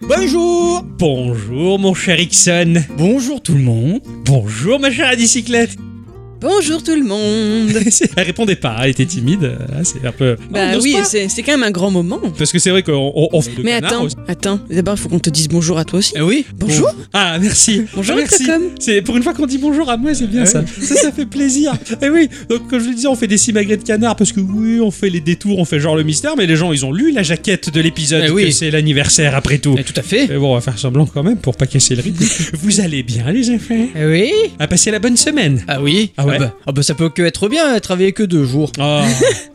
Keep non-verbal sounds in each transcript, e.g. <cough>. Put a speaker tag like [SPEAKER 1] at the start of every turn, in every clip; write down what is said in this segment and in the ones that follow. [SPEAKER 1] Bonjour
[SPEAKER 2] Bonjour mon cher Ixon.
[SPEAKER 1] Bonjour tout le monde
[SPEAKER 2] Bonjour ma chère à bicyclette.
[SPEAKER 3] Bonjour tout
[SPEAKER 2] <laughs>
[SPEAKER 3] le monde
[SPEAKER 2] elle répondait pas, elle était timide. Ah, c'est un peu.
[SPEAKER 3] Bah
[SPEAKER 2] On n'ose
[SPEAKER 3] oui,
[SPEAKER 2] pas.
[SPEAKER 3] c'est c'est quand même un grand moment.
[SPEAKER 2] Parce que c'est vrai qu'on on, on fait le
[SPEAKER 3] Mais
[SPEAKER 2] canard
[SPEAKER 3] attends,
[SPEAKER 2] aussi.
[SPEAKER 3] attends, d'abord il faut qu'on te dise bonjour à toi aussi.
[SPEAKER 1] Eh oui
[SPEAKER 3] Bonjour
[SPEAKER 2] Ah merci.
[SPEAKER 3] Bonjour,
[SPEAKER 2] Ah, merci.
[SPEAKER 3] Octocom.
[SPEAKER 2] C'est pour une fois qu'on dit bonjour à moi, c'est bien
[SPEAKER 1] Ah
[SPEAKER 2] ça.
[SPEAKER 1] oui.
[SPEAKER 2] Ça, ça fait plaisir. Et oui. Donc comme je le disais, on fait des simagrées de canard parce que oui, on fait les détours, on fait genre le mystère, mais les gens ils ont lu la jaquette de l'épisode.
[SPEAKER 1] Eh oui.
[SPEAKER 2] que C'est l'anniversaire après tout.
[SPEAKER 1] Eh, Tout à fait
[SPEAKER 2] Mais bon, on va faire semblant quand même pour pas casser le rythme. Vous allez bien les enfants
[SPEAKER 1] Eh oui
[SPEAKER 2] À passer la bonne semaine.
[SPEAKER 1] Ah oui
[SPEAKER 2] Ah ouais.
[SPEAKER 1] bah, ah bah, ça peut que être bien, travailler que deux jours.
[SPEAKER 2] Oh,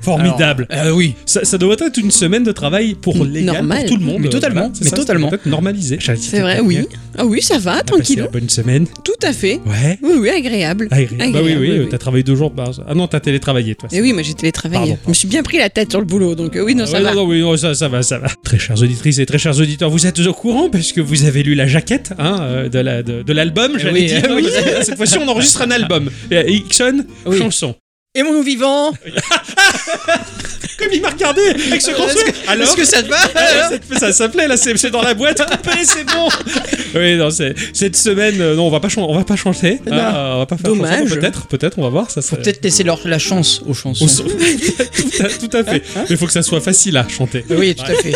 [SPEAKER 2] formidable.
[SPEAKER 1] Ah oui
[SPEAKER 2] Ça, ça doit être une semaine de travail pour
[SPEAKER 3] Mm,
[SPEAKER 2] légal,
[SPEAKER 3] normal.
[SPEAKER 2] pour tout le monde.
[SPEAKER 1] Mais
[SPEAKER 2] Euh,
[SPEAKER 1] totalement,
[SPEAKER 2] c'est
[SPEAKER 1] mais
[SPEAKER 2] ça,
[SPEAKER 1] totalement.
[SPEAKER 2] ça doit être normalisé.
[SPEAKER 3] C'est vrai, oui. Ah oui, ça va,
[SPEAKER 2] Tranquille.
[SPEAKER 3] tranquille.
[SPEAKER 2] bonne semaine.
[SPEAKER 3] Tout à fait.
[SPEAKER 2] Ouais.
[SPEAKER 3] Oui, oui, agréable.
[SPEAKER 2] Agréable. Bah oui, oui,
[SPEAKER 3] Agréable,
[SPEAKER 2] euh,
[SPEAKER 3] oui.
[SPEAKER 2] t'as travaillé deux jours. bah, ça- ah non, t'as télétravaillé, toi.
[SPEAKER 3] Et oui, moi j'ai télétravaillé.
[SPEAKER 2] Pardon, pardon.
[SPEAKER 3] Je me suis bien pris la tête sur le boulot, donc euh, oui, non,
[SPEAKER 2] Ah
[SPEAKER 3] ça
[SPEAKER 2] ouais,
[SPEAKER 3] va.
[SPEAKER 2] non, non, oui, non, ça, ça va, ça va. Très chères auditrices et très chers auditeurs, vous êtes au courant parce que vous avez lu la jaquette hein, euh, de la- de de l'album,
[SPEAKER 1] Eh
[SPEAKER 2] j'allais
[SPEAKER 1] oui,
[SPEAKER 2] dire.
[SPEAKER 1] eh oui.
[SPEAKER 2] <laughs> Cette fois-ci, on enregistre un album. Et Ixon,
[SPEAKER 1] Oui.
[SPEAKER 2] chanson.
[SPEAKER 1] Et mon
[SPEAKER 2] <laughs>
[SPEAKER 1] vivant
[SPEAKER 2] Comme il m'a regardé avec ce grand
[SPEAKER 1] Est-ce
[SPEAKER 2] sourire. Alors
[SPEAKER 1] Est-ce que ça te
[SPEAKER 2] <laughs>
[SPEAKER 1] va
[SPEAKER 2] Ah, ça, ça, ça plaît là, c'est c'est dans la boîte, coupé, c'est bon. Oui, non, c'est- cette semaine, euh, non, on va pas, chan- on va pas chanter.
[SPEAKER 1] Non.
[SPEAKER 2] Ah, on va pas faire
[SPEAKER 3] Dommage.
[SPEAKER 2] chanson, Peut-être, peut-être, on va voir. Ça,
[SPEAKER 1] Faut
[SPEAKER 2] ça-
[SPEAKER 1] peut-être laisser leur, la chance aux chansons.
[SPEAKER 2] on se- <laughs> tout, à, tout à fait. Mais faut que ça soit facile à chanter.
[SPEAKER 1] Ah Oui, tout à fait.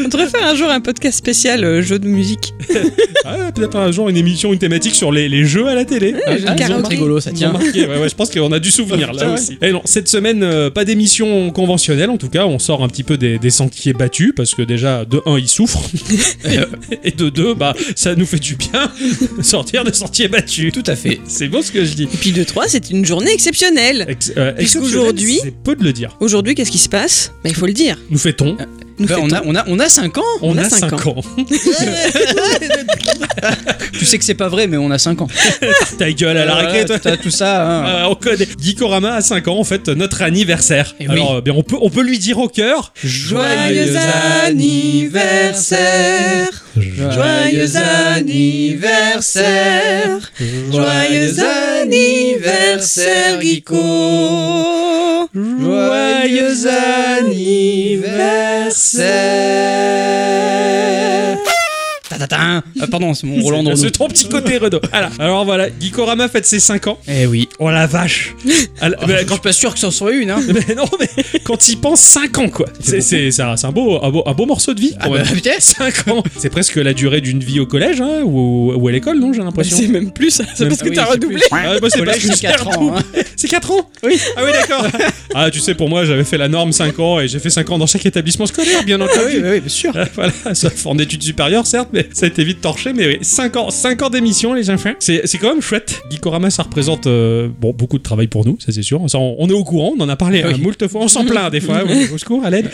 [SPEAKER 3] On devrait faire un jour un podcast spécial euh, jeu de musique.
[SPEAKER 2] Ah, peut-être un jour une émission, une thématique sur les, les jeux à la télé.
[SPEAKER 1] Ah,
[SPEAKER 3] je
[SPEAKER 1] ah,
[SPEAKER 3] karaoké.
[SPEAKER 1] c'est rigolo, ça
[SPEAKER 2] Ils
[SPEAKER 1] tient.
[SPEAKER 2] m'ont marqué, ouais, ouais, je pense qu'on a du souvenir
[SPEAKER 1] Ah
[SPEAKER 2] là
[SPEAKER 1] ouais.
[SPEAKER 2] aussi. Et non, cette semaine, euh, pas d'émission conventionnelle en tout cas. On sort un petit peu des, des sentiers battus parce que déjà, de 1, ils
[SPEAKER 1] <laughs>
[SPEAKER 2] souffrent. et de 2, bah, ça nous fait du bien sortir des sentiers battus.
[SPEAKER 1] Tout à fait.
[SPEAKER 2] C'est beau ce que je dis.
[SPEAKER 3] Et puis de 3, c'est une journée exceptionnelle.
[SPEAKER 2] Ex- euh, exceptionnel,
[SPEAKER 3] Puisqu'aujourd'hui-
[SPEAKER 2] c'est peu de le dire.
[SPEAKER 3] Aujourd'hui, qu'est-ce qui se passe Bah, il faut le dire.
[SPEAKER 2] Nous fêtons,
[SPEAKER 3] Nous
[SPEAKER 1] Bah, on, a, on, a, on a 5 ans
[SPEAKER 2] on,
[SPEAKER 3] on
[SPEAKER 2] a
[SPEAKER 3] a cinq
[SPEAKER 2] 5 ans.
[SPEAKER 1] Tu sais que c'est pas vrai, mais on a 5 ans.
[SPEAKER 2] Ta gueule à la
[SPEAKER 1] Voilà,
[SPEAKER 2] récré, toi.
[SPEAKER 1] t'as Tout ça, hein.
[SPEAKER 2] Euh, on connaît. Geekorama a 5 ans, en fait, notre anniversaire.
[SPEAKER 1] Eh oui.
[SPEAKER 2] Alors, euh, bien, on, peut, on peut lui dire au cœur.
[SPEAKER 3] Joyeux anniversaire Joyeux anniversaire Joyeux anniversaire Guico
[SPEAKER 1] Joyeux anniversaire Tatatin. Ah, Pardon, c'est <laughs> mon Roland Renaud.
[SPEAKER 2] C'est ton petit côté Renaud. Voilà. Alors voilà, Geekorama fête ses 5 ans.
[SPEAKER 1] Eh oui.
[SPEAKER 2] Oh la vache. Ah, la-
[SPEAKER 1] Ah,
[SPEAKER 2] bah,
[SPEAKER 1] je suis
[SPEAKER 2] quand...
[SPEAKER 1] pas sûr que ça en soit une, hein.
[SPEAKER 2] mais non, mais quand il pense 5 ans, quoi. C'est c'est- c'est un, c'est un beau, un, beau, un beau morceau de vie.
[SPEAKER 1] Ah
[SPEAKER 2] quand
[SPEAKER 1] bah,
[SPEAKER 2] même. <laughs>
[SPEAKER 1] putain.
[SPEAKER 2] 5 ans. C'est presque la durée d'une vie au collège hein, ou, ou à l'école, non J'ai l'impression.
[SPEAKER 3] C'est même plus ça, c'est
[SPEAKER 2] Même-
[SPEAKER 3] parce que
[SPEAKER 1] oui,
[SPEAKER 3] t'as
[SPEAKER 1] c'est
[SPEAKER 3] redoublé
[SPEAKER 1] plus.
[SPEAKER 2] Ah, bah, c'est parce
[SPEAKER 1] Collège,
[SPEAKER 2] que je
[SPEAKER 1] c'est 4
[SPEAKER 2] perds
[SPEAKER 1] ans. hein.
[SPEAKER 2] C'est 4 ans Oui. Ah oui, d'accord. ah, tu sais, pour moi, j'avais fait la norme 5 ans et j'ai fait 5 ans dans chaque établissement scolaire, bien
[SPEAKER 1] Ah oui,
[SPEAKER 2] entendu.
[SPEAKER 1] oui, oui, bien sûr.
[SPEAKER 2] Ah, <laughs> voilà, sauf en études supérieures, certes, mais ça a été vite torché. Mais oui, 5 ans, 5 ans d'émission, les enfants. C'est c'est quand même chouette. Geekorama, ça représente euh, bon, beaucoup de travail pour nous, ça c'est sûr. Ça, on, on est au courant, on en a parlé
[SPEAKER 1] Ah oui.
[SPEAKER 2] hein, moult fois. On s'en plaint des fois. au, au secours, à l'aide.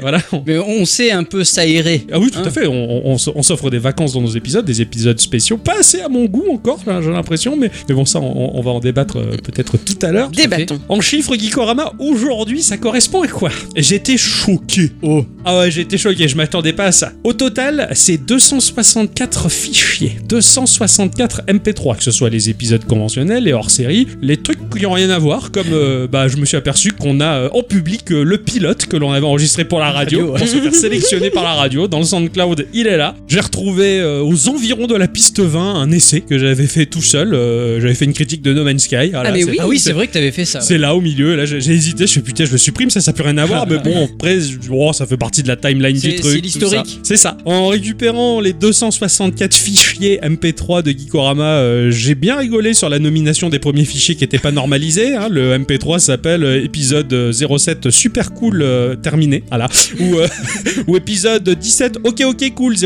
[SPEAKER 2] voilà. on-
[SPEAKER 1] Mais on sait un peu s'aérer.
[SPEAKER 2] Ah oui, tout
[SPEAKER 1] Hein.
[SPEAKER 2] à fait. On, on- on s- on s'offre des vacances dans nos épisodes, des épisodes spéciaux. Pas assez à mon goût encore, hein, j'ai j'ai l'impression. Mais, mais bon, ça, on, on va en débattre euh, peut-être tout à l'heure.
[SPEAKER 3] des bâtons.
[SPEAKER 2] En chiffres, Geekorama, aujourd'hui, ça correspond à quoi J'étais choqué.
[SPEAKER 1] Oh.
[SPEAKER 2] Ah ouais, j'étais choqué, je m'attendais pas à ça. Au total, c'est 264 fichiers, 264 MP3, que ce soit les épisodes conventionnels, les hors-série, les trucs qui n'ont rien à voir, comme euh, bah, je me suis aperçu qu'on a euh, en public euh, le pilote que l'on avait enregistré pour la radio,
[SPEAKER 1] Radio, ouais.
[SPEAKER 2] pour se faire sélectionner par la radio, dans le SoundCloud, il est là. J'ai retrouvé euh, aux environs de la piste 20 un essai que j'avais fait tout seul, euh, j'avais fait une critique de No Man's Sky. Voilà,
[SPEAKER 3] Ah, mais
[SPEAKER 2] c'est-
[SPEAKER 3] oui.
[SPEAKER 1] Ah oui, c'est vrai que t'avais fait ça.
[SPEAKER 2] c'est là au milieu, là j'ai j'ai hésité, je fais putain, je le supprime, ça ça peut rien à voir,
[SPEAKER 1] <laughs>
[SPEAKER 2] mais bon, après, je- oh, ça fait partie de la timeline
[SPEAKER 1] C'est-
[SPEAKER 2] du truc.
[SPEAKER 1] c'est
[SPEAKER 2] tout
[SPEAKER 1] l'historique.
[SPEAKER 2] ça. C'est ça. En récupérant les 264 fichiers MP3 de Geekorama, euh, j'ai bien rigolé sur la nomination des premiers fichiers qui n'étaient pas normalisés. hein. Le MP3 s'appelle euh, épisode euh, 07 super cool euh, terminé, voilà. Ou, euh, <laughs> ou épisode 17 ok ok cool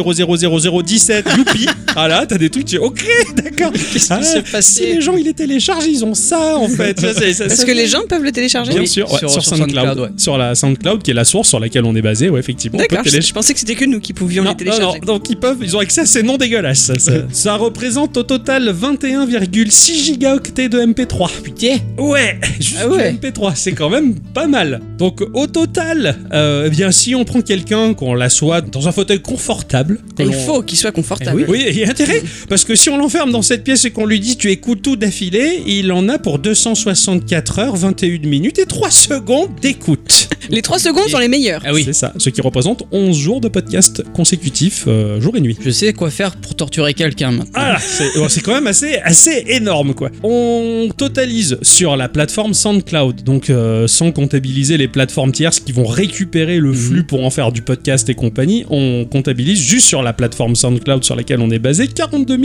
[SPEAKER 2] 000017 youpi. voilà, t'as des trucs, tu dis ok, d'accord.
[SPEAKER 1] Qu'est-ce
[SPEAKER 2] Ah,
[SPEAKER 1] qui s'est
[SPEAKER 2] Si les
[SPEAKER 1] passé
[SPEAKER 2] gens ils les téléchargent, ils ont ça <laughs> en fait. Ça, c'est- ça,
[SPEAKER 3] Parce
[SPEAKER 2] ça-
[SPEAKER 3] que les gens peuvent le télécharger
[SPEAKER 2] Bien
[SPEAKER 1] Oui,
[SPEAKER 2] sûr, ouais, sur,
[SPEAKER 1] sur- sur
[SPEAKER 2] SoundCloud,
[SPEAKER 1] SoundCloud, ouais.
[SPEAKER 2] sur la SoundCloud qui est la source sur laquelle on est basé, ouais, effectivement. on peut
[SPEAKER 3] D'accord, je,
[SPEAKER 2] télécharger.
[SPEAKER 3] je pensais que c'était que nous qui pouvions
[SPEAKER 2] Non,
[SPEAKER 3] les télécharger.
[SPEAKER 2] non, non, donc ils peuvent preuve, ils ont accès à ces noms dégueulasses. Ça, ça représente au total 21,6 gigaoctets de MP3.
[SPEAKER 1] Putain.
[SPEAKER 2] Ouais, juste
[SPEAKER 3] Ah ouais.
[SPEAKER 2] du MP3, c'est quand même pas mal. Donc au total, euh, eh bien si on prend quelqu'un, qu'on l'assoit dans un fauteuil confortable, que
[SPEAKER 3] Il
[SPEAKER 2] l'on-
[SPEAKER 3] faut qu'il soit
[SPEAKER 2] Eh
[SPEAKER 3] confortable.
[SPEAKER 2] oui, oui, il y a intérêt, parce que si on l'enferme dans cette pièce et qu'on lui dit tu écoutes tout d'affilée, il en a pour 264 heures, 21 minutes et 3 secondes d'écoute.
[SPEAKER 3] Les 3 secondes sont les meilleures.
[SPEAKER 1] Ah oui.
[SPEAKER 2] C'est ça, ce qui représente 11 jours de podcast consécutifs, euh, jour et nuit.
[SPEAKER 1] Je sais quoi faire pour torturer quelqu'un maintenant.
[SPEAKER 2] Ah, c'est bon, c'est quand même assez, assez énorme quoi. On totalise sur la plateforme SoundCloud, donc euh, sans comptabiliser les plateformes tierces qui vont récupérer
[SPEAKER 3] Mhm.
[SPEAKER 2] le flux pour en faire du podcast et compagnie, on comptabilise juste sur la plateforme SoundCloud sur laquelle on est basé 42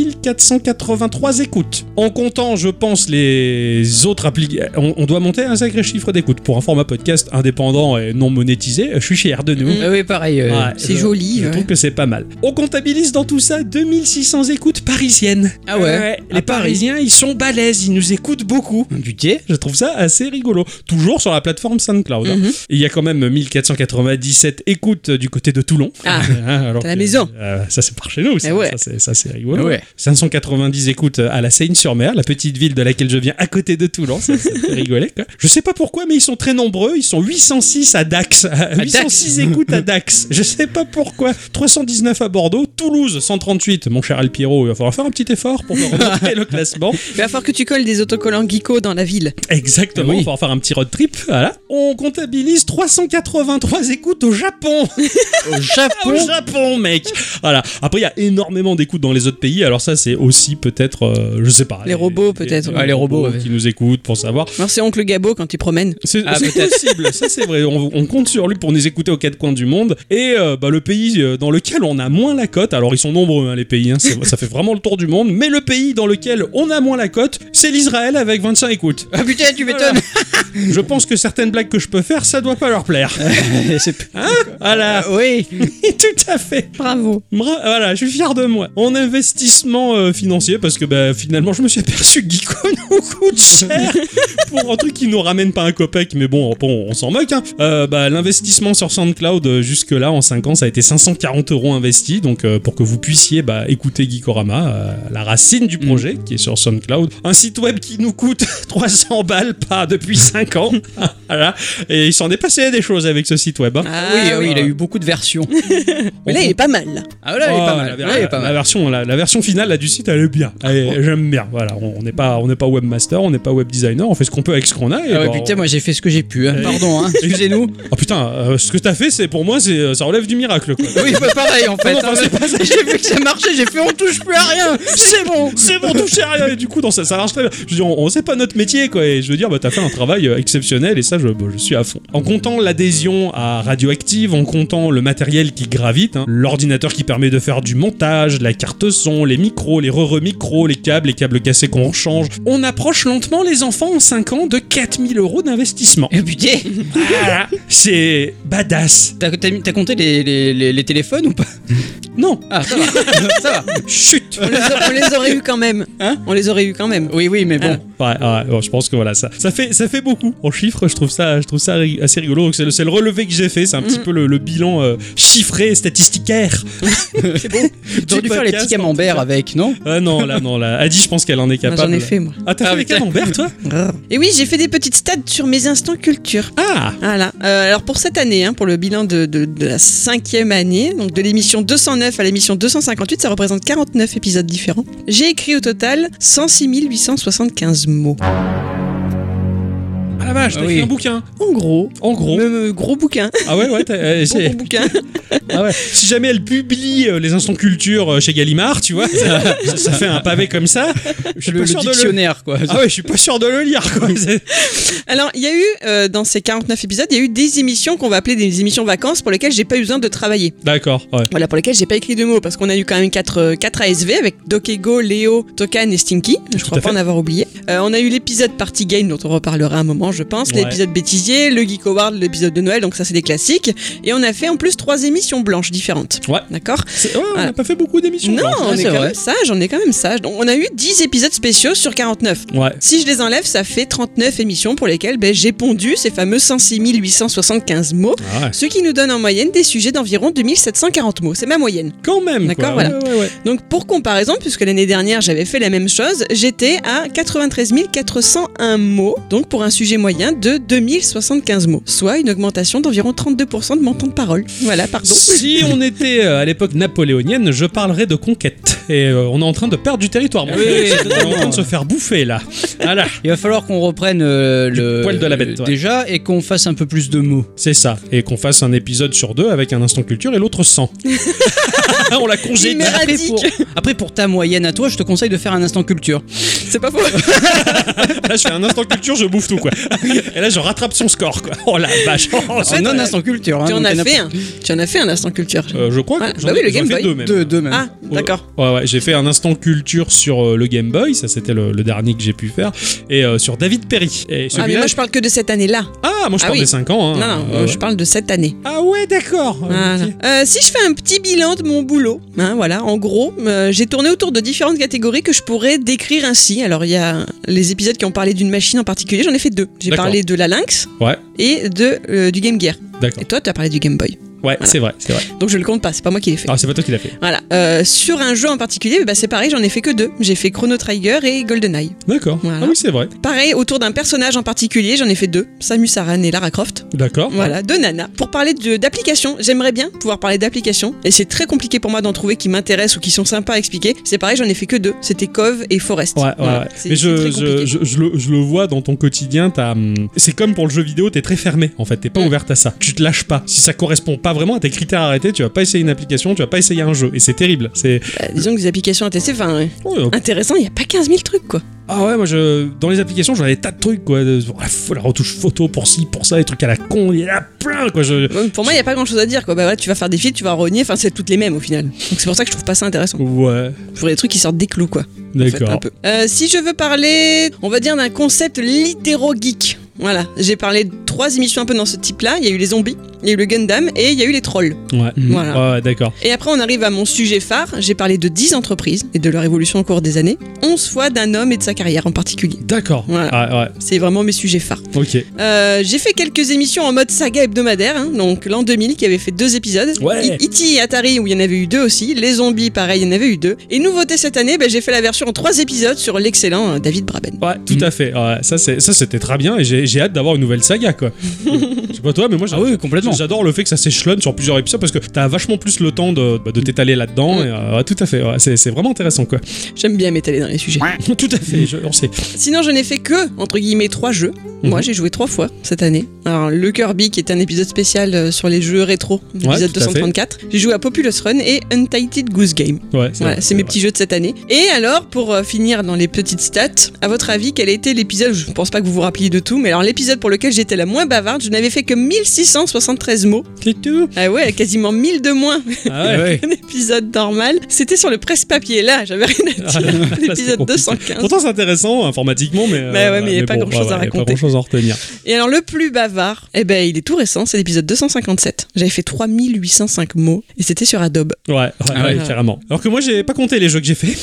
[SPEAKER 2] 483 écoutes. En comptant, je pense, les autres applications, on, on doit monter un sacré chiffre d'écoutes pour un format podcast indépendant et non monétisé. Je suis fier de nous.
[SPEAKER 3] Mhm.
[SPEAKER 1] Ah oui, pareil. euh,
[SPEAKER 2] Ouais,
[SPEAKER 3] C'est
[SPEAKER 2] je-
[SPEAKER 3] joli.
[SPEAKER 2] Je
[SPEAKER 3] ouais.
[SPEAKER 2] trouve que c'est pas mal. On comptabilise dans tout ça 2600 écoutes parisiennes.
[SPEAKER 1] Ah ouais.
[SPEAKER 2] les
[SPEAKER 1] À Paris.
[SPEAKER 2] Parisiens, ils sont balèzes, ils nous écoutent beaucoup.
[SPEAKER 1] Putain.
[SPEAKER 2] Je trouve ça assez rigolo. Toujours sur la plateforme SoundCloud. hein.
[SPEAKER 3] Mhm.
[SPEAKER 2] Et Il y a quand même 1497 écoutes euh, du côté de Toulon.
[SPEAKER 3] Ah,
[SPEAKER 2] <laughs> Hein, alors
[SPEAKER 3] t'as la
[SPEAKER 2] que,
[SPEAKER 3] maison.
[SPEAKER 2] euh, ça, c'est par chez nous. Ça,
[SPEAKER 3] Eh ouais.
[SPEAKER 2] ça, c'est- ça, c'est rigolo.
[SPEAKER 1] Ah ouais.
[SPEAKER 2] 590 écoutes euh, à la Seine-sur-Mer, la petite ville de laquelle je viens à côté de Toulon. Ça, ça fait rigoler. Quoi. Je sais pas pourquoi, mais ils sont très nombreux. Ils sont 806 à Dax.
[SPEAKER 1] Dax
[SPEAKER 2] 806 écoutes à Dax. Je sais pas pourquoi. 319 à Bordeaux. Toulouse, 138. Mon cher Alpiro, il va falloir faire un petit effort pour
[SPEAKER 3] <laughs>
[SPEAKER 2] remonter le classement.
[SPEAKER 3] Il va falloir que tu colles des autocollants geeko dans la ville.
[SPEAKER 2] Exactement.
[SPEAKER 1] Oui.
[SPEAKER 2] On va faire un petit road trip. Voilà. On comptabilise 383 écoutes au Japon.
[SPEAKER 1] Au
[SPEAKER 2] <laughs> au
[SPEAKER 1] Japon.
[SPEAKER 2] Japon, mec. Voilà. Après, il y a énormément d'écoutes dans les autres pays. Alors ça, c'est aussi peut-être, euh, je sais pas.
[SPEAKER 3] Les robots, peut-être.
[SPEAKER 1] Ouais, Ah, les robots, ouais.
[SPEAKER 2] euh, qui nous écoutent pour savoir.
[SPEAKER 3] Alors, c'est oncle Gabo quand il promène.
[SPEAKER 2] C'est
[SPEAKER 1] Ah,
[SPEAKER 2] c'est
[SPEAKER 1] peut-être.
[SPEAKER 2] possible. ça, c'est vrai. On, on compte sur lui pour nous écouter aux quatre coins du monde. Et euh, bah, le pays euh, dans lequel on a moins la cote. Alors ils sont nombreux, hein, les pays. hein. C'est- ça fait vraiment le tour du monde. Mais le pays dans lequel on a moins la cote, c'est l'Israël avec 25 écoutes.
[SPEAKER 1] Ah putain, tu
[SPEAKER 2] Voilà. <laughs>
[SPEAKER 1] m'étonnes.
[SPEAKER 2] Je pense que certaines blagues que je peux faire, ça doit pas leur plaire.
[SPEAKER 1] <laughs> C'est-
[SPEAKER 2] Voilà, <laughs>
[SPEAKER 1] Ah, oui.
[SPEAKER 2] tout à fait.
[SPEAKER 3] Bravo.
[SPEAKER 2] Bra- Voilà, je suis fier de moi. En investissement euh, financier, parce que bah, finalement, je me suis aperçu que Geeko <laughs> nous coûte cher pour un truc qui nous ramène pas un copec, mais bon, bon on s'en moque. hein. Euh, bah, L'investissement sur SoundCloud, euh, jusque-là, en 5 ans, ça a été 540 euros investis, donc euh, pour que vous puissiez bah, écouter Geekorama, euh, la racine du projet, qui est sur SoundCloud. Un site web qui nous coûte <laughs> 300 balles, pas depuis 5 ans. <laughs> voilà. Et il s'en est passé des choses avec ce site web. hein.
[SPEAKER 3] Ah,
[SPEAKER 1] oui, ah oui,
[SPEAKER 2] oui.
[SPEAKER 1] il a eu beaucoup de versions.
[SPEAKER 3] Mais là, il est pas mal. là.
[SPEAKER 1] Ah là, il est
[SPEAKER 2] Oh,
[SPEAKER 1] pas mal.
[SPEAKER 2] La,
[SPEAKER 1] Là, il est pas
[SPEAKER 2] la
[SPEAKER 1] mal. Oh.
[SPEAKER 2] version, la, la version finale là, du site, elle est bien. Elle est- J'aime bien. Voilà, on on n'est pas, on n'est pas webmaster, on n'est pas webdesigner. On fait ce qu'on peut avec ce qu'on a. Et
[SPEAKER 1] Ah ouais,
[SPEAKER 2] bah,
[SPEAKER 1] putain,
[SPEAKER 2] on-
[SPEAKER 1] moi j'ai fait ce que j'ai pu. hein.
[SPEAKER 2] Eh.
[SPEAKER 1] Pardon,
[SPEAKER 2] <laughs>
[SPEAKER 1] hein. excusez-nous.
[SPEAKER 2] Ah, putain, euh, ce que t'as fait, c'est pour moi, c'est, euh, ça relève du miracle. <laughs> quoi.
[SPEAKER 1] Oui, bah, pareil en fait.
[SPEAKER 2] Non, non,
[SPEAKER 1] hein.
[SPEAKER 2] c'est pas ça.
[SPEAKER 1] <laughs> J'ai vu que ça marchait, j'ai fait on touche plus à rien. C'est bon.
[SPEAKER 2] c'est bon, toucher à rien. Et du coup, dans ça, ça marche très bien. Je veux dire, on, on sait pas notre métier, quoi. Et je veux dire, bah, t'as fait un travail euh, exceptionnel et ça, je, bah, je suis à fond. En comptant l'adhésion à Radioactive, en comptant le matériel qui gravite, hein, l'ordinateur qui permet de faire du montage, la carte son, les micros, les re-re-micros, les câbles, les câbles cassés qu'on rechange, on approche lentement, les enfants, en 5 ans, de 4000 euros d'investissement.
[SPEAKER 1] Eh, putain,
[SPEAKER 2] Voilà. C'est badass.
[SPEAKER 1] t'as, t'as mis- t'as compté les, les- les- les téléphones ou pas
[SPEAKER 2] Non,
[SPEAKER 1] Ah, ça va.
[SPEAKER 2] <laughs>
[SPEAKER 1] ça va.
[SPEAKER 2] chut.
[SPEAKER 3] On les, a- on les aurait eu quand même.
[SPEAKER 1] Hein
[SPEAKER 3] on les aurait eu quand même.
[SPEAKER 1] Oui, oui, mais bon.
[SPEAKER 2] Ouais, ouais, bon, je pense que voilà, ça, ça, fait, ça fait beaucoup en chiffres. Je trouve ça, je trouve ça ri- assez rigolo. Donc, C'est le, c'est le relevé que j'ai fait. C'est un petit peu le, le bilan euh, chiffré, statisticaire. <laughs>
[SPEAKER 1] T'aurais dû faire les petits
[SPEAKER 2] podcast, en
[SPEAKER 1] camemberts
[SPEAKER 2] tout
[SPEAKER 1] avec, non
[SPEAKER 2] Ah non, là, non, là. Adi, je pense qu'elle en est
[SPEAKER 3] Moi,
[SPEAKER 2] capable.
[SPEAKER 3] J'en ai fait, moi.
[SPEAKER 2] Ah, t'as
[SPEAKER 1] Ah,
[SPEAKER 2] fait les
[SPEAKER 1] putain.
[SPEAKER 2] camemberts, toi
[SPEAKER 3] Et oui, j'ai fait des petites stats sur mes instants culture.
[SPEAKER 2] Ah
[SPEAKER 3] Voilà. Euh, alors pour cette année, hein, pour le bilan de, de- de la cinquième année, donc de l'émission 209 à l'émission 258, ça représente 49 épisodes différents. J'ai écrit au total 106 875 mots.
[SPEAKER 2] Ah la vache, t'as
[SPEAKER 1] Ah oui.
[SPEAKER 2] écrit un bouquin.
[SPEAKER 3] En gros.
[SPEAKER 2] En gros.
[SPEAKER 3] Même, euh, gros bouquin.
[SPEAKER 2] Ah ouais, ouais, t'as- euh, <laughs>
[SPEAKER 3] Gros,
[SPEAKER 2] c'est-
[SPEAKER 3] gros bouquin.
[SPEAKER 2] ah ouais. Si jamais elle publie euh, les instants culture euh, chez Gallimard, tu vois, ça, ça- ça fait un pavé comme ça. Je suis
[SPEAKER 1] Le,
[SPEAKER 2] pas
[SPEAKER 1] le
[SPEAKER 2] sûr de le-
[SPEAKER 1] dictionnaire, quoi.
[SPEAKER 2] Ah ouais, je suis pas sûr de le lire, quoi. C'est-
[SPEAKER 3] Alors, il y a eu, euh, dans ces 49 épisodes, il y a eu des émissions qu'on va appeler des émissions vacances pour lesquelles j'ai pas eu besoin de travailler.
[SPEAKER 2] D'accord, ouais.
[SPEAKER 3] Voilà, pour lesquelles j'ai pas écrit de mots, parce qu'on a eu quand même euh, 4, ASV avec Dokego, Léo, Tokan et Stinky. Je
[SPEAKER 2] Tout
[SPEAKER 3] crois
[SPEAKER 2] à
[SPEAKER 3] pas en
[SPEAKER 2] fait.
[SPEAKER 3] avoir oublié. Euh, on a eu l'épisode Party Game dont on reparlera un moment, je je pense,
[SPEAKER 2] Ouais.
[SPEAKER 3] l'épisode bêtisier, le Geek Award, l'épisode de Noël, donc ça c'est des classiques. Et on a fait en plus trois émissions blanches différentes.
[SPEAKER 2] Ouais.
[SPEAKER 3] D'accord
[SPEAKER 2] C'est- ouais, on n'a
[SPEAKER 3] Voilà.
[SPEAKER 2] pas fait beaucoup d'émissions.
[SPEAKER 3] Non,
[SPEAKER 2] blanches.
[SPEAKER 3] on est,
[SPEAKER 1] c'est
[SPEAKER 3] quand
[SPEAKER 1] vrai.
[SPEAKER 3] même sage, on est quand même sage. Donc on a eu 10 épisodes spéciaux sur 49.
[SPEAKER 2] Ouais.
[SPEAKER 3] Si je les enlève, ça fait 39 émissions pour lesquelles ben, j'ai pondu ces fameux 106 875 mots,
[SPEAKER 2] Ah ouais.
[SPEAKER 3] ce qui nous donne en moyenne des sujets d'environ 2740 mots. C'est ma moyenne.
[SPEAKER 2] Quand même. quoi.
[SPEAKER 3] D'accord, voilà.
[SPEAKER 2] Ouais, ouais, ouais.
[SPEAKER 3] Donc pour comparaison, puisque l'année dernière j'avais fait la même chose, j'étais à 93 401 mots, donc pour un sujet moyen de 2075 mots, soit une augmentation d'environ 32% de mon temps de parole.
[SPEAKER 2] <laughs>
[SPEAKER 3] Voilà, pardon. <laughs>
[SPEAKER 2] Si on était euh, à l'époque napoléonienne, je parlerais de conquête. Et euh, on est en train de perdre du territoire. mon
[SPEAKER 1] Oui,
[SPEAKER 2] gars.
[SPEAKER 1] oui,
[SPEAKER 2] on est en train
[SPEAKER 1] totalement.
[SPEAKER 2] de se faire bouffer là. Voilà,
[SPEAKER 1] Il va falloir qu'on reprenne euh,
[SPEAKER 2] Du
[SPEAKER 1] le
[SPEAKER 2] poil de la bête, ouais.
[SPEAKER 1] déjà et qu'on fasse un peu plus de mots.
[SPEAKER 2] c'est ça. Et qu'on fasse un épisode sur deux avec un instant culture et l'autre
[SPEAKER 3] <laughs>
[SPEAKER 2] sans. on l'a congédié.
[SPEAKER 3] Mais-
[SPEAKER 1] Après
[SPEAKER 3] Erratique.
[SPEAKER 1] pour, après, pour ta moyenne à toi, je te conseille de faire un instant culture.
[SPEAKER 3] C'est pas faux.
[SPEAKER 2] Là, je fais un instant culture, je bouffe tout quoi. Et là, je rattrape son score quoi. Oh la vache. Oh, c'est-
[SPEAKER 1] Un
[SPEAKER 3] euh,
[SPEAKER 1] non instant culture. hein,
[SPEAKER 3] tu en
[SPEAKER 1] donc
[SPEAKER 3] as
[SPEAKER 1] il y
[SPEAKER 3] fait un. Tu en as fait un instant culture.
[SPEAKER 2] Euh, je crois que
[SPEAKER 3] Voilà.
[SPEAKER 2] j'en
[SPEAKER 3] Bah
[SPEAKER 2] ai-
[SPEAKER 3] oui, le
[SPEAKER 2] j'en ai
[SPEAKER 3] Game
[SPEAKER 2] fait
[SPEAKER 3] Boy.
[SPEAKER 2] deux, même.
[SPEAKER 1] Deux, deux même.
[SPEAKER 3] Ah, d'accord.
[SPEAKER 2] Ouais, ouais, j'ai fait un instant culture sur euh, le Game Boy, ça c'était le, le dernier que j'ai pu faire, et euh, sur David Perry. Et
[SPEAKER 3] Ah, mais
[SPEAKER 2] celui-là.
[SPEAKER 3] moi je parle que de cette année-là.
[SPEAKER 2] Ah, moi je
[SPEAKER 3] Ah
[SPEAKER 2] parle
[SPEAKER 3] oui.
[SPEAKER 2] des 5 ans. hein.
[SPEAKER 3] Non, non,
[SPEAKER 2] Euh,
[SPEAKER 3] je parle de cette année.
[SPEAKER 2] Ah ouais, d'accord.
[SPEAKER 3] Voilà.
[SPEAKER 2] Ah, Ok.
[SPEAKER 3] Euh, si je fais un petit bilan de mon boulot, hein, voilà, en gros, euh, j'ai tourné autour de différentes catégories que je pourrais décrire ainsi. Alors, il y a les épisodes qui ont parlé d'une machine en particulier, j'en ai fait deux. J'ai
[SPEAKER 2] D'accord.
[SPEAKER 3] parlé de la Lynx
[SPEAKER 2] Ouais.
[SPEAKER 3] et de, euh, du Game Gear.
[SPEAKER 2] D'accord.
[SPEAKER 3] Et toi, tu as parlé du Game Boy.
[SPEAKER 2] Ouais, c'est vrai, c'est vrai.
[SPEAKER 3] Donc, je le compte pas, c'est pas moi qui l'ai fait.
[SPEAKER 2] Ah, c'est pas toi qui l'as fait.
[SPEAKER 3] Voilà. Euh, sur un jeu en particulier, bah, c'est pareil, j'en ai fait que deux. J'ai fait Chrono Trigger et GoldenEye.
[SPEAKER 2] D'accord.
[SPEAKER 3] Voilà.
[SPEAKER 2] Ah oui, c'est vrai.
[SPEAKER 3] Pareil, autour d'un personnage en particulier, j'en ai fait deux. Samus Aran et Lara Croft.
[SPEAKER 2] D'accord.
[SPEAKER 3] Voilà, de nana. Pour parler de- d'applications, j'aimerais bien pouvoir parler d'applications. Et c'est très compliqué pour moi d'en trouver qui m'intéressent ou qui sont sympas à expliquer. C'est pareil, j'en ai fait que deux. C'était Cove et Forest.
[SPEAKER 2] Ouais, ouais,
[SPEAKER 3] Voilà.
[SPEAKER 2] ouais.
[SPEAKER 3] C'est-
[SPEAKER 2] Mais
[SPEAKER 3] c'est
[SPEAKER 2] je,
[SPEAKER 3] très
[SPEAKER 2] je,
[SPEAKER 3] compliqué.
[SPEAKER 2] je, je le, je le vois dans ton quotidien, t'as, hum, c'est comme pour le jeu vidéo, t'es très fermé en fait, t'es pas
[SPEAKER 3] Mm.
[SPEAKER 2] ouverte à ça. Tu te lâches pas. Si ça correspond pas vraiment à tes critères arrêtés, tu vas pas essayer une application, tu vas pas essayer un jeu. Et c'est terrible. C'est. oh,
[SPEAKER 3] Bah, disons que des applications à tester, enfin, euh,
[SPEAKER 2] Ouais,
[SPEAKER 3] intéressant, il n'y a pas 15 000 trucs quoi.
[SPEAKER 2] Ah ouais, moi je dans les applications, j'en ai des tas de trucs quoi, de- la, fo- la retouche photo pour ci, pour ça, des trucs à la con, il y en a plein quoi. Je...
[SPEAKER 3] Bon, Pour moi, il n'y a pas grand chose à dire quoi. Bah voilà, tu vas faire des filtres, tu vas rogner, enfin, c'est toutes les mêmes au final. Donc c'est pour ça que je trouve pas ça intéressant.
[SPEAKER 2] Ouais,
[SPEAKER 3] Je voudrais des trucs qui sortent des clous quoi. en fait,
[SPEAKER 2] d'accord.
[SPEAKER 3] un peu. Euh, si je veux parler, on va dire d'un concept littéro-geek. Voilà, j'ai parlé de trois émissions un peu dans ce type-là. Il y a eu les zombies, il y a eu le Gundam et il y a eu les trolls.
[SPEAKER 2] ouais,
[SPEAKER 1] Mm.
[SPEAKER 3] Voilà.
[SPEAKER 2] Ouais, ouais, d'accord.
[SPEAKER 3] Et après, on arrive à mon sujet phare. J'ai parlé de 10 entreprises et de leur évolution au cours des années. 11 fois d'un homme et de sa carrière en particulier.
[SPEAKER 2] D'accord.
[SPEAKER 3] Voilà. C'est vraiment mes sujets phares.
[SPEAKER 2] Ouais, ouais, ok.
[SPEAKER 3] Euh, j'ai fait quelques émissions en mode saga hebdomadaire, hein, donc l'an 2000 qui avait fait deux épisodes.
[SPEAKER 2] Ouais.
[SPEAKER 3] I- E.T. et Atari où il y en avait eu deux aussi. Les zombies, pareil, il y en avait eu deux. Et nouveauté cette année, ben, j'ai fait la version en trois épisodes sur l'excellent euh, David Braben.
[SPEAKER 2] Ouais, tout
[SPEAKER 1] Mm.
[SPEAKER 2] à fait. Ouais, ça, c'est, ça, c'était très bien et j'ai, j'ai hâte d'avoir une nouvelle saga, quoi. Je sais pas toi, mais moi, j'a-
[SPEAKER 1] Ah oui, complètement.
[SPEAKER 2] j'adore le fait que ça s'échelonne sur plusieurs épisodes parce que t'as vachement plus le temps de, bah, de t'étaler là-dedans.
[SPEAKER 3] Mm.
[SPEAKER 2] et, euh, ouais, tout à fait. Ouais, c'est, c'est vraiment intéressant, quoi. <laughs>
[SPEAKER 3] J'aime bien m'étaler dans les sujets.
[SPEAKER 2] tout à fait, je- on sait.
[SPEAKER 3] Sinon, je n'ai fait que, entre guillemets, trois jeux. Moi,
[SPEAKER 2] Mhm.
[SPEAKER 3] j'ai joué trois fois cette année. Alors, le Kirby, qui est un épisode spécial euh, sur les jeux rétro, l'épisode
[SPEAKER 2] tout à fait.
[SPEAKER 3] 234. J'ai joué à Populous Run et Untitled Goose Game.
[SPEAKER 2] Ouais, c'est,
[SPEAKER 3] Voilà,
[SPEAKER 2] vrai,
[SPEAKER 3] c'est mes
[SPEAKER 2] vrai.
[SPEAKER 3] petits jeux de cette année. Et alors, pour euh, finir dans les petites stats, à votre avis, quel a été l'épisode Je ne pense pas que vous vous rappeliez de tout, mais alors l'épisode pour lequel j'étais la moins bavarde, je n'avais fait que 1673 mots.
[SPEAKER 2] C'est tout.
[SPEAKER 3] Ah ouais, quasiment 1000 de moins <laughs>
[SPEAKER 2] <laughs> Ah ouais.
[SPEAKER 3] qu'un épisode normal. C'était sur le presse-papier, là, j'avais rien à dire.
[SPEAKER 2] Là, Ah, c'est
[SPEAKER 3] L'épisode
[SPEAKER 2] compliqué.
[SPEAKER 3] 215.
[SPEAKER 2] Pourtant, c'est intéressant informatiquement, mais. euh,
[SPEAKER 3] Bah ouais, mais il y a pas grand-chose
[SPEAKER 2] ouais, ouais, il y
[SPEAKER 3] à
[SPEAKER 2] a Pas
[SPEAKER 3] raconter.
[SPEAKER 2] grand chose à retenir.
[SPEAKER 3] Et alors le plus bavard, eh ben il est tout récent, c'est l'épisode 257. J'avais fait 3805 mots et c'était sur Adobe.
[SPEAKER 2] Ouais, ouais,
[SPEAKER 1] Ah
[SPEAKER 2] ouais,
[SPEAKER 3] ouais.
[SPEAKER 2] carrément. Alors que moi, j'ai pas compté les jeux que j'ai fait.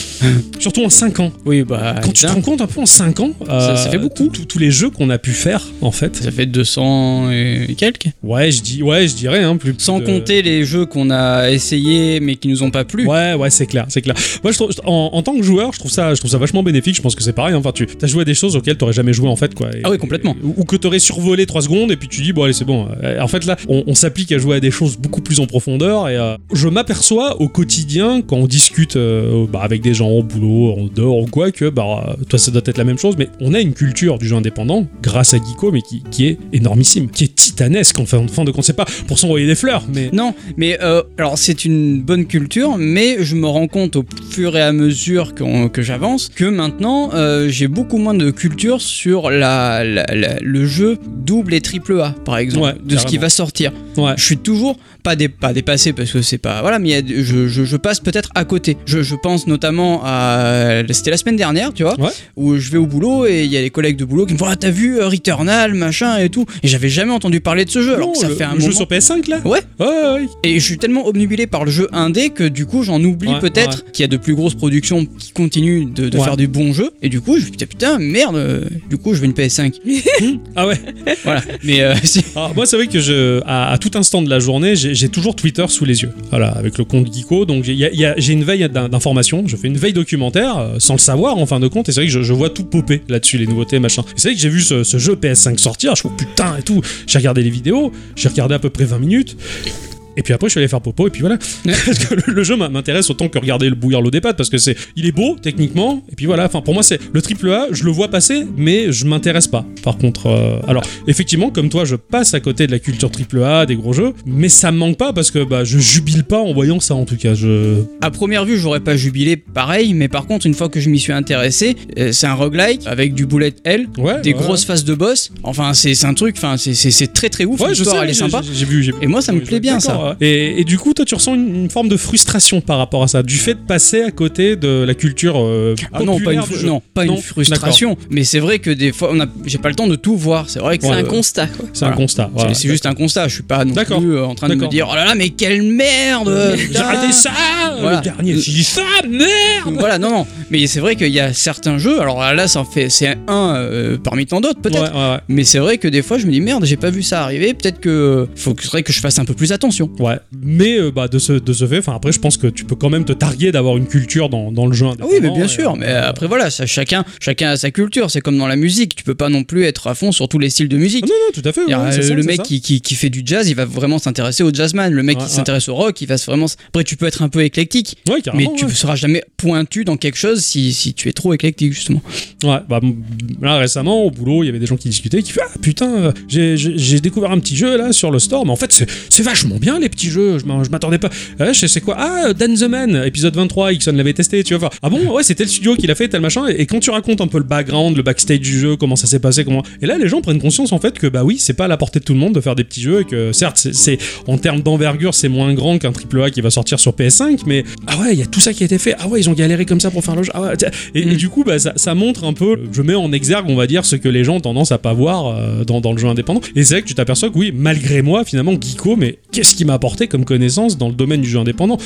[SPEAKER 2] Surtout en 5 ans.
[SPEAKER 1] Oui, bah.
[SPEAKER 2] Quand tu te
[SPEAKER 1] putain,
[SPEAKER 2] rends compte, un peu en 5 ans, euh,
[SPEAKER 1] Ça- ça fait beaucoup.
[SPEAKER 2] tous- tous- Tous les jeux qu'on a pu faire, en fait.
[SPEAKER 1] ça fait 200 et quelques.
[SPEAKER 2] Ouais, je dis, ouais, je dirais, hein, plus. plus
[SPEAKER 1] Sans
[SPEAKER 2] de-
[SPEAKER 1] compter les jeux qu'on a essayés mais qui nous ont pas plu.
[SPEAKER 2] Ouais, ouais, c'est clair, c'est clair. Moi, je trouve, en, en tant que joueur, je trouve ça, je trouve ça vachement bénéfique. Je pense que c'est pareil. hein. Enfin, tu as joué à des choses auxquelles t'aurais jamais joué en fait, quoi. Et-
[SPEAKER 1] Ah oui, complètement.
[SPEAKER 2] Ou, ou que t'aurais survolé 3 secondes et puis tu dis bon allez c'est bon. Euh, En fait là, on, on s'applique à jouer à des choses beaucoup plus en profondeur et euh, je m'aperçois au quotidien quand on discute euh, bah, avec des gens au boulot, en dehors ou quoi que bah euh, toi ça doit être la même chose, mais on a une culture du jeu indépendant grâce à Geeko, mais qui, qui est énormissime, qui est titanesque, enfin, enfin donc on sait pas, pour s'envoyer des fleurs, mais...
[SPEAKER 1] Non, mais euh, alors c'est une bonne culture, mais je me rends compte au fur et à mesure qu'on- que j'avance que maintenant euh, j'ai beaucoup moins de culture sur la, la- la- le jeu double et triple A par exemple,
[SPEAKER 2] Ouais,
[SPEAKER 1] de ce qui
[SPEAKER 2] carrément.
[SPEAKER 1] va sortir.
[SPEAKER 2] Ouais.
[SPEAKER 1] Je suis toujours pas, dé- pas dépassé parce que c'est pas voilà, mais il y a des- je, je- je passe peut-être à côté. Je, je pense notamment à c'était la semaine dernière, tu vois,
[SPEAKER 2] Ouais.
[SPEAKER 1] où je vais au boulot et il y a les collègues de boulot qui me font ah t'as vu euh, Returnal machin et tout, et j'avais jamais entendu parler de ce jeu. Alors
[SPEAKER 2] Non,
[SPEAKER 1] que ça
[SPEAKER 2] le,
[SPEAKER 1] fait un
[SPEAKER 2] le jeu
[SPEAKER 1] moment.
[SPEAKER 2] sur PS5 là
[SPEAKER 1] Ouais.
[SPEAKER 2] Ouais, ouais, ouais.
[SPEAKER 1] Et je suis tellement obnubilé par le jeu indé que du coup j'en oublie
[SPEAKER 2] Ouais,
[SPEAKER 1] peut-être qu'il y a de plus grosses productions qui continuent de, de
[SPEAKER 2] Ouais.
[SPEAKER 1] faire du bon jeu. Et du coup je me dis putain, putain merde, euh, du coup je veux une
[SPEAKER 2] <laughs>
[SPEAKER 1] PS5.
[SPEAKER 2] Ah ouais.
[SPEAKER 1] voilà. Mais euh, <laughs> c'est-
[SPEAKER 2] Alors, moi, c'est vrai que je, à, à tout instant de la journée, j'ai j'ai toujours Twitter sous les yeux. Voilà, avec le compte Geeko. Donc, j'ai- il y a- il y a- j'ai une veille d'in- d'information. Je fais une veille documentaire, euh, sans le savoir, en fin de compte. Et c'est vrai que je, je vois tout popper là-dessus, les nouveautés, machin. Et c'est vrai que j'ai vu ce, ce jeu PS5 sortir. Je me suis dit, putain et tout. J'ai regardé les vidéos. J'ai regardé à peu près 20 minutes. Et puis après, je suis allé faire popo, et puis voilà.
[SPEAKER 1] Ouais.
[SPEAKER 2] <laughs> parce que le, le jeu m'in- m'intéresse autant que regarder le bouillir l'eau des pâtes, parce que c'est, il est beau techniquement, et puis voilà. Enfin, pour moi, c'est le triple A, je le vois passer, mais je m'intéresse pas. Par contre, euh, alors effectivement, comme toi, je passe à côté de la culture triple A, des gros jeux, mais ça me manque pas parce que bah, je jubile pas en voyant ça en tout cas. Je,
[SPEAKER 1] à première vue j'aurais pas jubilé pareil, mais par contre une fois que je m'y suis intéressé, euh, c'est un roguelike avec du bullet hell,
[SPEAKER 2] ouais.
[SPEAKER 1] des
[SPEAKER 2] ouais.
[SPEAKER 1] grosses phases de boss. Enfin c'est c'est un truc, enfin c'est- c'est c'est très très ouf.
[SPEAKER 2] Ouais, je
[SPEAKER 1] l'histoire,
[SPEAKER 2] sais.
[SPEAKER 1] elle est
[SPEAKER 2] j'ai-
[SPEAKER 1] sympa.
[SPEAKER 2] J'ai j'ai vu, j'ai vu.
[SPEAKER 1] Et moi ça me
[SPEAKER 2] Oui,
[SPEAKER 1] plaît
[SPEAKER 2] je-
[SPEAKER 1] bien ça.
[SPEAKER 2] d'accord, ouais. Et, et du coup, toi, tu ressens une, une forme de frustration par rapport à ça, du fait de passer à côté de la culture euh,
[SPEAKER 1] Ah non, pas
[SPEAKER 2] populaire
[SPEAKER 1] une,
[SPEAKER 2] du
[SPEAKER 1] fru-
[SPEAKER 2] jeu.
[SPEAKER 1] non, pas une
[SPEAKER 2] Non,
[SPEAKER 1] frustration, mais c'est vrai que des fois, on a- j'ai pas le temps de tout voir. C'est vrai que euh,
[SPEAKER 3] C'est
[SPEAKER 1] ça-
[SPEAKER 3] un constat, quoi.
[SPEAKER 2] C'est un
[SPEAKER 1] Voilà.
[SPEAKER 2] constat.
[SPEAKER 1] C'est-
[SPEAKER 2] voilà.
[SPEAKER 1] c'est
[SPEAKER 2] <laughs>
[SPEAKER 1] juste un constat, je suis pas non
[SPEAKER 2] D'accord.
[SPEAKER 1] plus euh, en train de me
[SPEAKER 2] D'accord.
[SPEAKER 1] dire oh là là mais quelle merde
[SPEAKER 2] Euh, J'ai raté ça
[SPEAKER 1] Euh, Voilà. Euh,
[SPEAKER 2] Le dernier, j'ai dit ça, merde
[SPEAKER 1] Voilà non non mais c'est vrai qu'il y a certains jeux alors là ça en fait c'est un euh, parmi tant d'autres peut-être
[SPEAKER 2] Ouais, ouais,
[SPEAKER 1] mais c'est vrai que des fois je me dis merde j'ai pas vu ça arriver peut-être que faut que faudrait que je fasse un peu plus attention
[SPEAKER 2] ouais. Ouais. Mais euh, bah, de, ce, de ce fait, enfin, après, je pense que tu peux quand même te targuer d'avoir une culture dans, dans le jeu.
[SPEAKER 1] Ah oui mais
[SPEAKER 2] indépendant,
[SPEAKER 1] bien
[SPEAKER 2] et, euh,
[SPEAKER 1] sûr mais
[SPEAKER 2] euh,
[SPEAKER 1] après voilà ça, chacun chacun a sa culture c'est comme dans la musique tu peux pas non plus être à fond sur tous les styles de musique
[SPEAKER 2] Ah Non, non, tout à fait.
[SPEAKER 1] Il y a,
[SPEAKER 2] ouais,
[SPEAKER 1] euh,
[SPEAKER 2] c'est ça,
[SPEAKER 1] le
[SPEAKER 2] c'est
[SPEAKER 1] mec
[SPEAKER 2] ça.
[SPEAKER 1] qui, qui- qui fait du jazz, il va vraiment s'intéresser au jazzman. Le mec
[SPEAKER 2] Ouais,
[SPEAKER 1] qui
[SPEAKER 2] ouais.
[SPEAKER 1] s'intéresse au rock, il va se vraiment. s- Après, tu peux être un peu éclectique,
[SPEAKER 2] Ouais,
[SPEAKER 1] mais
[SPEAKER 2] carrément,
[SPEAKER 1] tu
[SPEAKER 2] ouais.
[SPEAKER 1] ne seras jamais pointu dans quelque chose si, si tu es trop éclectique, justement.
[SPEAKER 2] Ouais, bah, m- là récemment au boulot, il y avait des gens qui discutaient, qui faisaient Ah putain, euh, j'ai- j'ai j'ai découvert un petit jeu là sur le store, mais en fait c'est c'est vachement bien les petits jeux, je m'en- je m'attendais pas. Ouais, je sais c'est quoi Ah, Dan the Man, épisode 23, Ixon l'avait testé, tu vois. enfin, ah bon Ouais, c'était le studio qui l'a fait, tel machin. Et, et quand tu racontes un peu le background, le backstage du jeu, comment ça s'est passé, comment. Et là, les gens prennent conscience en fait que bah oui, c'est pas à la portée de tout le monde de faire des petits jeux et que certes, c'est- c'est en termes d'envergure, c'est moins grand qu'un triple A qui va sortir sur PS5, mais ah ouais, il y a tout ça qui a été fait. Ah ouais, ils ont galéré comme ça pour faire le jeu. Ah ouais, tiens. et, et
[SPEAKER 1] Mm.
[SPEAKER 2] du coup, bah, ça, ça montre un peu, je mets en exergue, on va dire, ce que les gens ont tendance à pas voir euh, dans, dans le jeu indépendant. Et c'est vrai que tu t'aperçois que oui, malgré moi, finalement, Geeko, mais qu'est-ce qui m'a apporté comme connaissance dans le domaine du jeu indépendant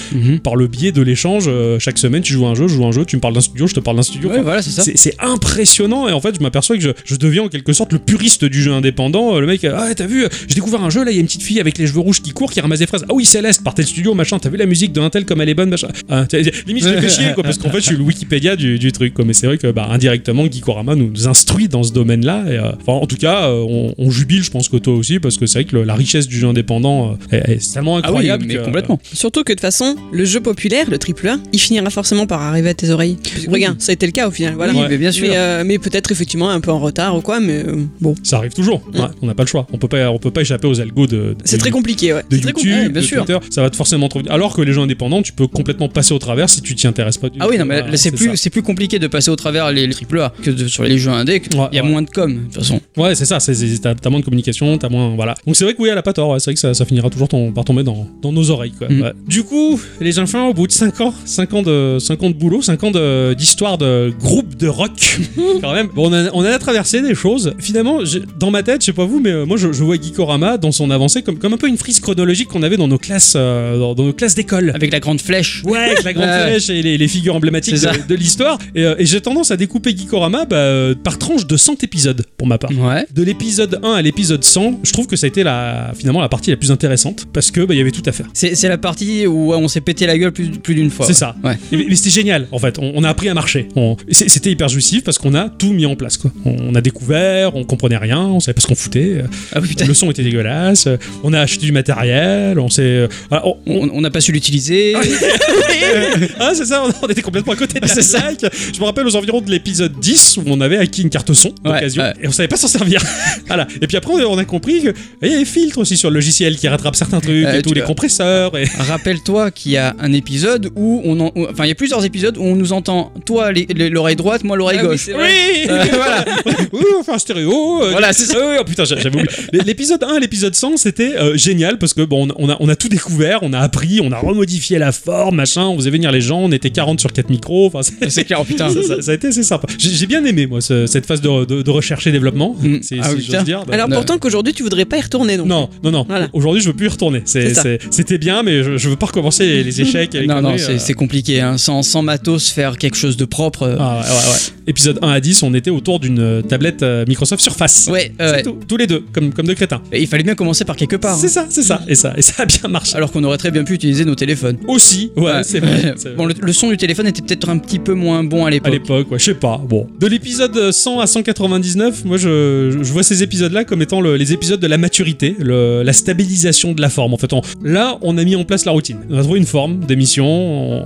[SPEAKER 2] Par le biais de l'échange, euh, chaque semaine, tu joues à un jeu, je joue à un jeu, tu me parles d'un studio, je te parle d'un studio.
[SPEAKER 1] Ouais,
[SPEAKER 2] Enfin,
[SPEAKER 1] voilà, c'est ça.
[SPEAKER 2] c'est c'est impressionnant et en fait je m'aperçois que je, je deviens en quelque sorte le puriste du jeu indépendant. Euh, Le mec, euh, ah t'as vu, euh, j'ai découvert un jeu là, il y a une petite fille avec les cheveux rouges qui court, qui ramasse des phrases. Ah oui Céleste, par tel studio machin. T'as vu la musique de un tel comme elle est bonne machin. Ah, t'as- limite je l'ai fait chier quoi parce qu'en fait je suis le Wikipédia du, du truc quoi. Mais c'est vrai que bah, indirectement Gikorama nous, nous instruit dans ce domaine là. Et, euh, enfin en tout cas euh, on, on jubile je pense que toi aussi parce que c'est vrai que le- la richesse du jeu indépendant euh, est, est tellement
[SPEAKER 1] Ah oui,
[SPEAKER 2] incroyable.
[SPEAKER 1] mais
[SPEAKER 2] que- euh,
[SPEAKER 1] complètement.
[SPEAKER 3] Surtout que de toute façon, le jeu populaire, le triple A, il finira forcément par arriver à tes oreilles. Regarde, ça a été le cas au final. Voilà.
[SPEAKER 1] Oui, mais bien sûr.
[SPEAKER 3] Mais, euh, mais peut-être effectivement un peu en retard ou quoi, mais euh, bon.
[SPEAKER 2] Ça arrive toujours.
[SPEAKER 1] Mm.
[SPEAKER 2] Ouais, on n'a pas le choix. On peut pas on peut pas échapper aux algos de. de-
[SPEAKER 3] C'est très compliqué, ouais.
[SPEAKER 2] de
[SPEAKER 3] C'est très
[SPEAKER 2] YouTube,
[SPEAKER 3] compliqué.
[SPEAKER 1] bien
[SPEAKER 2] de
[SPEAKER 1] sûr.
[SPEAKER 2] Twitter, ça va te forcément trouver. Alors que les gens indépendants, tu peux complètement passer au travers si tu t'y intéresses pas. du
[SPEAKER 1] Ah
[SPEAKER 2] tout.
[SPEAKER 1] oui, non, mais
[SPEAKER 2] Voilà,
[SPEAKER 1] là, c'est
[SPEAKER 2] ça.
[SPEAKER 1] plus, c'est plus compliqué de passer au travers les triple A que de- sur les jeux indés. que- Il
[SPEAKER 2] Ouais,
[SPEAKER 1] y a
[SPEAKER 2] ouais.
[SPEAKER 1] moins de com, de toute façon.
[SPEAKER 2] Ouais, c'est ça. c'est- c'est- T'as t'as moins de communication, t'as moins. Voilà. Donc c'est vrai que oui, elle a pas tort. ouais, c'est vrai que ça, ça finira toujours ton- par tomber dans, dans nos oreilles. Quoi.
[SPEAKER 1] Mm.
[SPEAKER 2] Ouais. Du coup, les enfants, au bout de 5 ans, 5 ans de, 5 ans de boulot, 5 ans de- d'histoire de, groupe de rock, <laughs> quand même, bon, on, a, on a traversé des choses. Finalement, j'ai- dans ma tête, je sais pas vous, mais euh, moi je, je vois Gikorama dans son avancée comme, comme un peu une frise chronologique qu'on avait dans nos classes, euh, dans- dans nos classes d'école.
[SPEAKER 1] Avec la grande flèche.
[SPEAKER 2] Ouais, avec la grande
[SPEAKER 1] Ouais, ouais.
[SPEAKER 2] flèche et les, les figures emblématiques
[SPEAKER 1] C'est ça.
[SPEAKER 2] de, de l'histoire. Et, euh, et j'ai tendance à découper Gikorama bah, euh, par tranche de 100 épisodes, pour ma part.
[SPEAKER 1] Ouais.
[SPEAKER 2] De l'épisode 1 à l'épisode 100, je trouve que ça a été la, finalement la partie la plus intéressante parce parce que bah, il y avait tout à faire.
[SPEAKER 1] C'est c'est la partie où on s'est pété la gueule plus, plus d'une fois.
[SPEAKER 2] C'est
[SPEAKER 1] ouais.
[SPEAKER 2] ça.
[SPEAKER 1] Ouais.
[SPEAKER 2] Et- Mais c'était génial, en fait. On, on a appris à marcher. On- c'est- C'était hyper jouissif parce qu'on a tout mis en place. Quoi. On a découvert, on comprenait rien, on savait pas ce qu'on foutait.
[SPEAKER 1] Ah oui, putain.
[SPEAKER 2] Le son était dégueulasse. On a acheté du matériel. On s'est. voilà, on- on-
[SPEAKER 1] On on n'a pas su l'utiliser.
[SPEAKER 2] <laughs> ah, c'est ça, on était complètement à côté de la
[SPEAKER 1] Ah, C'est ça.
[SPEAKER 2] plaque. Je me rappelle aux environs de l'épisode 10 où on avait acquis une carte son d'occasion
[SPEAKER 1] Ouais, ouais.
[SPEAKER 2] et on savait pas
[SPEAKER 1] <laughs>
[SPEAKER 2] s'en servir. voilà. Et puis après, on a compris qu'il y a des filtres aussi sur le logiciel qui rattrape certains trucs
[SPEAKER 1] Euh,
[SPEAKER 2] et
[SPEAKER 1] tu
[SPEAKER 2] tous les
[SPEAKER 1] vois.
[SPEAKER 2] compresseurs. Et...
[SPEAKER 1] Rappelle-toi qu'il y a un épisode où on en- où- enfin il y a plusieurs épisodes où on nous entend toi les- les- l'oreille droite, moi l'oreille
[SPEAKER 3] Ah oui,
[SPEAKER 1] gauche.
[SPEAKER 2] <laughs>
[SPEAKER 3] c'est vrai.
[SPEAKER 2] Oui
[SPEAKER 1] Euh, <laughs>
[SPEAKER 2] <laughs>
[SPEAKER 1] voilà.
[SPEAKER 2] Oui, on fait un stéréo. euh,
[SPEAKER 1] Voilà, c'est ça.
[SPEAKER 2] Ah oui, oh putain, j'a- j'avais oublié. L- L'épisode 1 et l'épisode 100, c'était euh, génial parce que bon, on a, on a tout découvert, on a appris, on a remodifié la forme, machin, on faisait venir les gens, on était 40 sur 4 micros. Enfin, c'est-
[SPEAKER 1] C'est clair, oh, putain.
[SPEAKER 2] <laughs> ça, ça- ça a été assez sympa. J'ai j'ai bien aimé, moi, ce- cette phase de, de- de recherche et développement.
[SPEAKER 1] Mm.
[SPEAKER 2] C'est
[SPEAKER 1] Ah
[SPEAKER 2] si
[SPEAKER 1] oui,
[SPEAKER 2] j'ose
[SPEAKER 1] putain.
[SPEAKER 2] dire. Bah,
[SPEAKER 3] Alors
[SPEAKER 1] non.
[SPEAKER 3] pourtant qu'aujourd'hui tu voudrais pas y retourner donc.
[SPEAKER 2] non, non, non.
[SPEAKER 3] Voilà.
[SPEAKER 2] Aujourd'hui, je veux plus y retourner. C'est-
[SPEAKER 3] C'est ça.
[SPEAKER 2] c'est- C'était bien, mais je, je veux pas recommencer les,
[SPEAKER 1] <laughs>
[SPEAKER 2] les échecs. et les
[SPEAKER 1] Non, non,
[SPEAKER 2] conneries,
[SPEAKER 1] c'est
[SPEAKER 2] euh.
[SPEAKER 1] c'est compliqué. hein. Sans, sans matos, faire quelque chose de propre. euh,
[SPEAKER 2] Ah, ouais, ouais, ouais. Épisode 1 à 10, on était autour d'une euh, tablette euh, Microsoft Surface.
[SPEAKER 1] ouais,
[SPEAKER 2] C'est
[SPEAKER 1] ouais.
[SPEAKER 2] tout. tous les deux, comme, comme deux crétins.
[SPEAKER 1] Et il fallait bien commencer par quelque part. hein.
[SPEAKER 2] C'est ça, c'est ça. Et ça, et ça a bien marché.
[SPEAKER 1] Alors qu'on aurait très bien pu utiliser nos téléphones.
[SPEAKER 2] Aussi, ouais,
[SPEAKER 1] Ouais.
[SPEAKER 2] c'est
[SPEAKER 1] <laughs>
[SPEAKER 2] vrai. c'est
[SPEAKER 1] Bon,
[SPEAKER 2] vrai.
[SPEAKER 1] le, le son du téléphone était peut-être un petit peu moins bon à
[SPEAKER 2] À
[SPEAKER 1] l'époque.
[SPEAKER 2] l'époque, ouais, je sais pas. Bon, de l'épisode 100 à 199, moi je, je vois ces épisodes-là comme étant le- les épisodes de la maturité, le- la stabilisation de la forme. En fait, on- là, on a mis en place la routine. On a trouvé une forme d'émission.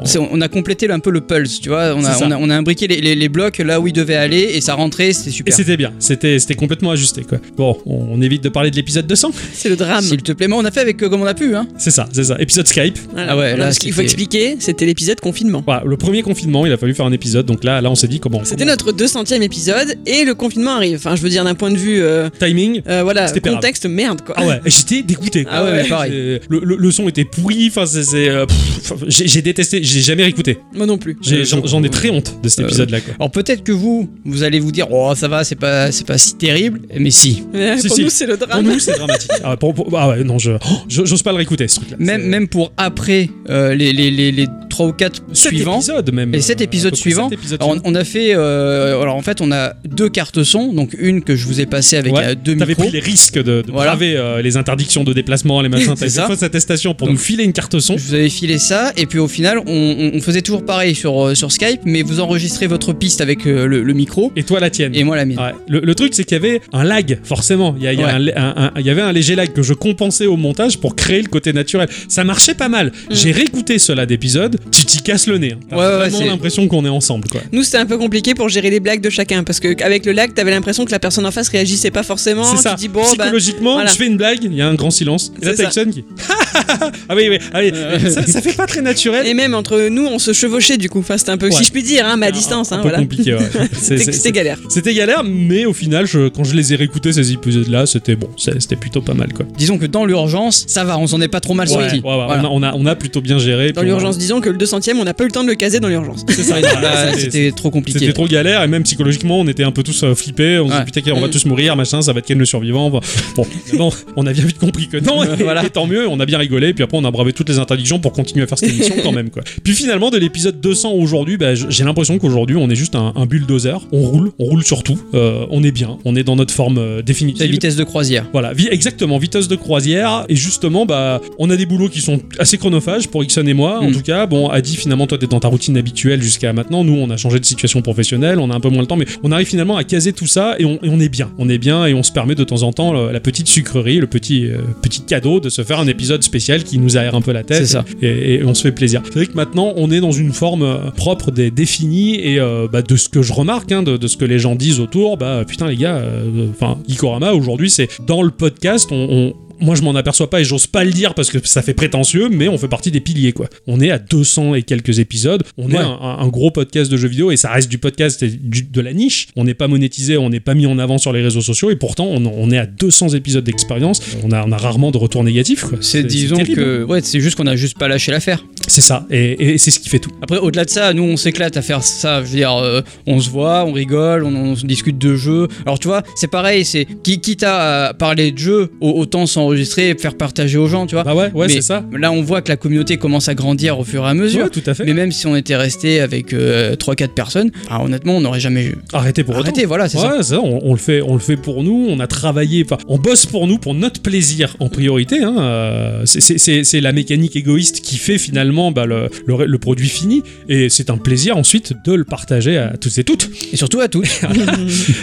[SPEAKER 2] on-
[SPEAKER 1] C'est- On a complété un peu le pulse, tu vois. On
[SPEAKER 2] C'est
[SPEAKER 1] a,
[SPEAKER 2] ça.
[SPEAKER 1] on a, on a imbriqué les, les- les blocs là où ils devaient aller et ça rentrait, c'était
[SPEAKER 2] Et
[SPEAKER 1] super.
[SPEAKER 2] c'était bien. C'était, c'était complètement ajusté. Quoi. Bon, on, on évite de parler de l'épisode 200.
[SPEAKER 3] C'est le drame.
[SPEAKER 1] S'il te plaît, mais on a fait avec euh, comme on a pu. Hein.
[SPEAKER 2] <laughs> C'est ça, c'est ça. Épisode Skype.
[SPEAKER 3] Voilà.
[SPEAKER 1] Ah ouais,
[SPEAKER 3] Voilà,
[SPEAKER 1] là,
[SPEAKER 3] parce qu'il faut
[SPEAKER 1] c'était-
[SPEAKER 3] expliquer, c'était l'épisode confinement.
[SPEAKER 2] Voilà, le premier confinement, il a fallu faire un épisode. Donc là, là, on s'est dit comment.
[SPEAKER 3] C'était notre 200e épisode et le confinement arrive. Enfin, je veux dire d'un point de vue euh,
[SPEAKER 2] comment- Timing.
[SPEAKER 3] euh, voilà,
[SPEAKER 2] C'était pas grave.
[SPEAKER 3] contexte merde quoi.
[SPEAKER 2] Ah ouais, j'étais dégoûté.
[SPEAKER 1] Ah ouais,
[SPEAKER 2] <laughs>
[SPEAKER 1] mais pareil.
[SPEAKER 2] C'est- Le, le- le son était pourri. Enfin, c'est, c'est, euh, pff, enfin, j'ai, j'ai détesté. J'ai jamais réécouté.
[SPEAKER 3] <laughs> Moi non plus.
[SPEAKER 2] J'ai- j'en, j'en ai très honte de cet
[SPEAKER 1] Euh,
[SPEAKER 2] épisode-là. Quoi.
[SPEAKER 1] Alors peut-être que vous, vous allez vous dire, oh ça va, c'est pas, c'est pas si terrible, mais si.
[SPEAKER 3] Mais
[SPEAKER 2] Si,
[SPEAKER 3] <laughs> pour
[SPEAKER 2] si.
[SPEAKER 3] nous, c'est
[SPEAKER 2] <laughs>
[SPEAKER 3] le
[SPEAKER 2] Pour
[SPEAKER 3] drame.
[SPEAKER 2] nous, c'est dramatique. Ah, pour- pour- ah ouais, non, je, oh, je- j'ose pas le réécouter ce truc-là.
[SPEAKER 1] Même,
[SPEAKER 2] C'est-
[SPEAKER 1] même pour après euh, les, les, les, les 3 ou 4
[SPEAKER 2] Sept
[SPEAKER 1] suivants.
[SPEAKER 2] épisodes même.
[SPEAKER 1] Et cet
[SPEAKER 2] euh,
[SPEAKER 1] épisode
[SPEAKER 2] à peu près
[SPEAKER 1] suivant,
[SPEAKER 2] sept épisodes
[SPEAKER 1] Alors, on,
[SPEAKER 2] suivants.
[SPEAKER 1] on a fait. euh, alors en fait, on a deux cartes son, donc une que je vous ai passée avec
[SPEAKER 2] Ouais,
[SPEAKER 1] euh, deux
[SPEAKER 2] T'avais
[SPEAKER 1] micros.
[SPEAKER 2] pris les risques de, de
[SPEAKER 1] Voilà.
[SPEAKER 2] braver euh, les interdictions de déplacement, les machins. T'avais
[SPEAKER 1] <laughs> C'est
[SPEAKER 2] fait
[SPEAKER 1] ça.
[SPEAKER 2] fausse attestation pour
[SPEAKER 1] Donc-
[SPEAKER 2] nous filer une carte son.
[SPEAKER 1] Je vous avais filé ça, et puis au final, on, on- on faisait toujours pareil sur, euh, sur Skype, mais vous enregistrez votre piste avec euh, le, le micro
[SPEAKER 2] Et toi, la tienne.
[SPEAKER 1] et moi la mienne.
[SPEAKER 2] Ouais. Le, le truc, c'est qu'il y avait un lag, forcément. Il y, a- il y a
[SPEAKER 1] Ouais.
[SPEAKER 2] un lé- un- un- il y avait un léger lag que je compensais au montage pour créer le côté naturel. Ça marchait pas mal. J'ai réécouté cela d'épisode. Tu t'y casses le nez. hein. T'as
[SPEAKER 1] Mm. Ouais, ouais,
[SPEAKER 2] vraiment
[SPEAKER 1] c'est-
[SPEAKER 2] l'impression qu'on est ensemble, quoi.
[SPEAKER 3] Nous, c'était un peu compliqué pour gérer les blagues de chacun parce que avec le lag, t'avais l'impression que la personne en face réagissait pas forcément.
[SPEAKER 2] C'est
[SPEAKER 3] tu
[SPEAKER 2] ça.
[SPEAKER 3] dis bon, bah,
[SPEAKER 2] Psychologiquement,
[SPEAKER 3] voilà.
[SPEAKER 2] je fais une blague, il y a un grand silence. Et là,
[SPEAKER 3] C'est
[SPEAKER 2] t'as
[SPEAKER 3] ça.
[SPEAKER 2] Ixon
[SPEAKER 3] <laughs>
[SPEAKER 2] qui. ah oui, oui, ah oui.
[SPEAKER 1] Euh.
[SPEAKER 2] Ça, ça fait pas très naturel.
[SPEAKER 3] Et même entre nous, on se chevauchait du coup. Enfin, c'était un peu,
[SPEAKER 2] Ouais.
[SPEAKER 3] si je puis dire, hein, mais à distance.
[SPEAKER 2] Un
[SPEAKER 3] hein,
[SPEAKER 2] peu
[SPEAKER 3] voilà.
[SPEAKER 2] compliqué,
[SPEAKER 3] <laughs>
[SPEAKER 2] ouais. C'est-
[SPEAKER 3] C'était
[SPEAKER 2] c'est-
[SPEAKER 3] c'était galère.
[SPEAKER 2] C'était galère, mais au final, je- quand je les ai réécoutés, ces épisodes-là, c'était bon, c'est- c'était plutôt pas mal, quoi.
[SPEAKER 1] Disons que dans l'urgence, ça va, on s'en est pas trop mal
[SPEAKER 2] Ouais,
[SPEAKER 1] sorti.
[SPEAKER 2] ouais, ouais, on
[SPEAKER 1] Voilà.
[SPEAKER 2] a- on, a, on a plutôt bien géré. puis on
[SPEAKER 3] Dans
[SPEAKER 2] a-
[SPEAKER 3] l'urgence, disons que le 200ème, on n'a pas eu le temps de le caser
[SPEAKER 2] <laughs>
[SPEAKER 3] dans l'urgence. <laughs>
[SPEAKER 2] C'est
[SPEAKER 1] <laughs>
[SPEAKER 2] ça,
[SPEAKER 1] Là, Bah,
[SPEAKER 2] c'était-
[SPEAKER 1] C'était trop
[SPEAKER 2] C'était
[SPEAKER 1] compliqué.
[SPEAKER 2] trop galère et même psychologiquement on était un peu tous euh, flippés, on se
[SPEAKER 1] Ouais.
[SPEAKER 2] dit putain on va
[SPEAKER 3] Mm.
[SPEAKER 2] tous mourir, machin, ça va être Ken le survivant. Bon,
[SPEAKER 1] <laughs>
[SPEAKER 2] bon, non, on a bien vite compris que non, et,
[SPEAKER 1] Voilà.
[SPEAKER 2] et tant mieux, on a bien rigolé, puis après on a bravé toutes les interdictions pour continuer à faire cette émission quand même quoi. Puis finalement de l'épisode 200 aujourd'hui, bah, j- j'ai l'impression qu'aujourd'hui on est juste un, un bulldozer, on roule, on roule sur tout, euh, on est bien, on est dans notre forme euh,
[SPEAKER 1] La
[SPEAKER 2] définitive.
[SPEAKER 1] vitesse de croisière.
[SPEAKER 2] Voilà, vi- exactement, vitesse de croisière. Et justement, bah, on a des boulots qui sont assez chronophages pour Ixon et moi. En
[SPEAKER 1] Mm.
[SPEAKER 2] tout cas, bon, Adi, finalement, toi, t'es dans ta routine habituelle jusqu'à maintenant. Nous, on a changé de situation professionnelle, on a un peu moins le temps, mais on arrive finalement à caser tout ça et on, et on est bien. On est bien et on se permet de temps en temps le- la petite sucrerie, le petit, euh, petit cadeau de se faire un épisode spécial qui nous aère un peu la tête.
[SPEAKER 1] C'est ça.
[SPEAKER 2] Et, et on se fait plaisir. C'est vrai que maintenant, on est dans une forme euh, propre, des, définie, et euh, bah, de ce que je remarque, hein, de, de ce que les gens disent autour, bah putain les gars, euh, enfin, Gikorama, aujourd'hui, c'est dans le podcast, on... on- moi, je m'en aperçois pas et j'ose pas le dire parce que ça fait prétentieux, mais on fait partie des piliers, quoi. On est à 200 et quelques épisodes. On est
[SPEAKER 1] Ouais.
[SPEAKER 2] un, un- un gros podcast de jeux vidéo et ça reste du podcast et du- de la niche. On n'est pas monétisé, on n'est pas mis en avant sur les réseaux sociaux et pourtant, on, on est à 200 épisodes d'expérience. On a, on a rarement de retours négatifs, quoi.
[SPEAKER 1] C'est disons
[SPEAKER 2] terrible.
[SPEAKER 1] que ouais, c'est juste qu'on a juste pas lâché l'affaire.
[SPEAKER 2] C'est ça. Et, et c'est ce qui fait tout.
[SPEAKER 1] Après, au-delà de ça, nous on s'éclate à faire ça. Je veux dire, euh, on se voit, on rigole, on, on se discute de jeux. Alors tu vois, c'est pareil, c'est qui- quitte à parler de jeux, au- autant s'en, enregistrer et faire partager aux gens, tu vois.
[SPEAKER 2] Bah ouais, ouais,
[SPEAKER 1] Mais
[SPEAKER 2] c'est ça.
[SPEAKER 1] Là, on voit que la communauté commence à grandir au fur et à mesure.
[SPEAKER 2] Ouais, tout à fait.
[SPEAKER 1] Mais même si on était resté avec 3-4 personnes, ah, honnêtement, on n'aurait jamais
[SPEAKER 2] Arrêtez pour
[SPEAKER 1] arrêté. Voilà, c'est
[SPEAKER 2] autant.
[SPEAKER 1] ça.
[SPEAKER 2] Ouais, c'est ça, on, on le fait, on le fait pour nous. On a travaillé, enfin, on bosse pour nous, pour notre plaisir en priorité. hein, euh, c'est- c'est- c'est c'est la mécanique égoïste qui fait finalement bah, le, le ré- le produit fini, et c'est un plaisir ensuite de le partager à tous et toutes.
[SPEAKER 1] Et surtout à tous.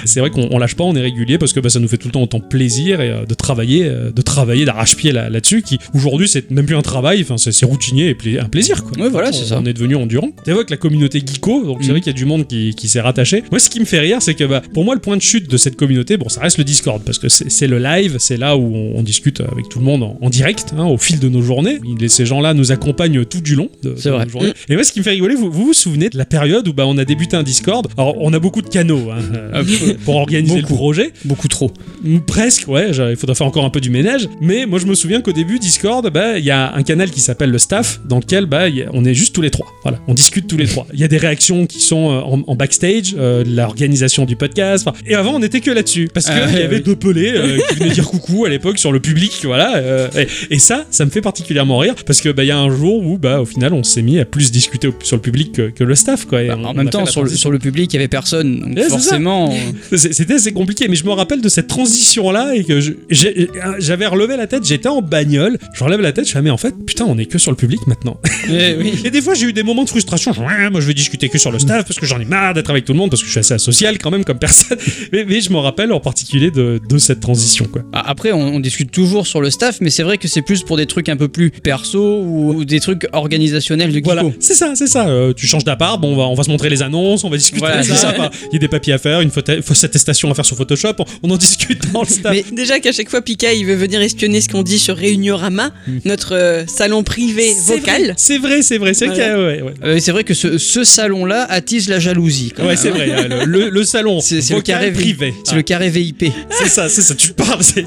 [SPEAKER 2] C'est vrai qu'on on lâche pas, on est régulier parce que bah, ça nous fait tout le temps autant plaisir et, euh, de travailler, euh, de travailler d'arrache-pied là- là-dessus. qui aujourd'hui c'est même plus un travail, enfin c'est c'est routinier et pla- un plaisir quoi.
[SPEAKER 1] Ouais, voilà,
[SPEAKER 2] On-
[SPEAKER 1] c'est ça.
[SPEAKER 2] On est devenu endurant. T'évoques la communauté geeko, donc c'est
[SPEAKER 1] Mhm.
[SPEAKER 2] vrai qu'il y a du monde qui, qui s'est rattaché. Moi, ce qui me fait rire, c'est que bah, pour moi le point de chute de cette communauté, bon, ça reste le Discord parce que c'est c'est le live, c'est là où on, on discute avec tout le monde en, en direct, hein, au fil de nos journées. Il- ces gens-là nous accompagnent tout du long. De,
[SPEAKER 1] C'est
[SPEAKER 2] de
[SPEAKER 1] vrai.
[SPEAKER 2] nos journées. Et moi, ce qui me fait rigoler, vous vous, vous souvenez de la période où bah, on a débuté un Discord Alors, on a beaucoup de canaux. hein, euh, pour organiser
[SPEAKER 1] Beaucoup.
[SPEAKER 2] le projet.
[SPEAKER 1] Beaucoup trop.
[SPEAKER 2] Mm, Presque, ouais, j'a- il faudra faire encore un peu du ménage. Mais moi, je me souviens qu'au début, Discord, bah, il y a un canal qui s'appelle le staff, dans lequel bah, il y a- on est juste tous les trois. Voilà, on discute tous les trois. Il y a des réactions qui sont euh, en, en backstage, euh, de l'organisation du podcast. enfin, Et avant, on n'était que là-dessus. Parce qu'il
[SPEAKER 1] Ah,
[SPEAKER 2] y
[SPEAKER 1] ouais,
[SPEAKER 2] avait
[SPEAKER 1] oui.
[SPEAKER 2] deux pelés euh, qui venaient dire coucou à l'époque sur le public, voilà. euh, et, et ça, ça me fait particulièrement rire, parce que bah, il y a un jour où, bah, au final, on s'est mis à plus discuter au- sur le public que, que le staff, quoi. Et on-
[SPEAKER 1] Bah, en
[SPEAKER 2] on
[SPEAKER 1] même
[SPEAKER 2] a fait
[SPEAKER 1] temps,
[SPEAKER 2] la
[SPEAKER 1] sur le,
[SPEAKER 2] transition.
[SPEAKER 1] sur le public, il n'y avait personne. Donc
[SPEAKER 2] Ouais, c'est ça. <laughs>
[SPEAKER 1] forcément.
[SPEAKER 2] C'est- C'était assez compliqué, mais je me rappelle de cette transition-là et que je- j'ai- j'avais relevé la tête, j'étais en bagnole, je relève la tête, je fais, ah, mais en fait, putain, on est que sur le public maintenant. <laughs>
[SPEAKER 1] Eh oui.
[SPEAKER 2] Et des fois, j'ai eu des moments de frustration, genre, Ouais, moi je vais discuter que sur le staff parce que j'en ai marre d'être avec tout le monde, parce que je suis assez asocial quand même comme personne. <laughs> Mais, mais je me rappelle en particulier de, de cette transition, quoi.
[SPEAKER 1] Ah, Après, on, on discute toujours sur le staff, mais c'est vrai que c'est plus pour des trucs un peu plus perso ou, ou des trucs organisationnels de Geeko.
[SPEAKER 2] Voilà, c'est ça, c'est ça. Euh, tu changes d'appart, bon, on va, on va se montrer les annonces, on va discuter
[SPEAKER 1] Voilà,
[SPEAKER 2] de
[SPEAKER 1] c'est
[SPEAKER 2] ça.
[SPEAKER 1] ça.
[SPEAKER 2] Enfin, Il y a des papiers à faire, une photo- fausse attestation à faire sur Photoshop, on, on en discute dans le staff.
[SPEAKER 1] Mais-
[SPEAKER 3] Déjà qu'à chaque fois, Pika, il veut venir espionner ce qu'on dit sur Réuniorama,
[SPEAKER 2] Mm.
[SPEAKER 3] notre euh, salon privé
[SPEAKER 2] C'est vrai,
[SPEAKER 3] vocal.
[SPEAKER 2] C'est vrai, c'est vrai, c'est vrai.
[SPEAKER 3] Voilà.
[SPEAKER 2] qu'il y a- ouais, ouais.
[SPEAKER 1] Euh, c'est vrai que ce, ce salon-là attise la jalousie. quand
[SPEAKER 2] Ouais,
[SPEAKER 1] même.
[SPEAKER 2] c'est vrai. hein, Le, le- le salon,
[SPEAKER 1] C'est- c'est le
[SPEAKER 2] vocal
[SPEAKER 1] carré
[SPEAKER 2] privé.
[SPEAKER 1] C'est le carré VIP.
[SPEAKER 2] <laughs> Ah, c'est ça, c'est ça. Tu parles. C'est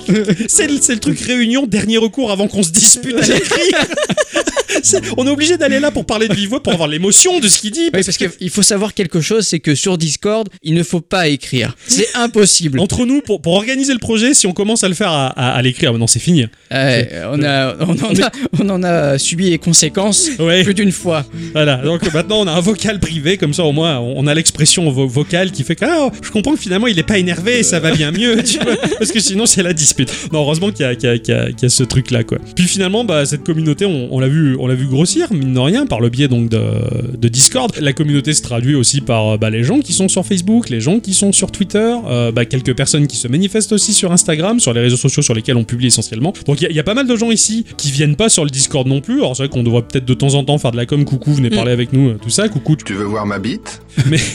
[SPEAKER 2] c'est le, c'est le truc réunion, dernier recours avant qu'on se dispute à l'écrit. C'est- On est obligé d'aller là pour parler de vive voix, pour avoir l'émotion de ce qu'il dit.
[SPEAKER 1] <laughs> Oui, parce qu'il faut savoir quelque chose, c'est que sur Discord, il ne faut pas écrire. C'est
[SPEAKER 2] <laughs>
[SPEAKER 1] impossible.
[SPEAKER 2] Entre nous, pour, pour organiser le projet, si on commence à le faire à, à- à l'écrit, ah bah non, c'est fini.
[SPEAKER 1] Ouais, Euh, on, a, on, en a, on en a subi les
[SPEAKER 2] <laughs>
[SPEAKER 1] conséquences
[SPEAKER 2] Ouais,
[SPEAKER 1] plus d'une fois.
[SPEAKER 2] voilà. Donc maintenant, on a un vocal privé, comme ça au moins, on on a l'expression vo- vocale qui fait que ah, je comprends que finalement, il est pas énervé, ça va bien mieux, tu vois, parce que sinon, c'est la dispute. Non, heureusement qu'il y a, qu'il y a- qu'il y a- qu'il y a ce truc-là, quoi. Puis finalement, bah, cette communauté, on, on l'a vu, on l'a vu grossir, mine de rien, par le biais donc de, de Discord. La communauté se traduit aussi par euh, bah, les gens qui sont sur Facebook, les gens qui sont sur Twitter, euh, bah, quelques personnes qui se manifestent aussi sur Instagram, sur les réseaux sociaux sur lesquels on publie essentiellement. Donc il y, a- il y a pas mal de gens ici qui viennent pas sur le Discord non plus. Alors c'est vrai qu'on devrait peut-être de temps en temps faire de la com, coucou, venez
[SPEAKER 3] Mm.
[SPEAKER 2] parler avec nous, euh, tout ça, coucou. tu-
[SPEAKER 4] Tu veux voir ma bite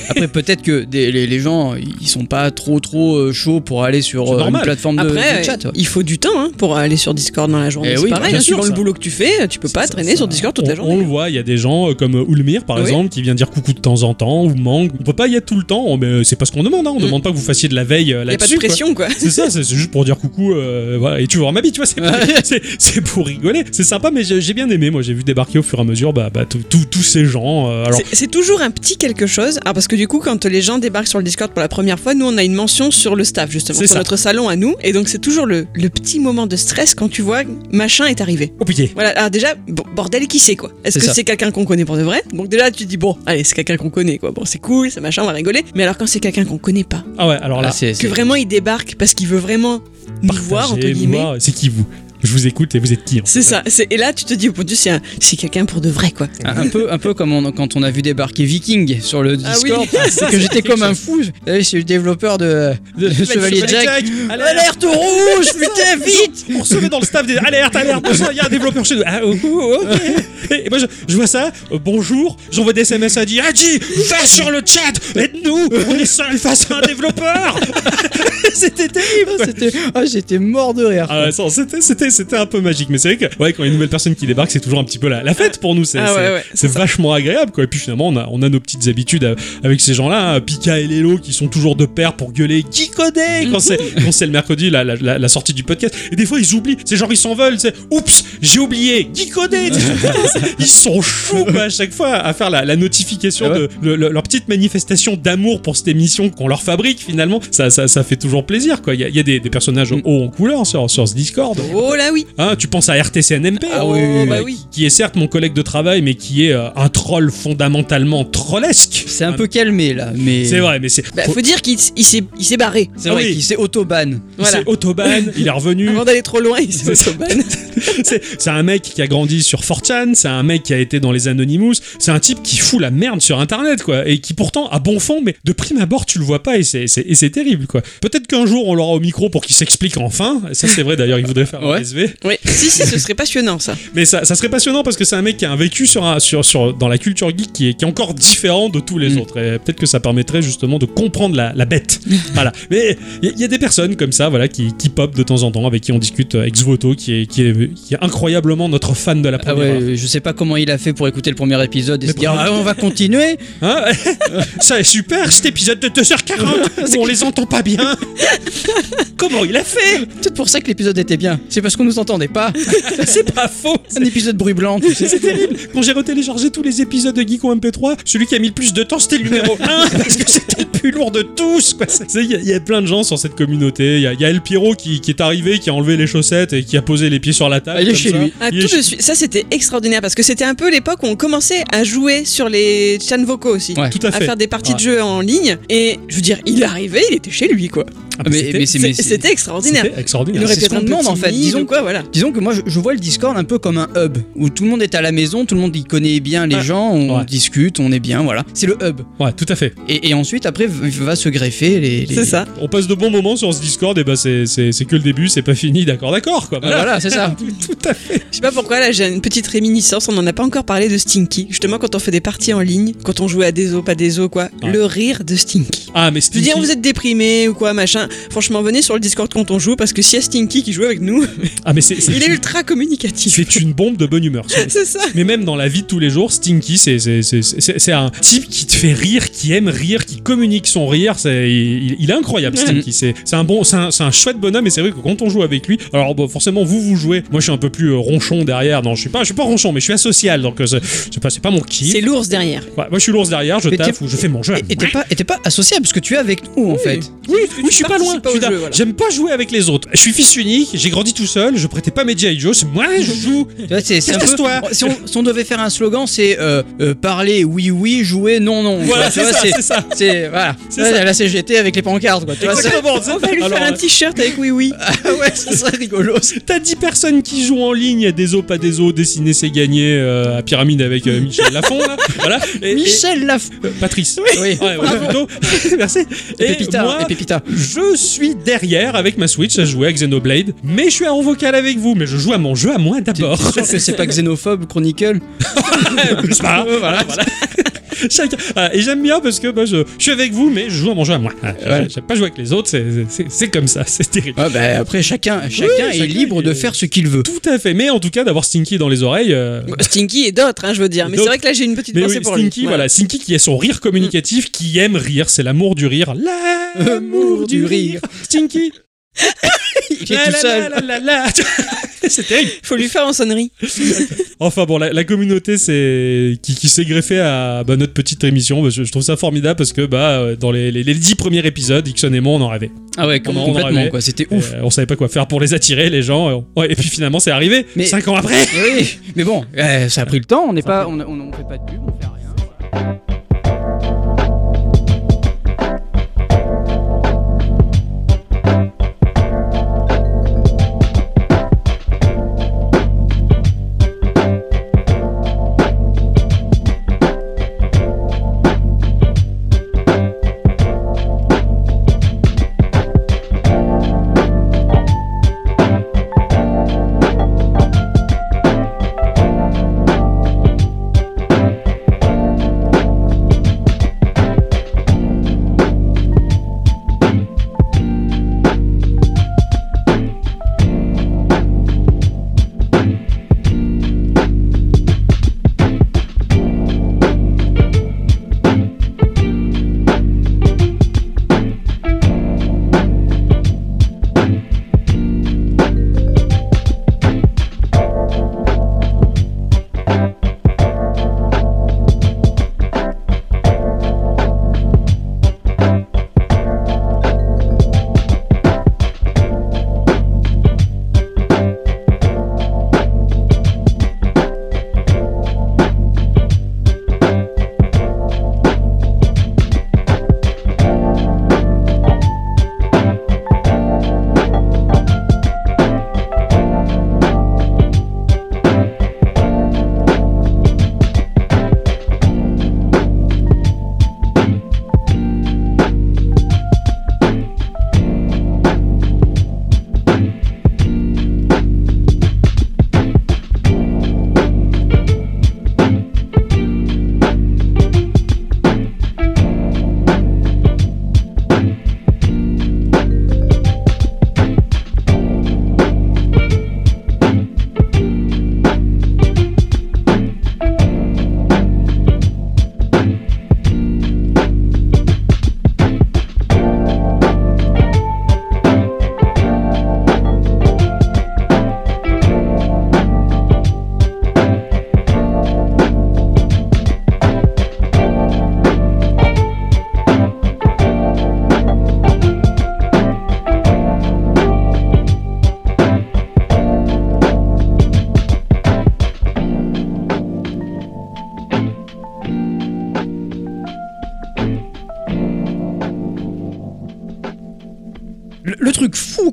[SPEAKER 1] Après, peut-être que des- les, les gens, ils sont pas trop trop euh, chauds pour aller sur
[SPEAKER 2] C'est
[SPEAKER 1] euh, une
[SPEAKER 2] normal.
[SPEAKER 1] plateforme de,
[SPEAKER 3] Après,
[SPEAKER 1] de chat.
[SPEAKER 3] euh, il faut du temps hein, pour aller sur Discord dans la journée.
[SPEAKER 1] Eh
[SPEAKER 3] c'est
[SPEAKER 1] oui,
[SPEAKER 3] pareil,
[SPEAKER 2] bien
[SPEAKER 3] hein,
[SPEAKER 2] sûr,
[SPEAKER 3] suivant
[SPEAKER 2] ça.
[SPEAKER 3] le boulot que tu fais, tu peux pas
[SPEAKER 2] Ça,
[SPEAKER 3] traîner
[SPEAKER 2] ça,
[SPEAKER 3] sur
[SPEAKER 2] ça.
[SPEAKER 3] Discord toute
[SPEAKER 2] on,
[SPEAKER 3] la
[SPEAKER 2] On
[SPEAKER 3] journée.
[SPEAKER 2] le voit, il y a des gens euh, comme euh, Ulmir par
[SPEAKER 3] Oui.
[SPEAKER 2] exemple qui vient dire coucou de temps en temps ou Mang. On peut pas y être tout le temps, mais euh, c'est pas ce qu'on demande. Hein. On
[SPEAKER 3] Mm.
[SPEAKER 2] demande pas que vous fassiez de la veille euh,
[SPEAKER 3] Il y a pas de
[SPEAKER 2] là-dessus. quoi.
[SPEAKER 3] pression, quoi.
[SPEAKER 2] <laughs> C'est ça, c'est c'est juste pour dire coucou, euh, voilà, et tu vois ma bite, tu vois, c'est
[SPEAKER 1] Ouais.
[SPEAKER 2] <laughs> c'est- c'est pour rigoler. C'est sympa, mais j'ai j'ai bien aimé, moi j'ai vu débarquer au fur et à mesure bah, bah, tout- tout- tous ces gens. euh, alors,
[SPEAKER 3] C'est- C'est toujours un petit quelque chose. Ah, parce que du coup, quand les gens débarquent sur le Discord pour la première fois, nous, on a une mention sur le staff, justement,
[SPEAKER 2] C'est
[SPEAKER 3] sur
[SPEAKER 2] ça.
[SPEAKER 3] notre salon à nous. Et donc, c'est toujours le, le petit moment de stress quand tu vois machin est arrivé.
[SPEAKER 2] oh pitié.
[SPEAKER 3] Voilà, alors déjà, bon, bordel, qui c'est quoi Est-ce
[SPEAKER 1] C'est
[SPEAKER 3] que
[SPEAKER 1] ça.
[SPEAKER 3] c'est quelqu'un qu'on connaît pour de vrai Donc, déjà, tu te dis, bon, allez, c'est quelqu'un qu'on connaît, quoi. Bon, c'est cool, c'est machin, on va rigoler. Mais alors, quand c'est quelqu'un qu'on connaît pas,
[SPEAKER 2] Ah ouais, alors là,
[SPEAKER 1] Ah, c'est-
[SPEAKER 3] que
[SPEAKER 1] c'est-
[SPEAKER 3] vraiment il débarque parce qu'il veut vraiment nous voir, entre
[SPEAKER 2] partagez,
[SPEAKER 3] guillemets.
[SPEAKER 2] moi, c'est qui vous Je vous écoute et vous êtes qui hein en
[SPEAKER 3] C'est
[SPEAKER 2] fait
[SPEAKER 3] ça. c'est- Et là, tu te dis, au bout du c'est un- c'est quelqu'un pour de vrai, quoi.
[SPEAKER 1] Ah, Un un peu, un peu comme on- quand on a vu débarquer Viking sur le
[SPEAKER 3] Ah
[SPEAKER 1] Discord,
[SPEAKER 3] oui.
[SPEAKER 1] c'est que j'étais comme un fou.
[SPEAKER 3] <laughs>
[SPEAKER 1] Je suis le développeur de, de Chevalier Jack.
[SPEAKER 2] Allez,
[SPEAKER 1] Alerte rouge,
[SPEAKER 3] <laughs>
[SPEAKER 1] putain, vite
[SPEAKER 2] on recevait dans le staff des alerte, alerte, bonsoir, il y a un développeur chez nous. Ah, oh, oh, ok. Et moi, je, je vois ça, euh, bonjour, j'envoie des SMS à dire Adji, va sur le chat, aide-nous, on est seul face à un développeur. <laughs> C'était terrible.
[SPEAKER 1] C'était- ah, J'étais mort de rire.
[SPEAKER 2] Ah ouais, ça, c'était, c'était, c'était un peu magique. Mais c'est vrai que ouais, quand il y a une nouvelle personne qui débarque, c'est toujours un petit peu la, la fête pour nous. C'est,
[SPEAKER 3] Ah ouais,
[SPEAKER 2] c'est,
[SPEAKER 3] ouais,
[SPEAKER 2] c'est vachement agréable. Quoi. Et puis finalement, on a, on a nos petites habitudes euh, avec ces gens-là. hein. Pika et Lelo qui sont toujours de pair pour gueuler. Qui connaît
[SPEAKER 1] <laughs>
[SPEAKER 2] quand c'est, quand c'est le mercredi, la, la- la- la sortie du podcast. Et des fois, ils oublient. C'est genre, ils s'en veulent. C'est oups, j'ai oublié.
[SPEAKER 1] <laughs>
[SPEAKER 2] Qui connaît Ils sont chauds quoi, à chaque fois à faire la, la notification
[SPEAKER 1] Ah ouais.
[SPEAKER 2] de le- le- leur petite manifestation d'amour pour cette émission qu'on leur
[SPEAKER 1] Mm.
[SPEAKER 2] fabrique finalement. Ça, ça, ça fait toujours plaisir. quoi. Il y a, il y a des, des personnages hauts en couleur sur, sur ce Discord.
[SPEAKER 3] Oh là, oui.
[SPEAKER 2] Hein, tu penses à RTCNMP
[SPEAKER 1] Ah oui, oui, oui.
[SPEAKER 3] bah oui.
[SPEAKER 2] euh, qui est certes mon collègue de travail, mais qui est euh, un troll fondamentalement trollesque.
[SPEAKER 1] C'est un peu calmé là, mais.
[SPEAKER 2] C'est vrai, mais c'est.
[SPEAKER 3] Bah, faut dire qu'il s- il s'est il s'est barré.
[SPEAKER 1] C'est vrai
[SPEAKER 2] Oui.
[SPEAKER 1] qu'il s'est autoban.
[SPEAKER 3] Voilà.
[SPEAKER 2] C'est Autobahn, il est revenu.
[SPEAKER 3] <laughs> Avant d'aller trop loin, il s'est autoban.
[SPEAKER 2] C'est c'est un mec qui a grandi sur 4chan, c'est un mec qui a été dans les Anonymous, c'est un type qui fout la merde sur internet, quoi, et qui pourtant a bon fond, mais de prime abord tu le vois pas et c'est- c'est et c'est terrible, quoi. Peut-être qu'un jour on l'aura au micro pour qu'il s'explique enfin, ça c'est vrai d'ailleurs, il voudrait faire un
[SPEAKER 1] Ouais.
[SPEAKER 2] SV,
[SPEAKER 3] Oui. Si, si, ce serait passionnant, ça.
[SPEAKER 2] mais ça, ça serait passionnant parce que c'est un mec qui a un vécu sur un, sur, sur, dans la culture geek qui est, qui est encore différent de tous les
[SPEAKER 1] Mm.
[SPEAKER 2] autres, et peut-être que ça permettrait justement de comprendre la,
[SPEAKER 1] <laughs>
[SPEAKER 2] la bête. voilà, mais il y, a des personnes comme ça, voilà, qui, qui pop de temps en temps, avec qui on discute euh, ex voto, qui est, qui, est, qui est incroyablement notre fan de la
[SPEAKER 1] Ah
[SPEAKER 2] première heure.
[SPEAKER 1] ouais, je sais pas comment il a fait pour écouter le premier épisode et
[SPEAKER 2] Mais
[SPEAKER 1] se dire
[SPEAKER 2] pour-
[SPEAKER 1] ah, on va continuer.
[SPEAKER 2] Hein <laughs> Ça est super, cet épisode de
[SPEAKER 1] <laughs>
[SPEAKER 2] 2h40 où on les entend pas
[SPEAKER 1] Hein
[SPEAKER 2] bien. Comment il a fait
[SPEAKER 1] C'est pour ça que l'épisode était bien. C'est parce qu'on nous entendait pas.
[SPEAKER 2] C'est pas faux.
[SPEAKER 1] Un épisode bruit blanc. tu sais.
[SPEAKER 2] C'est terrible. Quand j'ai retéléchargé tous les épisodes de Geek en MP3, celui qui a mis le plus de temps, c'était le numéro <laughs> 1 parce que c'était le plus lourd de tous. quoi. C'est- Il y, a- il y a plein de gens sur cette communauté. Il y a, il y a El Piro qui, qui est arrivé, qui a enlevé les chaussettes et qui a posé les pieds sur la table.
[SPEAKER 1] Ah, il est
[SPEAKER 2] comme
[SPEAKER 1] chez
[SPEAKER 2] ça.
[SPEAKER 1] lui.
[SPEAKER 3] Ah,
[SPEAKER 2] Il est
[SPEAKER 3] tout
[SPEAKER 2] chez-
[SPEAKER 3] de suite. Ça, c'était extraordinaire parce que c'était un peu l'époque où on commençait à jouer sur les chans vocaux aussi.
[SPEAKER 1] Ouais.
[SPEAKER 2] Tout à
[SPEAKER 3] À
[SPEAKER 2] fait.
[SPEAKER 3] faire des parties de
[SPEAKER 1] Ouais.
[SPEAKER 3] jeu en ligne. Et je veux dire, il est arrivé, il était chez lui, quoi.
[SPEAKER 2] Ah,
[SPEAKER 1] Mais-
[SPEAKER 2] c'était-
[SPEAKER 1] mais c'est-
[SPEAKER 3] C'est-
[SPEAKER 1] mais c'est-
[SPEAKER 3] C'était extraordinaire.
[SPEAKER 2] c'était extraordinaire.
[SPEAKER 1] Il aurait-
[SPEAKER 3] C'est
[SPEAKER 1] c'est ce
[SPEAKER 3] peut-être
[SPEAKER 1] qu'on
[SPEAKER 3] un peu
[SPEAKER 1] demande, en fait,
[SPEAKER 3] timide
[SPEAKER 1] disons.
[SPEAKER 3] ou quoi, voilà.
[SPEAKER 1] Disons que moi, je, je vois le Discord un peu comme un hub où tout le monde est à la maison, tout le monde y connaît bien les
[SPEAKER 2] Ouais.
[SPEAKER 1] gens, on
[SPEAKER 2] Ouais.
[SPEAKER 1] discute, on est bien, voilà. C'est le hub.
[SPEAKER 2] Ouais, tout à fait.
[SPEAKER 1] Et, et ensuite, après, v- va se greffer les. les-
[SPEAKER 3] C'est ça.
[SPEAKER 2] On passe de bons moments sur ce Discord et bah c'est- c'est c'est que le début, c'est pas fini, d'accord, d'accord quoi.
[SPEAKER 1] Ah, Voilà, c'est ça.
[SPEAKER 2] <laughs> Tout à fait.
[SPEAKER 3] Je sais pas pourquoi, là j'ai une petite réminiscence, on n'en a pas encore parlé de Stinky. Justement, quand on fait des parties en ligne, quand on jouait à des os, pas des os, quoi,
[SPEAKER 2] Ouais.
[SPEAKER 3] le rire de Stinky.
[SPEAKER 2] Ah mais
[SPEAKER 3] Je veux
[SPEAKER 2] Stinky.
[SPEAKER 3] dire, vous êtes déprimé ou quoi, machin. Franchement, venez sur le Discord quand on joue, parce que s'il y a Stinky qui joue avec nous,
[SPEAKER 2] Ah mais <laughs> c'est c'est-
[SPEAKER 3] il est ultra communicatif.
[SPEAKER 2] c'est une bombe de bonne humeur. ça.
[SPEAKER 3] <laughs> C'est ça.
[SPEAKER 2] Mais même dans la vie de tous les jours, Stinky, c'est c'est- c'est- c'est- c'est un type qui te fait rire, qui aime rire, qui communique son rire. c'est- Il, il est
[SPEAKER 3] <laughs>
[SPEAKER 2] incroyable, Stinky. C'est c'est un bon, c'est un, c'est un chouette bonhomme. Et c'est vrai que quand on joue avec lui, alors bon, forcément vous vous jouez. Moi, je suis un peu plus euh, ronchon derrière. Non, je suis pas, je suis pas ronchon, mais je suis asocial. Donc euh, c'est c'est pas, c'est pas mon kiff.
[SPEAKER 3] C'est l'ours derrière.
[SPEAKER 2] Ouais, moi, je suis l'ours derrière. Je
[SPEAKER 1] Mais
[SPEAKER 2] taffe
[SPEAKER 1] t'es-
[SPEAKER 2] ou je fais mon jeu. à
[SPEAKER 1] Et- Et t'es pas, et t'es pas associable parce que tu es avec nous en fait.
[SPEAKER 2] Oui, oui,
[SPEAKER 3] tu
[SPEAKER 2] je suis pas
[SPEAKER 3] participes
[SPEAKER 2] loin.
[SPEAKER 3] pas au
[SPEAKER 2] Je suis
[SPEAKER 3] jeu,
[SPEAKER 2] d'un-
[SPEAKER 3] voilà.
[SPEAKER 2] J'aime pas jouer avec les autres. Je suis fils unique, j'ai grandi tout seul, je prêtais pas mes G.I. Joe, c'est moi je joue.
[SPEAKER 1] Tu vois, C'est c'est un peu.
[SPEAKER 2] Casse-toi.
[SPEAKER 1] Si on, si on devait faire un slogan, c'est euh, euh, parler oui oui, jouer non non.
[SPEAKER 2] Voilà,
[SPEAKER 1] Tu
[SPEAKER 2] c'est
[SPEAKER 1] vois,
[SPEAKER 2] ça, c'est ça.
[SPEAKER 1] C'est voilà.
[SPEAKER 2] C'est
[SPEAKER 1] Là,
[SPEAKER 2] ça.
[SPEAKER 1] La CGT avec les pancartes quoi. Tu vois, c'est-
[SPEAKER 2] Exactement, c'est
[SPEAKER 3] <laughs> On va lui
[SPEAKER 2] Alors, euh,
[SPEAKER 3] faire un t-shirt avec oui oui.
[SPEAKER 1] Ah ouais, ça <laughs> serait rigolo. ça.
[SPEAKER 2] T'as 10 personnes qui jouent en ligne, à des os, pas des os, dessiner c'est gagné euh, à Pyramide avec euh, Michel
[SPEAKER 1] <laughs>
[SPEAKER 2] Lafon, là. Voilà. Et- et-
[SPEAKER 1] Michel Laf.
[SPEAKER 2] euh, Patrice.
[SPEAKER 1] Oui.
[SPEAKER 2] Ouais, ouais, plutôt. <laughs> Merci.
[SPEAKER 1] Et
[SPEAKER 2] Et
[SPEAKER 1] Pépita,
[SPEAKER 2] moi,
[SPEAKER 1] et Pépita.
[SPEAKER 2] je suis derrière avec ma Switch à jouer à Xenoblade, mais je suis en vocal avec vous, mais je joue à mon jeu à moi
[SPEAKER 1] T'es-
[SPEAKER 2] d'abord.
[SPEAKER 1] t'es sûr que
[SPEAKER 2] <laughs>
[SPEAKER 1] c'est pas xénophobe, chronicle
[SPEAKER 2] Je sais pas. voilà. voilà. <laughs> Chacun- Ah, et j'aime bien parce que bah, je, je suis avec vous, mais je joue à mon jeu à moi. Ah, je-
[SPEAKER 1] Ouais.
[SPEAKER 2] J'aime pas jouer avec les autres, c'est- c'est- c'est c'est comme ça, c'est terrible.
[SPEAKER 1] Ouais, bah, après, chacun, chacun est
[SPEAKER 2] chacun
[SPEAKER 1] libre
[SPEAKER 2] est-
[SPEAKER 1] de faire ce qu'il veut.
[SPEAKER 2] Tout à fait, mais en tout cas d'avoir Stinky dans les oreilles. euh,
[SPEAKER 3] Bon, Stinky et d'autres, hein, je veux dire.
[SPEAKER 2] Et
[SPEAKER 3] Mais c'est
[SPEAKER 2] d'autres.
[SPEAKER 3] vrai que là j'ai une petite
[SPEAKER 1] Ah,
[SPEAKER 2] Mais
[SPEAKER 3] pensée
[SPEAKER 2] oui,
[SPEAKER 3] pour
[SPEAKER 2] Stinky,
[SPEAKER 3] lui.
[SPEAKER 2] voilà, Stinky qui a son rire communicatif,
[SPEAKER 1] Mm.
[SPEAKER 2] qui aime rire, c'est l'amour du rire, l'amour du rire.
[SPEAKER 1] <laughs>
[SPEAKER 2] Stinky,
[SPEAKER 1] Il est
[SPEAKER 2] la,
[SPEAKER 1] tout
[SPEAKER 2] la,
[SPEAKER 1] seul.
[SPEAKER 2] la, la, la, la. <laughs> c'est terrible.
[SPEAKER 3] Faut lui faire en
[SPEAKER 2] <laughs>
[SPEAKER 3] sonnerie.
[SPEAKER 2] Enfin bon, la, la communauté c'est qui, qui s'est greffée à bah, notre petite émission. parce que Je, trouve ça formidable parce que bah euh, dans les, les, les dix premiers épisodes, Ixon et moi on en rêvait.
[SPEAKER 1] Ah ouais, com-
[SPEAKER 2] On en
[SPEAKER 1] complètement,
[SPEAKER 2] rêvait.
[SPEAKER 1] quoi. C'était ouf.
[SPEAKER 2] Et, euh, on savait pas quoi faire pour les attirer les gens. euh, ouais, et puis finalement c'est arrivé.
[SPEAKER 1] Mais-
[SPEAKER 2] Cinq ans après.
[SPEAKER 1] Oui, <laughs> mais bon, euh, ça a pris le temps. On n'est pas, on, on, on fait pas de pub, on fait rien.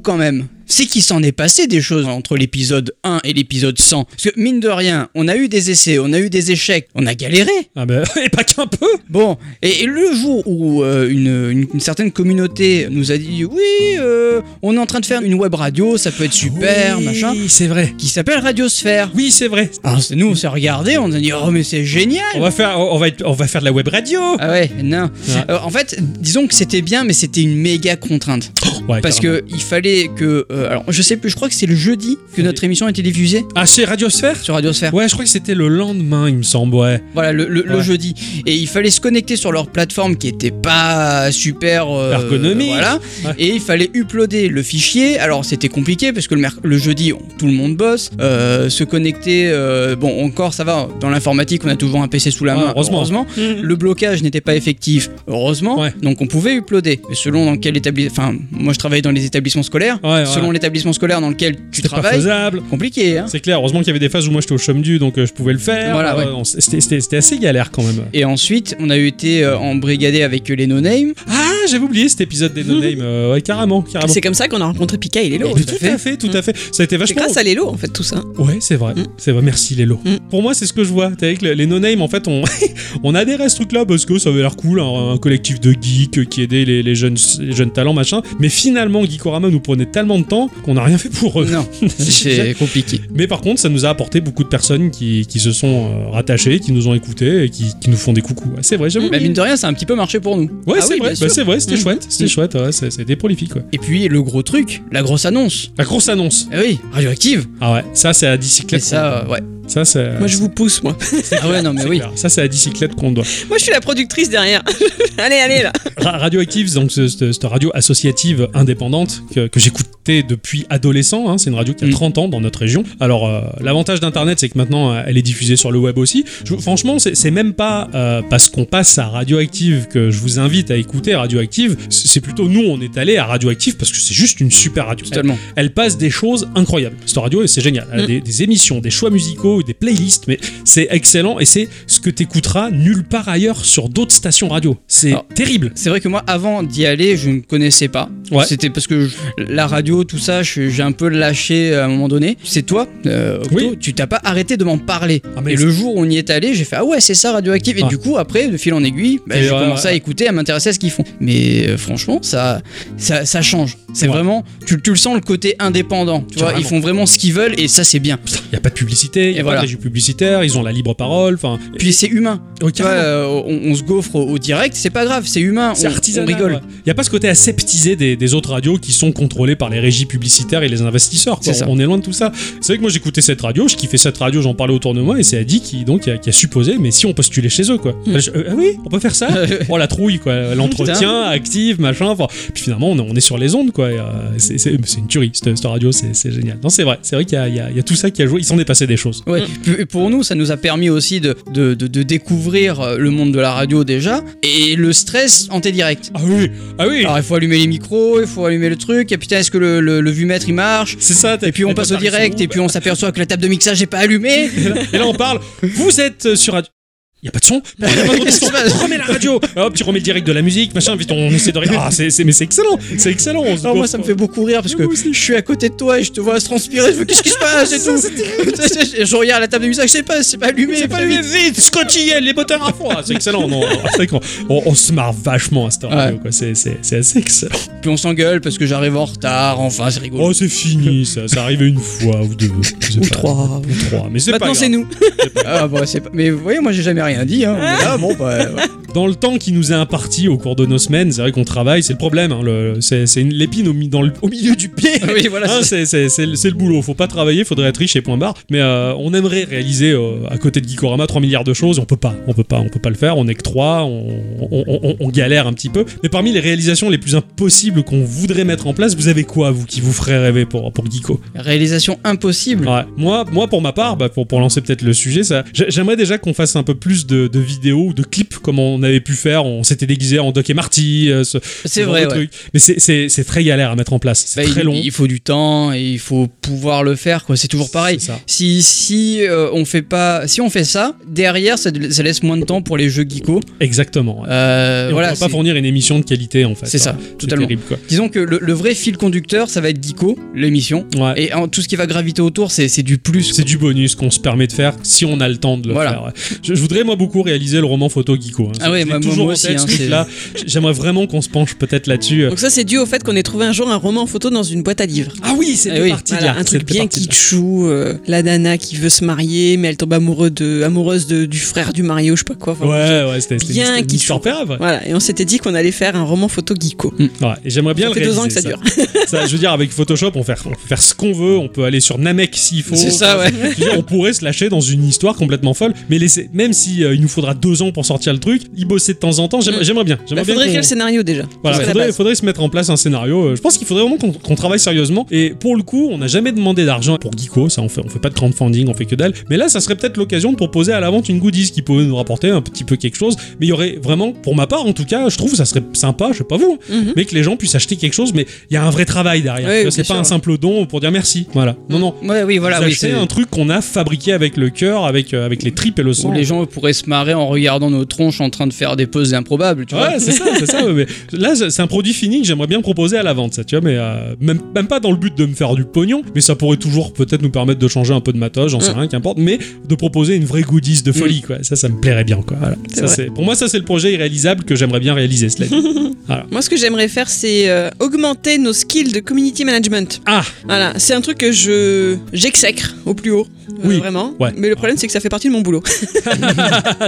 [SPEAKER 1] quand même. C'est qu'il s'en est passé des choses entre l'épisode 1 et l'épisode 100. Parce que mine de rien, on a eu des essais, on a eu des échecs, on a galéré.
[SPEAKER 2] Ah ben, <laughs> et pas qu'un peu
[SPEAKER 1] Bon, et, et le jour où euh, une, une- une certaine communauté nous a dit oui, euh, on est en train de faire une web radio, ça peut être super, machin,
[SPEAKER 2] Oui, c'est vrai.
[SPEAKER 1] qui s'appelle Radiosphère.
[SPEAKER 2] Oui, c'est vrai.
[SPEAKER 1] Alors c'est- nous, on s'est regardé, on a dit oh mais c'est
[SPEAKER 2] On
[SPEAKER 1] génial.
[SPEAKER 2] va faire, on va, être- on va faire de la web radio.
[SPEAKER 1] Ah ouais, non. Euh, en fait, disons que c'était bien, mais c'était une méga contrainte.
[SPEAKER 2] Ouais,
[SPEAKER 1] Parce
[SPEAKER 2] carrément.
[SPEAKER 1] que il fallait que. euh, alors, je sais plus, je crois que c'est le jeudi que notre émission a été diffusée
[SPEAKER 2] ah, c'est Radiosphère.
[SPEAKER 1] sur Radiosphère.
[SPEAKER 2] Ouais, je crois que c'était le lendemain, il me semble. Ouais.
[SPEAKER 1] Voilà, le, le- le
[SPEAKER 2] Ouais.
[SPEAKER 1] jeudi. Et il fallait se connecter sur leur plateforme qui était pas super. euh,
[SPEAKER 2] Ergonomique.
[SPEAKER 1] Voilà.
[SPEAKER 2] Ouais.
[SPEAKER 1] Et il fallait uploader le fichier. Alors, c'était compliqué parce que le, merc- le jeudi, on- tout le monde bosse. Euh, se connecter. euh, bon, encore, ça va. Dans l'informatique, on a toujours un PC sous la
[SPEAKER 2] Ouais,
[SPEAKER 1] main.
[SPEAKER 2] heureusement.
[SPEAKER 3] Hum.
[SPEAKER 1] Le blocage n'était pas effectif, heureusement,
[SPEAKER 2] Ouais.
[SPEAKER 1] donc on pouvait uploader. Mais selon dans quel établissement. Enfin, moi je travaillais dans les établissements scolaires.
[SPEAKER 2] Ouais, ouais.
[SPEAKER 1] Selon l'établissement scolaire dans lequel tu
[SPEAKER 2] C'était pas
[SPEAKER 1] travailles,
[SPEAKER 2] faisable.
[SPEAKER 1] compliqué. Hein
[SPEAKER 2] C'est clair, heureusement qu'il y avait des phases où moi j'étais au chômage, donc euh, je pouvais le faire.
[SPEAKER 1] Voilà, ouais.
[SPEAKER 2] Euh, on- c'était- C'était c'était assez galère quand même.
[SPEAKER 1] et ensuite, on a eu été euh, embrigadé avec les No Name.
[SPEAKER 2] Ah, j'avais oublié cet épisode des No Name. Euh, ouais, carrément, carrément.
[SPEAKER 3] Mm-hmm. C'est comme ça qu'on a rencontré Pika et Lelo.
[SPEAKER 1] Et
[SPEAKER 3] en
[SPEAKER 2] Tout,
[SPEAKER 3] fait. Mm.
[SPEAKER 1] tout à
[SPEAKER 2] à fait, tout à fait. Ça a été
[SPEAKER 3] C'est
[SPEAKER 2] vachement.
[SPEAKER 3] grâce à Lelo, en fait, tout ça.
[SPEAKER 2] Ouais, c'est vrai,
[SPEAKER 3] Mm.
[SPEAKER 2] c'est vrai. Merci Lélo.
[SPEAKER 3] Mm.
[SPEAKER 2] Pour moi, c'est ce que je vois. T'es avec le- les no-name, en fait, on, <laughs> on adhérait à ce truc-là parce que ça avait l'air cool, un, un collectif de geeks qui aidait les, les jeunes, les jeunes talents, machin. Mais finalement, Geekorama nous prenait tellement de temps qu'on n'a rien fait pour <laughs> eux.
[SPEAKER 1] Non, c'est compliqué.
[SPEAKER 2] Mais par contre, ça nous a apporté beaucoup de personnes qui, qui se sont euh, rattachées, qui nous ont écoutés et qui, qui nous font des coucous. Ouais, c'est vrai, j'avoue.
[SPEAKER 1] Mais Bah, mine de rien, ça a un petit peu marché pour nous.
[SPEAKER 2] Ouais,
[SPEAKER 3] Ah
[SPEAKER 2] c'est
[SPEAKER 3] oui,
[SPEAKER 2] vrai,
[SPEAKER 3] bien
[SPEAKER 2] Bah,
[SPEAKER 3] sûr.
[SPEAKER 2] c'est vrai, c'était
[SPEAKER 3] Mm.
[SPEAKER 2] chouette, c'était
[SPEAKER 3] Mm.
[SPEAKER 2] chouette, ouais, c'est- c'était prolifique, ouais.
[SPEAKER 1] Et puis le gros truc, la grosse annonce.
[SPEAKER 2] La grosse annonce.
[SPEAKER 1] Eh oui, radioactive.
[SPEAKER 2] Ah ouais, ça, c'est à
[SPEAKER 1] Et
[SPEAKER 2] bicyclette.
[SPEAKER 1] ça, euh, ouais.
[SPEAKER 2] Ça, c'est.
[SPEAKER 3] Moi, je vous pousse, moi. <laughs>
[SPEAKER 1] Ah ouais, non, mais
[SPEAKER 2] c'est
[SPEAKER 1] oui.
[SPEAKER 2] clair. Ça, c'est à bicyclette qu'on doit.
[SPEAKER 3] Moi, je suis la productrice derrière. <laughs> allez, allez, là.
[SPEAKER 2] Ra- Radioactive, donc ce- ce- cette radio associative indépendante que, que j'écoutais depuis adolescent, hein, c'est une radio qui a
[SPEAKER 1] Mm.
[SPEAKER 2] 30 ans dans notre région. Alors euh, l'avantage d'Internet, c'est que maintenant euh, elle est diffusée sur le web aussi. Je- franchement, c'est c'est même pas euh, parce qu'on passe à Radioactive que je vous invite à écouter Radioactive. C'est c'est plutôt nous, on est allé à Radioactive parce que c'est juste une super radio. Elle,
[SPEAKER 1] Totalement.
[SPEAKER 2] elle passe des choses incroyables. Cette radio, et c'est génial. Elle a
[SPEAKER 3] Mm.
[SPEAKER 2] des, des émissions, des choix musicaux, des playlists, mais c'est excellent et c'est ce que t'écouteras nulle part ailleurs sur d'autres stations radio. C'est
[SPEAKER 1] Alors,
[SPEAKER 2] terrible.
[SPEAKER 1] C'est vrai que moi, avant d'y aller, je ne connaissais pas.
[SPEAKER 2] Ouais.
[SPEAKER 1] C'était parce que je- la radio, tout ça, je- j'ai un peu lâché euh, à un moment donné. C'est toi, euh, Octo,
[SPEAKER 2] Oui.
[SPEAKER 1] tu t'as pas arrêté de m'en parler.
[SPEAKER 2] Ah, mais
[SPEAKER 1] et le jour où on y est allé, j'ai fait Ah ouais, c'est ça, radioactive. Et
[SPEAKER 2] Ah.
[SPEAKER 1] du coup, après, de fil en aiguille, bah,
[SPEAKER 2] Et
[SPEAKER 1] j'ai
[SPEAKER 2] ouais,
[SPEAKER 1] commencé
[SPEAKER 2] ouais.
[SPEAKER 1] à écouter, à m'intéresser à ce qu'ils font. Mais euh, franchement, ça, ça, ça change. C'est
[SPEAKER 2] Ouais.
[SPEAKER 1] vraiment, tu, tu le sens le côté indépendant. Tu vois,
[SPEAKER 2] Carrément.
[SPEAKER 1] ils font vraiment ce qu'ils veulent et ça, c'est bien.
[SPEAKER 2] Il n'y a pas de publicité, il n'y
[SPEAKER 1] Et
[SPEAKER 2] a
[SPEAKER 1] voilà.
[SPEAKER 2] pas de régie publicitaire, ils ont la libre parole. Enfin,
[SPEAKER 1] Puis c'est humain.
[SPEAKER 2] ouais,
[SPEAKER 1] Tu vois,
[SPEAKER 2] Oh, carrément,
[SPEAKER 1] euh, on, on se gaufre au, au direct, c'est pas grave, c'est humain.
[SPEAKER 2] c'est
[SPEAKER 1] on- on,
[SPEAKER 2] artisanal.
[SPEAKER 1] rigole.
[SPEAKER 2] Il n'y a pas ce côté aseptisé des, des autres radios qui sont contrôlées par les régies publicitaires et les investisseurs. quoi.
[SPEAKER 1] C'est ça.
[SPEAKER 2] On est loin de tout ça. C'est vrai que moi j'écoutais cette radio, je kiffais cette radio, j'en parlais autour de moi et c'est Adi qui, donc, qui, a, qui a supposé, mais si on postulait chez eux quoi.
[SPEAKER 1] Hmm.
[SPEAKER 3] Mm.
[SPEAKER 2] Je- euh, ah oui, on peut
[SPEAKER 1] <laughs>
[SPEAKER 2] faire ça Oh la trouille quoi, l'entretien, active, machin. enfin, Puis finalement on est, on est sur les ondes quoi. et, euh, c'est c'est- c'est une tuerie cette, cette radio, c'est c'est génial. Non, c'est vrai, c'est vrai qu'il y, a- il y a il y a tout ça qui a joué, ils s'en est passé des choses.
[SPEAKER 1] Ouais, p- pour nous, ça nous a permis aussi de, de, de- de découvrir euh, le monde de la radio déjà et le stress en direct.
[SPEAKER 2] Ah oui, ah oui,
[SPEAKER 1] Alors, il faut allumer les micros, il faut allumer le truc, et putain, est-ce que le, le, le vue-mètre il marche
[SPEAKER 2] c'est ça. t'as-
[SPEAKER 1] Et puis on
[SPEAKER 2] t'as
[SPEAKER 1] passe
[SPEAKER 2] pas
[SPEAKER 1] au
[SPEAKER 2] de son,
[SPEAKER 1] direct, et
[SPEAKER 2] bah.
[SPEAKER 1] puis on s'aperçoit que la table de mixage n'est pas
[SPEAKER 2] <laughs>
[SPEAKER 1] allumée.
[SPEAKER 2] Et là, et là, on parle. Vous êtes euh, sur radio. Y a pas
[SPEAKER 1] <laughs>
[SPEAKER 2] de son Y a pas de
[SPEAKER 1] Qu'est-ce qui se
[SPEAKER 2] son
[SPEAKER 1] passe
[SPEAKER 2] Remets la radio Hop, tu remets le direct de la musique, machin, vite, on essaie de rire. Ah, c'est, c'est- mais c'est excellent C'est excellent on se
[SPEAKER 1] Alors, moi,
[SPEAKER 2] gaufre.
[SPEAKER 1] ça me fait beaucoup rire parce que
[SPEAKER 2] Moi aussi.
[SPEAKER 1] je suis à côté de toi et je te vois se transpirer. Je fais qu'est-ce qui se passe et
[SPEAKER 2] <laughs> Ça,
[SPEAKER 1] <laughs> tout. je regarde la table de mixage, c'est pas, c'est pas allumé.
[SPEAKER 2] C'est pas lui, vite Scotty, elle, les moteurs à fond Ah, C'est excellent non, c'est vrai qu'on- on, on se marre vachement à cette radio, quoi. C'est, c'est- c'est assez excellent.
[SPEAKER 1] Puis on s'engueule parce que j'arrive en retard. Enfin, c'est rigolo.
[SPEAKER 2] Oh, c'est fini, ça, ça arrive une fois ou deux. c'est
[SPEAKER 3] Ou
[SPEAKER 2] pas-
[SPEAKER 3] trois.
[SPEAKER 2] Ou trois, mais c'est pas
[SPEAKER 3] Maintenant,
[SPEAKER 2] grave.
[SPEAKER 3] c'est nous.
[SPEAKER 1] Ah, bah, c'est pas- Mais vous voyez, moi, j'ai jamais rien dit. Hein.
[SPEAKER 2] Ah.
[SPEAKER 1] On est là, bon, bah, ouais.
[SPEAKER 2] Dans le temps qui nous est imparti au cours de nos semaines, c'est vrai qu'on travaille, c'est le problème. hein, le- c'est, c'est une l'épine au, mi- dans le- au milieu du pied.
[SPEAKER 1] Oui, voilà.
[SPEAKER 2] Hein,
[SPEAKER 1] c'est-
[SPEAKER 2] c'est c'est- c'est le c'est le boulot, faut pas travailler, faudrait être riche et point barre. Mais euh, on aimerait réaliser euh, à côté de Geekorama 3 milliards de choses, on peut pas, on peut pas, on peut pas le faire, on est que 3, on, on- on- on galère un petit peu. Mais parmi les réalisations les plus impossibles qu'on voudrait mettre en place, vous avez quoi, vous, qui vous ferait rêver pour, pour Geeko
[SPEAKER 1] Réalisation impossible.
[SPEAKER 2] Ouais. Moi, moi, pour ma part, bah, pour, pour lancer peut-être le sujet, ça, j'a- j'aimerais déjà qu'on fasse un peu plus de, de vidéos ou de clips comme on avait pu faire. On s'était déguisé en Doc et Marty. euh, ce- ce
[SPEAKER 1] C'est
[SPEAKER 2] genre
[SPEAKER 1] vrai.
[SPEAKER 2] de
[SPEAKER 1] ouais.
[SPEAKER 2] truc. Mais c'est- c'est c'est très galère à mettre en place. C'est
[SPEAKER 1] Bah,
[SPEAKER 2] très
[SPEAKER 1] il,
[SPEAKER 2] long.
[SPEAKER 1] il faut du temps et il faut pouvoir le faire. quoi. C'est toujours pareil.
[SPEAKER 2] C'est ça.
[SPEAKER 1] Si, si, euh, on fait pas, si on fait ça, derrière, ça, ça laisse moins de temps pour les jeux geeko.
[SPEAKER 2] Exactement. ouais.
[SPEAKER 1] Euh,
[SPEAKER 2] Et
[SPEAKER 1] voilà,
[SPEAKER 2] on ne
[SPEAKER 1] c'est-
[SPEAKER 2] pas fournir une émission de qualité en fait.
[SPEAKER 1] C'est ça,
[SPEAKER 2] Ouais.
[SPEAKER 1] totalement.
[SPEAKER 2] terrible quoi.
[SPEAKER 1] Disons que le, le vrai fil conducteur, ça va être Geeko, l'émission.
[SPEAKER 2] Ouais.
[SPEAKER 1] Et en- tout ce qui va graviter autour, c'est c'est du plus.
[SPEAKER 2] C'est du bonus qu'on se permet de faire si on a le temps de le
[SPEAKER 1] Voilà.
[SPEAKER 2] faire. ouais. Je, je voudrais moi beaucoup réaliser le roman photo Geeko. hein.
[SPEAKER 1] Ah ouais,
[SPEAKER 2] Je l'ai
[SPEAKER 1] moi- moi-
[SPEAKER 2] toujours
[SPEAKER 1] moi
[SPEAKER 2] en tête,
[SPEAKER 1] aussi,
[SPEAKER 2] ce
[SPEAKER 1] hein,
[SPEAKER 2] truc-là. J'aimerais vraiment qu'on se penche peut-être là-dessus. euh.
[SPEAKER 3] Donc ça, c'est dû au fait qu'on ait trouvé un jour un roman photo dans une boîte à livres.
[SPEAKER 2] Ah oui, c'est
[SPEAKER 1] Eh oui.
[SPEAKER 2] parti de
[SPEAKER 3] Voilà,
[SPEAKER 2] là,
[SPEAKER 3] un truc
[SPEAKER 2] c'était
[SPEAKER 3] bien
[SPEAKER 2] parti de là.
[SPEAKER 3] kitschou, euh, la nana qui veut se marier, mais elle tombe amoureuse de, amoureuse de- du frère du Mario, je sais pas quoi. Enfin,
[SPEAKER 2] Ouais, ouais, c'était c'était
[SPEAKER 3] Bien
[SPEAKER 2] une- une
[SPEAKER 3] kitschou.
[SPEAKER 2] histoire pérave, ouais.
[SPEAKER 3] Voilà, et on s'était dit qu'on allait faire un roman photo geeko.
[SPEAKER 2] Ouais, et j'aimerais bien
[SPEAKER 3] ça
[SPEAKER 2] le
[SPEAKER 3] fait deux ans que ça,
[SPEAKER 2] réaliser,
[SPEAKER 3] dure. <laughs>
[SPEAKER 2] Ça, je veux dire, avec Photoshop, on, fait, on peut faire ce qu'on veut, on peut aller sur Namek s'il faut.
[SPEAKER 1] C'est ça, ouais.
[SPEAKER 2] Je veux dire, on pourrait se lâcher dans une histoire complètement folle, mais laisser, même si euh, il nous faudra deux ans pour sortir le truc, y bosser de temps en temps, j'aimerais
[SPEAKER 3] Mm.
[SPEAKER 2] j'aimerais bien.
[SPEAKER 3] Il
[SPEAKER 2] J'aimerais bien
[SPEAKER 3] faudrait
[SPEAKER 2] qu'on-
[SPEAKER 3] qu'il y ait le scénario déjà.
[SPEAKER 2] Voilà,
[SPEAKER 3] Ça, c'est la
[SPEAKER 2] faudrait,
[SPEAKER 3] base.
[SPEAKER 2] faudrait se mettre en place un scénario. Euh, Je pense qu'il faudrait vraiment qu'on qu'on travaille sérieusement. Et pour le coup, on n'a jamais demandé d'argent pour Geeko. Ça, on fait, on fait pas de crowdfunding, on fait que dalle. Mais là, ça serait peut-être l'occasion de proposer à la vente une goodies qui pourrait nous rapporter un petit peu quelque chose. Mais il y aurait vraiment, pour ma part en tout cas, je trouve ça serait sympa, je sais pas vous, hein,
[SPEAKER 3] Mhm.
[SPEAKER 2] mais que les gens puissent acheter quelque chose. Mais il y a un vrai travail derrière.
[SPEAKER 3] Oui,
[SPEAKER 2] Tu vois,
[SPEAKER 3] bien
[SPEAKER 2] c'est pas
[SPEAKER 3] sûr.
[SPEAKER 2] un simple don pour dire merci. Voilà. Non, non.
[SPEAKER 1] Ouais, oui, voilà,
[SPEAKER 2] Vous
[SPEAKER 1] oui.
[SPEAKER 2] achetez
[SPEAKER 1] c'est-
[SPEAKER 2] un truc qu'on a fabriqué avec le cœur, avec, euh, avec les tripes et le sang.
[SPEAKER 1] Où les gens pourraient se marrer en regardant nos tronches en train de faire des poses improbables, tu vois.
[SPEAKER 2] Ouais, c'est ça, c'est ça. ouais, mais là, c'est un produit fini que j'aimerais bien proposer à la vente, ça, tu vois, mais euh, même, même pas dans le but de me faire du pognon, mais ça pourrait toujours peut-être nous permettre de changer un peu de matos, j'en sais
[SPEAKER 3] Mm.
[SPEAKER 2] rien, qu'importe, mais de proposer une vraie goodies de folie, quoi. Ça, ça me plairait bien, quoi. Voilà.
[SPEAKER 3] C'est
[SPEAKER 2] Ça,
[SPEAKER 3] vrai.
[SPEAKER 2] c'est- pour moi, ça, c'est le projet irréalisable que j'aimerais bien réaliser, cela
[SPEAKER 3] <laughs>
[SPEAKER 2] dit.
[SPEAKER 3] Moi, ce que j'aimerais faire, c'est euh, augmenter nos skills de community management.
[SPEAKER 2] Ah, <laughs>
[SPEAKER 3] Voilà, c'est un truc que je j'exècre au plus haut. euh,
[SPEAKER 2] Oui,
[SPEAKER 3] Vraiment.
[SPEAKER 2] ouais.
[SPEAKER 3] Mais le problème, c'est que ça fait partie de mon boulot.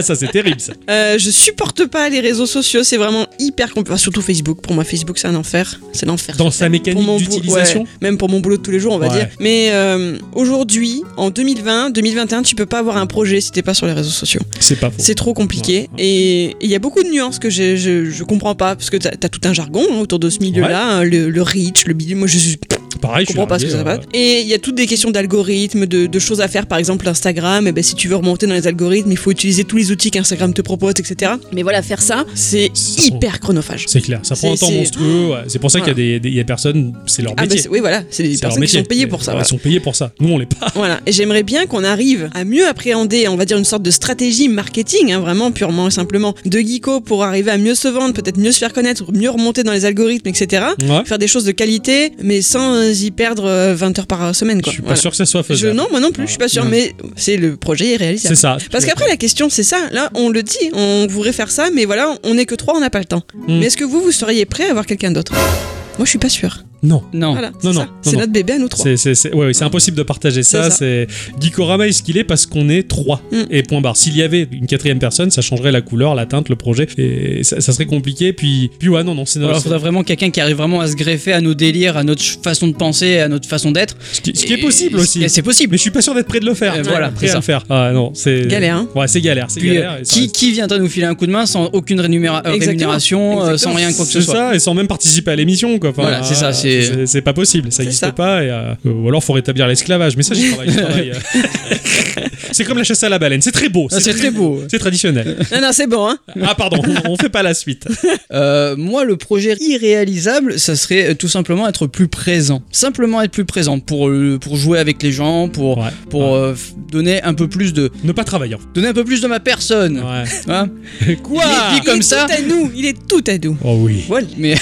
[SPEAKER 2] ça, c'est terrible, ça.
[SPEAKER 3] Euh, je supporte pas les réseaux sociaux, c'est vraiment hyper compliqué. Enfin, surtout Facebook. Pour moi, Facebook, c'est un enfer. C'est l'enfer.
[SPEAKER 2] Dans sa
[SPEAKER 3] Pour
[SPEAKER 2] mécanique
[SPEAKER 3] mon bou-
[SPEAKER 2] d'utilisation.
[SPEAKER 3] ouais, même pour mon boulot de tous les jours, on va
[SPEAKER 2] Ouais.
[SPEAKER 3] dire. Mais euh, aujourd'hui, en 2020, 2021, tu peux pas avoir un projet si t'es pas sur les réseaux sociaux.
[SPEAKER 2] C'est pas faux.
[SPEAKER 3] C'est trop compliqué.
[SPEAKER 2] Oh. Ouais.
[SPEAKER 3] Et il y a beaucoup de nuances que je, je, je comprends pas, parce que t'as as tout un jargon hein, autour de ce milieu-là, hein, le, le reach, le bidule. Moi, je, suis-
[SPEAKER 2] Pareil,
[SPEAKER 3] comprends pas ce que
[SPEAKER 2] arrivé,
[SPEAKER 3] ça va.
[SPEAKER 2] euh,
[SPEAKER 3] Et il y a toutes des questions d'algorithmes, de, de choses à faire. Par exemple, Instagram, eh ben, si tu veux remonter dans les algorithmes, il faut utiliser tous les outils qu'Instagram te propose, etc. Mais voilà, faire ça, c'est
[SPEAKER 2] Ça prend-
[SPEAKER 3] hyper chronophage.
[SPEAKER 2] C'est clair, ça prend un
[SPEAKER 3] C'est-
[SPEAKER 2] temps
[SPEAKER 3] c'est-
[SPEAKER 2] monstrueux. ouais. C'est pour ça qu'il y a des, des- il y a des personnes, c'est leur
[SPEAKER 3] Ah ben,
[SPEAKER 2] métier.
[SPEAKER 3] c'est- oui, voilà, c'est des
[SPEAKER 2] C'est leur
[SPEAKER 3] personnes qui
[SPEAKER 2] métier.
[SPEAKER 3] sont payées pour ça.
[SPEAKER 2] Ouais,
[SPEAKER 3] voilà.
[SPEAKER 2] Ils sont payés pour ça. Nous, on l'est pas.
[SPEAKER 3] Voilà, et j'aimerais bien qu'on arrive à mieux appréhender, on va dire une sorte de stratégie marketing, hein, vraiment purement et simplement, de Geeko pour arriver à mieux se vendre, peut-être mieux se faire connaître, mieux remonter dans les algorithmes, etc.
[SPEAKER 2] Ouais.
[SPEAKER 3] Faire des choses de qualité, mais sans y perdre euh, 20 heures par semaine.
[SPEAKER 2] Je
[SPEAKER 3] Quoi.
[SPEAKER 2] suis pas
[SPEAKER 3] Voilà.
[SPEAKER 2] sûr que ça soit
[SPEAKER 3] Je-
[SPEAKER 2] faisable.
[SPEAKER 3] non, moi non plus, je suis pas sûr,
[SPEAKER 1] Non.
[SPEAKER 3] mais c'est le projet est réalisable.
[SPEAKER 2] C'est ça.
[SPEAKER 3] Parce qu'après, la question, c'est ça. Là, on le dit, on voudrait faire ça, mais voilà, on n'est que trois, on n'a pas le temps.
[SPEAKER 2] Hmm.
[SPEAKER 3] Mais est-ce que vous, vous seriez prêt à avoir quelqu'un d'autre Moi, je suis pas sûr.
[SPEAKER 2] Non.
[SPEAKER 1] Non.
[SPEAKER 3] Voilà,
[SPEAKER 2] non,
[SPEAKER 3] c'est ça.
[SPEAKER 2] non,
[SPEAKER 3] C'est
[SPEAKER 2] non.
[SPEAKER 3] notre bébé à nous trois. Ah.
[SPEAKER 2] C'est c'est- c'est- ouais, ouais, c'est impossible de partager ça.
[SPEAKER 3] C'est ça.
[SPEAKER 2] C'est Geekorama est ce qu'il est parce qu'on est trois.
[SPEAKER 3] Mm.
[SPEAKER 2] Et point barre. S'il y avait une quatrième personne, ça changerait la couleur, la teinte, le projet. Et ça, ça serait compliqué. Puis, puis ouais, non, non, c'est
[SPEAKER 1] Ou Alors,
[SPEAKER 2] c'est-
[SPEAKER 1] faudra vraiment quelqu'un qui arrive vraiment à se greffer à nos délires, à notre ch- façon de penser, à notre façon d'être.
[SPEAKER 2] ce qui, ce qui est
[SPEAKER 1] Et-
[SPEAKER 2] possible
[SPEAKER 1] et-
[SPEAKER 2] aussi.
[SPEAKER 1] et C'est possible.
[SPEAKER 2] Mais je suis pas sûr d'être prêt de le faire.
[SPEAKER 1] Euh, voilà,
[SPEAKER 2] prêt
[SPEAKER 1] c'est
[SPEAKER 2] à
[SPEAKER 1] ça.
[SPEAKER 2] le faire. Ah non, c'est
[SPEAKER 3] Galère, hein.
[SPEAKER 2] Ouais, c'est galère, c'est
[SPEAKER 1] Puis,
[SPEAKER 2] galère.
[SPEAKER 1] euh,
[SPEAKER 2] et ça
[SPEAKER 1] qui,
[SPEAKER 2] reste-
[SPEAKER 1] qui viendra nous filer un coup de main sans aucune rémunéra- euh,
[SPEAKER 3] Exactement.
[SPEAKER 1] rémunération, euh, sans
[SPEAKER 3] Exactement.
[SPEAKER 1] rien quoi que ce
[SPEAKER 2] C'est
[SPEAKER 1] soit
[SPEAKER 2] ça, et sans même participer à l'émission, quoi. Enfin,
[SPEAKER 1] Voilà, c'est ça,
[SPEAKER 2] euh,
[SPEAKER 1] c'est-
[SPEAKER 2] c'est pas possible, ça
[SPEAKER 3] C'est
[SPEAKER 2] n'existe
[SPEAKER 3] ça.
[SPEAKER 2] pas. et, euh, ou alors, faut rétablir l'esclavage, mais ça, j'y travaille. j'y travaille, euh.
[SPEAKER 1] <laughs>
[SPEAKER 2] c'est comme la chasse à la baleine, c'est très beau,
[SPEAKER 1] Ah, C'est très beau.
[SPEAKER 2] c'est traditionnel.
[SPEAKER 3] Non, non, c'est bon, hein.
[SPEAKER 2] Ah, pardon, on fait pas la suite.
[SPEAKER 1] Euh, moi, le projet irréalisable, ça serait euh, tout simplement être plus présent. Simplement être plus présent pour, euh, pour jouer avec les gens, pour,
[SPEAKER 2] Ouais.
[SPEAKER 1] pour euh, f- donner un peu plus de
[SPEAKER 2] Ne pas travailler. en
[SPEAKER 1] donner un peu plus de ma personne.
[SPEAKER 2] fait.
[SPEAKER 1] hein.
[SPEAKER 2] <laughs> Quoi
[SPEAKER 1] Dit- dit
[SPEAKER 3] Il
[SPEAKER 1] comme
[SPEAKER 3] est
[SPEAKER 1] ça.
[SPEAKER 3] tout à nous, il est tout à nous.
[SPEAKER 2] Oh oui.
[SPEAKER 3] Voilà.
[SPEAKER 1] Mais,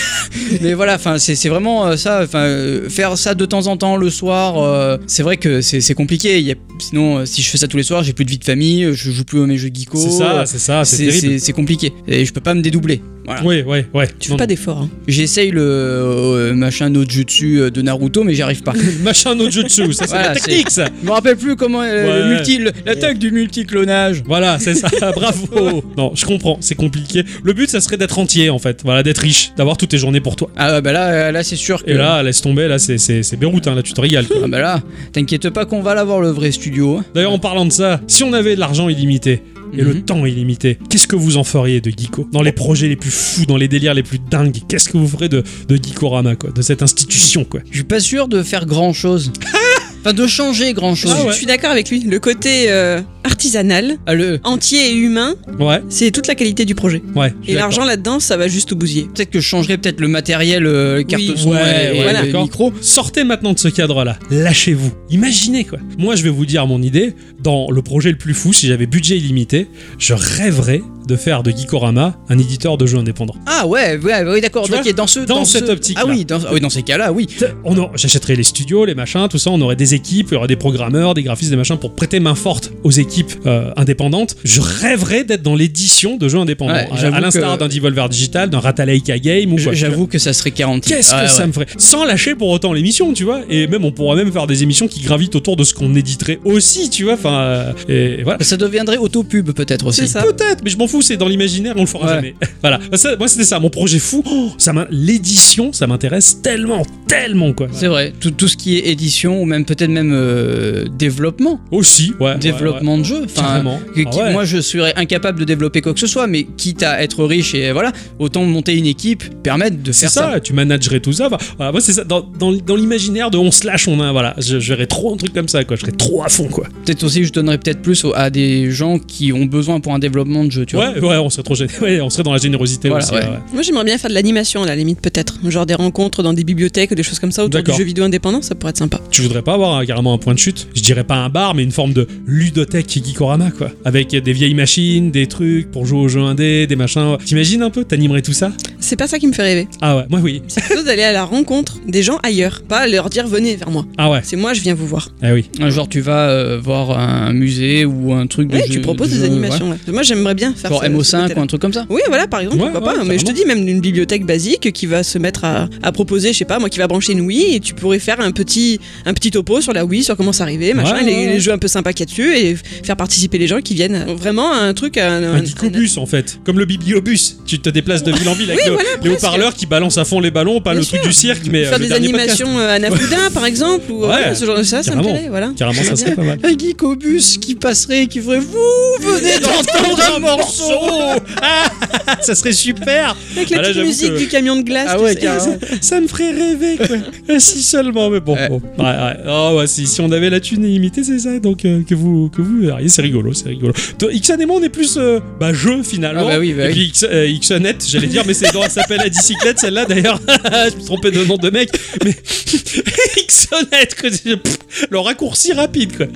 [SPEAKER 1] mais voilà, enfin, c'est c'est vraiment euh, ça. Enfin, euh, faire ça de temps en temps le soir, euh, c'est vrai que c'est c'est compliqué. Il y a- sinon, euh, si je fais ça tous les soirs, j'ai plus de vie de famille, euh, je joue plus à mes jeux geeko.
[SPEAKER 2] C'est
[SPEAKER 1] euh,
[SPEAKER 2] ça, c'est ça, c'est
[SPEAKER 1] c'est
[SPEAKER 2] terrible.
[SPEAKER 1] c'est- c'est compliqué. Et je peux pas me dédoubler. Voilà.
[SPEAKER 2] Oui, oui, oui.
[SPEAKER 3] Tu fais pas d'efforts. hein.
[SPEAKER 1] J'essaye le euh, machin no jutsu euh, de Naruto, mais j'y arrive
[SPEAKER 2] <laughs>
[SPEAKER 1] pas.
[SPEAKER 2] Machin no jutsu, ça c'est la
[SPEAKER 1] Voilà, c'est-
[SPEAKER 2] technique ça.
[SPEAKER 1] Je me rappelle plus comment euh,
[SPEAKER 2] Ouais.
[SPEAKER 1] le multi- le- l'attaque du multiclonage.
[SPEAKER 2] Voilà,
[SPEAKER 1] <laughs>
[SPEAKER 2] c'est ça, bravo. Non, je comprends, c'est compliqué. Le but ça serait d'être entier en fait, voilà, d'être riche, d'avoir toutes tes journées pour toi.
[SPEAKER 1] Ah bah là, euh, là c'est sûr que.
[SPEAKER 2] Et là, laisse tomber, là c'est c'est c'est Beyrouth, hein, là tu te régales.
[SPEAKER 1] <laughs>
[SPEAKER 2] quoi.
[SPEAKER 1] Ah bah là, t'inquiète pas qu'on va l'avoir le vrai studio. hein.
[SPEAKER 2] D'ailleurs, en parlant de ça, si on avait de l'argent illimité et le
[SPEAKER 1] Mhm.
[SPEAKER 2] temps illimité, qu'est-ce que vous en feriez de Geeko Dans les projets les plus fous, dans les délires les plus dingues, qu'est-ce que vous ferez de, de Geekorama, quoi De cette institution, quoi
[SPEAKER 1] Je suis pas
[SPEAKER 2] <laughs>
[SPEAKER 1] sûr de faire grand chose. Enfin, de changer grand chose.
[SPEAKER 2] Ah ouais.
[SPEAKER 3] Je suis d'accord avec lui. Le côté euh, artisanal,
[SPEAKER 1] Ah, le...
[SPEAKER 3] entier et humain,
[SPEAKER 2] Ouais,
[SPEAKER 3] c'est toute la qualité du projet.
[SPEAKER 2] ouais.
[SPEAKER 3] Et l'argent là-dedans, ça va juste tout bousiller.
[SPEAKER 1] Peut-être que je changerais peut-être le matériel, euh, carte
[SPEAKER 3] Oui.
[SPEAKER 1] son
[SPEAKER 2] Ouais,
[SPEAKER 1] et,
[SPEAKER 2] ouais,
[SPEAKER 1] et
[SPEAKER 2] voilà.
[SPEAKER 1] le
[SPEAKER 2] d'accord.
[SPEAKER 1] micro.
[SPEAKER 2] Sortez maintenant de ce cadre-là. Lâchez-vous. Imaginez quoi. Moi, je vais vous dire mon idée. Dans le projet le plus fou, si j'avais budget illimité, je rêverais de faire de Geekorama un éditeur de jeux indépendants.
[SPEAKER 1] Ah ouais, ouais, ouais, d'accord.
[SPEAKER 2] Tu vois,
[SPEAKER 1] ok, dans ce,
[SPEAKER 2] dans cette
[SPEAKER 1] ce-
[SPEAKER 2] optique-là.
[SPEAKER 1] Ah oui, dans, ah oui, dans ces cas-là, oui.
[SPEAKER 2] T'sais, On aura- j'achèterais les studios, les machins, tout ça. On aurait des équipes, il y aurait des programmeurs, des graphistes, des machins pour prêter main forte aux équipes euh, indépendantes. Je rêverais d'être dans l'édition de jeux indépendants,
[SPEAKER 1] Ouais,
[SPEAKER 2] À-
[SPEAKER 1] j'avoue
[SPEAKER 2] à l'instar
[SPEAKER 1] que-
[SPEAKER 2] d'un Devolver Digital, d'un Ratalaika Game ou
[SPEAKER 1] J-
[SPEAKER 2] quoi.
[SPEAKER 1] J'avoue que ça serait Ah, 40
[SPEAKER 2] Qu'est-ce que ça me ferait Sans lâcher pour autant l'émission, tu vois. Et même on pourra même faire des émissions qui gravitent autour de ce qu'on éditerait aussi, tu vois. Enfin, euh, et voilà.
[SPEAKER 1] Ça deviendrait autopub peut-être aussi.
[SPEAKER 3] C'est ça.
[SPEAKER 2] Peut-être, mais je m'en fous, c'est dans l'imaginaire, on le fera
[SPEAKER 1] Ouais.
[SPEAKER 2] jamais. <laughs> voilà. Ça, moi, c'était ça, mon projet fou. Oh, ça m'in- L'édition, ça m'intéresse tellement, tellement, quoi.
[SPEAKER 1] C'est vrai, tout, tout ce qui est édition ou même peut-être même euh, développement,
[SPEAKER 2] Aussi, ouais. ouais, ouais.
[SPEAKER 1] développement de jeu. Enfin,
[SPEAKER 2] Carrément.
[SPEAKER 1] qui-
[SPEAKER 2] Ah
[SPEAKER 1] qui-
[SPEAKER 2] ouais.
[SPEAKER 1] Moi, je serais incapable de développer quoi que ce soit, mais quitte à être riche et voilà, autant monter une équipe, permettre de
[SPEAKER 2] c'est
[SPEAKER 1] faire
[SPEAKER 2] ça,
[SPEAKER 1] ça.
[SPEAKER 2] tu managerais tout ça. Enfin, voilà, moi, c'est ça. Dans, dans, dans l'imaginaire de on se lâche, on a. Voilà, je, je verrais trop un truc comme ça, quoi. Je serais trop à fond, quoi.
[SPEAKER 1] Peut-être aussi, je donnerais peut-être plus au- à des gens qui ont besoin pour un développement de jeu, tu vois.
[SPEAKER 2] Ouais, ouais, on serait trop gêné. <laughs> Ouais, on serait dans la générosité
[SPEAKER 1] Voilà,
[SPEAKER 2] aussi.
[SPEAKER 1] ouais.
[SPEAKER 3] Moi, j'aimerais bien faire de l'animation, à la limite, peut-être. Genre des rencontres dans des bibliothèques ou des choses comme ça autour du
[SPEAKER 2] D'accord.
[SPEAKER 3] jeu vidéo indépendant, ça pourrait être sympa.
[SPEAKER 2] Tu voudrais pas avoir hein, carrément un point de chute Je dirais pas un bar, mais une forme de ludothèque Geekorama, quoi. Avec des vieilles machines, des trucs pour jouer aux jeux indés, des machins. T'imagines un peu T'animerais tout ça
[SPEAKER 3] C'est pas ça qui me fait rêver.
[SPEAKER 2] Ah ouais, moi oui.
[SPEAKER 3] C'est plutôt d'aller à la rencontre des gens ailleurs, pas leur dire venez vers moi.
[SPEAKER 2] Ah ouais,
[SPEAKER 3] C'est moi, je viens vous voir.
[SPEAKER 2] ah oui.
[SPEAKER 1] Un Genre, tu vas euh, voir un musée ou un truc de
[SPEAKER 3] Oui,
[SPEAKER 1] jeu-
[SPEAKER 3] tu proposes
[SPEAKER 1] de
[SPEAKER 3] des
[SPEAKER 1] jeu,
[SPEAKER 3] animations. ouais. Moi, j'aimerais bien faire
[SPEAKER 1] voilà. Genre
[SPEAKER 3] ce- ce
[SPEAKER 1] MO5
[SPEAKER 3] côté-là.
[SPEAKER 1] ou un truc comme ça.
[SPEAKER 3] Oui, voilà, par exemple,
[SPEAKER 2] Ouais,
[SPEAKER 3] pourquoi
[SPEAKER 2] ouais,
[SPEAKER 3] pas. Mais je te dis, même une bibliothèque basique qui va se mettre à, à proposer, je sais pas, moi, qui va brancher une Wii et tu pourrais faire un petit, un petit topo sur la Wii, sur comment ça arrivait, machin,
[SPEAKER 2] Ouais,
[SPEAKER 3] les,
[SPEAKER 2] ouais,
[SPEAKER 3] les
[SPEAKER 2] ouais.
[SPEAKER 3] jeux un peu sympas qu'il y a dessus et f- faire participer les gens qui viennent. euh, Vraiment, un truc. Un, un-
[SPEAKER 2] Un geekobus en fait, comme le bibliobus. Tu te déplaces
[SPEAKER 3] <laughs>
[SPEAKER 2] de ville en ville avec
[SPEAKER 3] Oui,
[SPEAKER 2] le,
[SPEAKER 3] voilà,
[SPEAKER 2] les
[SPEAKER 3] presque.
[SPEAKER 2] haut-parleurs qui balancent à fond les ballons, pas
[SPEAKER 3] Bien
[SPEAKER 2] le
[SPEAKER 3] sûr.
[SPEAKER 2] truc du cirque, mais euh,
[SPEAKER 3] faire
[SPEAKER 2] le
[SPEAKER 3] des
[SPEAKER 2] dernier podcast.
[SPEAKER 3] animations euh,
[SPEAKER 2] <laughs>
[SPEAKER 3] Anna Anafouda, par exemple, ou euh,
[SPEAKER 2] Ouais.
[SPEAKER 3] voilà, ce genre de ça, ça
[SPEAKER 2] Carrément.
[SPEAKER 3] me plairait, voilà.
[SPEAKER 2] Carrément, ça serait pas mal.
[SPEAKER 1] Un geek au bus qui passerait et qui ferait Vous venez d'entendre un morceau
[SPEAKER 2] <laughs> Ah, ça serait super.
[SPEAKER 3] Avec la
[SPEAKER 2] Ah, là,
[SPEAKER 3] petite
[SPEAKER 2] j'avoue
[SPEAKER 3] musique
[SPEAKER 2] que-
[SPEAKER 3] du camion de glace.
[SPEAKER 1] Ah
[SPEAKER 3] tu
[SPEAKER 1] ouais,
[SPEAKER 3] sais. <laughs>
[SPEAKER 1] carrément.
[SPEAKER 2] Ça me ferait rêver, quoi. Ah, si seulement, mais bon.
[SPEAKER 1] Ouais.
[SPEAKER 2] bon. Ouais, ouais. Ah, ouais, si, si on avait la thune illimitée, c'est ça. Donc, euh, que vous que vous verriez, c'est rigolo, c'est rigolo. Toi, Ixon et moi, on est plus euh, bah, jeu finalement.
[SPEAKER 1] Ah bah oui, bah
[SPEAKER 2] et
[SPEAKER 1] oui.
[SPEAKER 2] puis Ix- euh, Ixonette, j'allais dire, mais c'est dans, elle s'appelle la bicyclette, celle-là d'ailleurs. <laughs> je me trompais de nom de mec. Mais <laughs> Ixonette, quoi, c'est- pff, le raccourci rapide, quoi.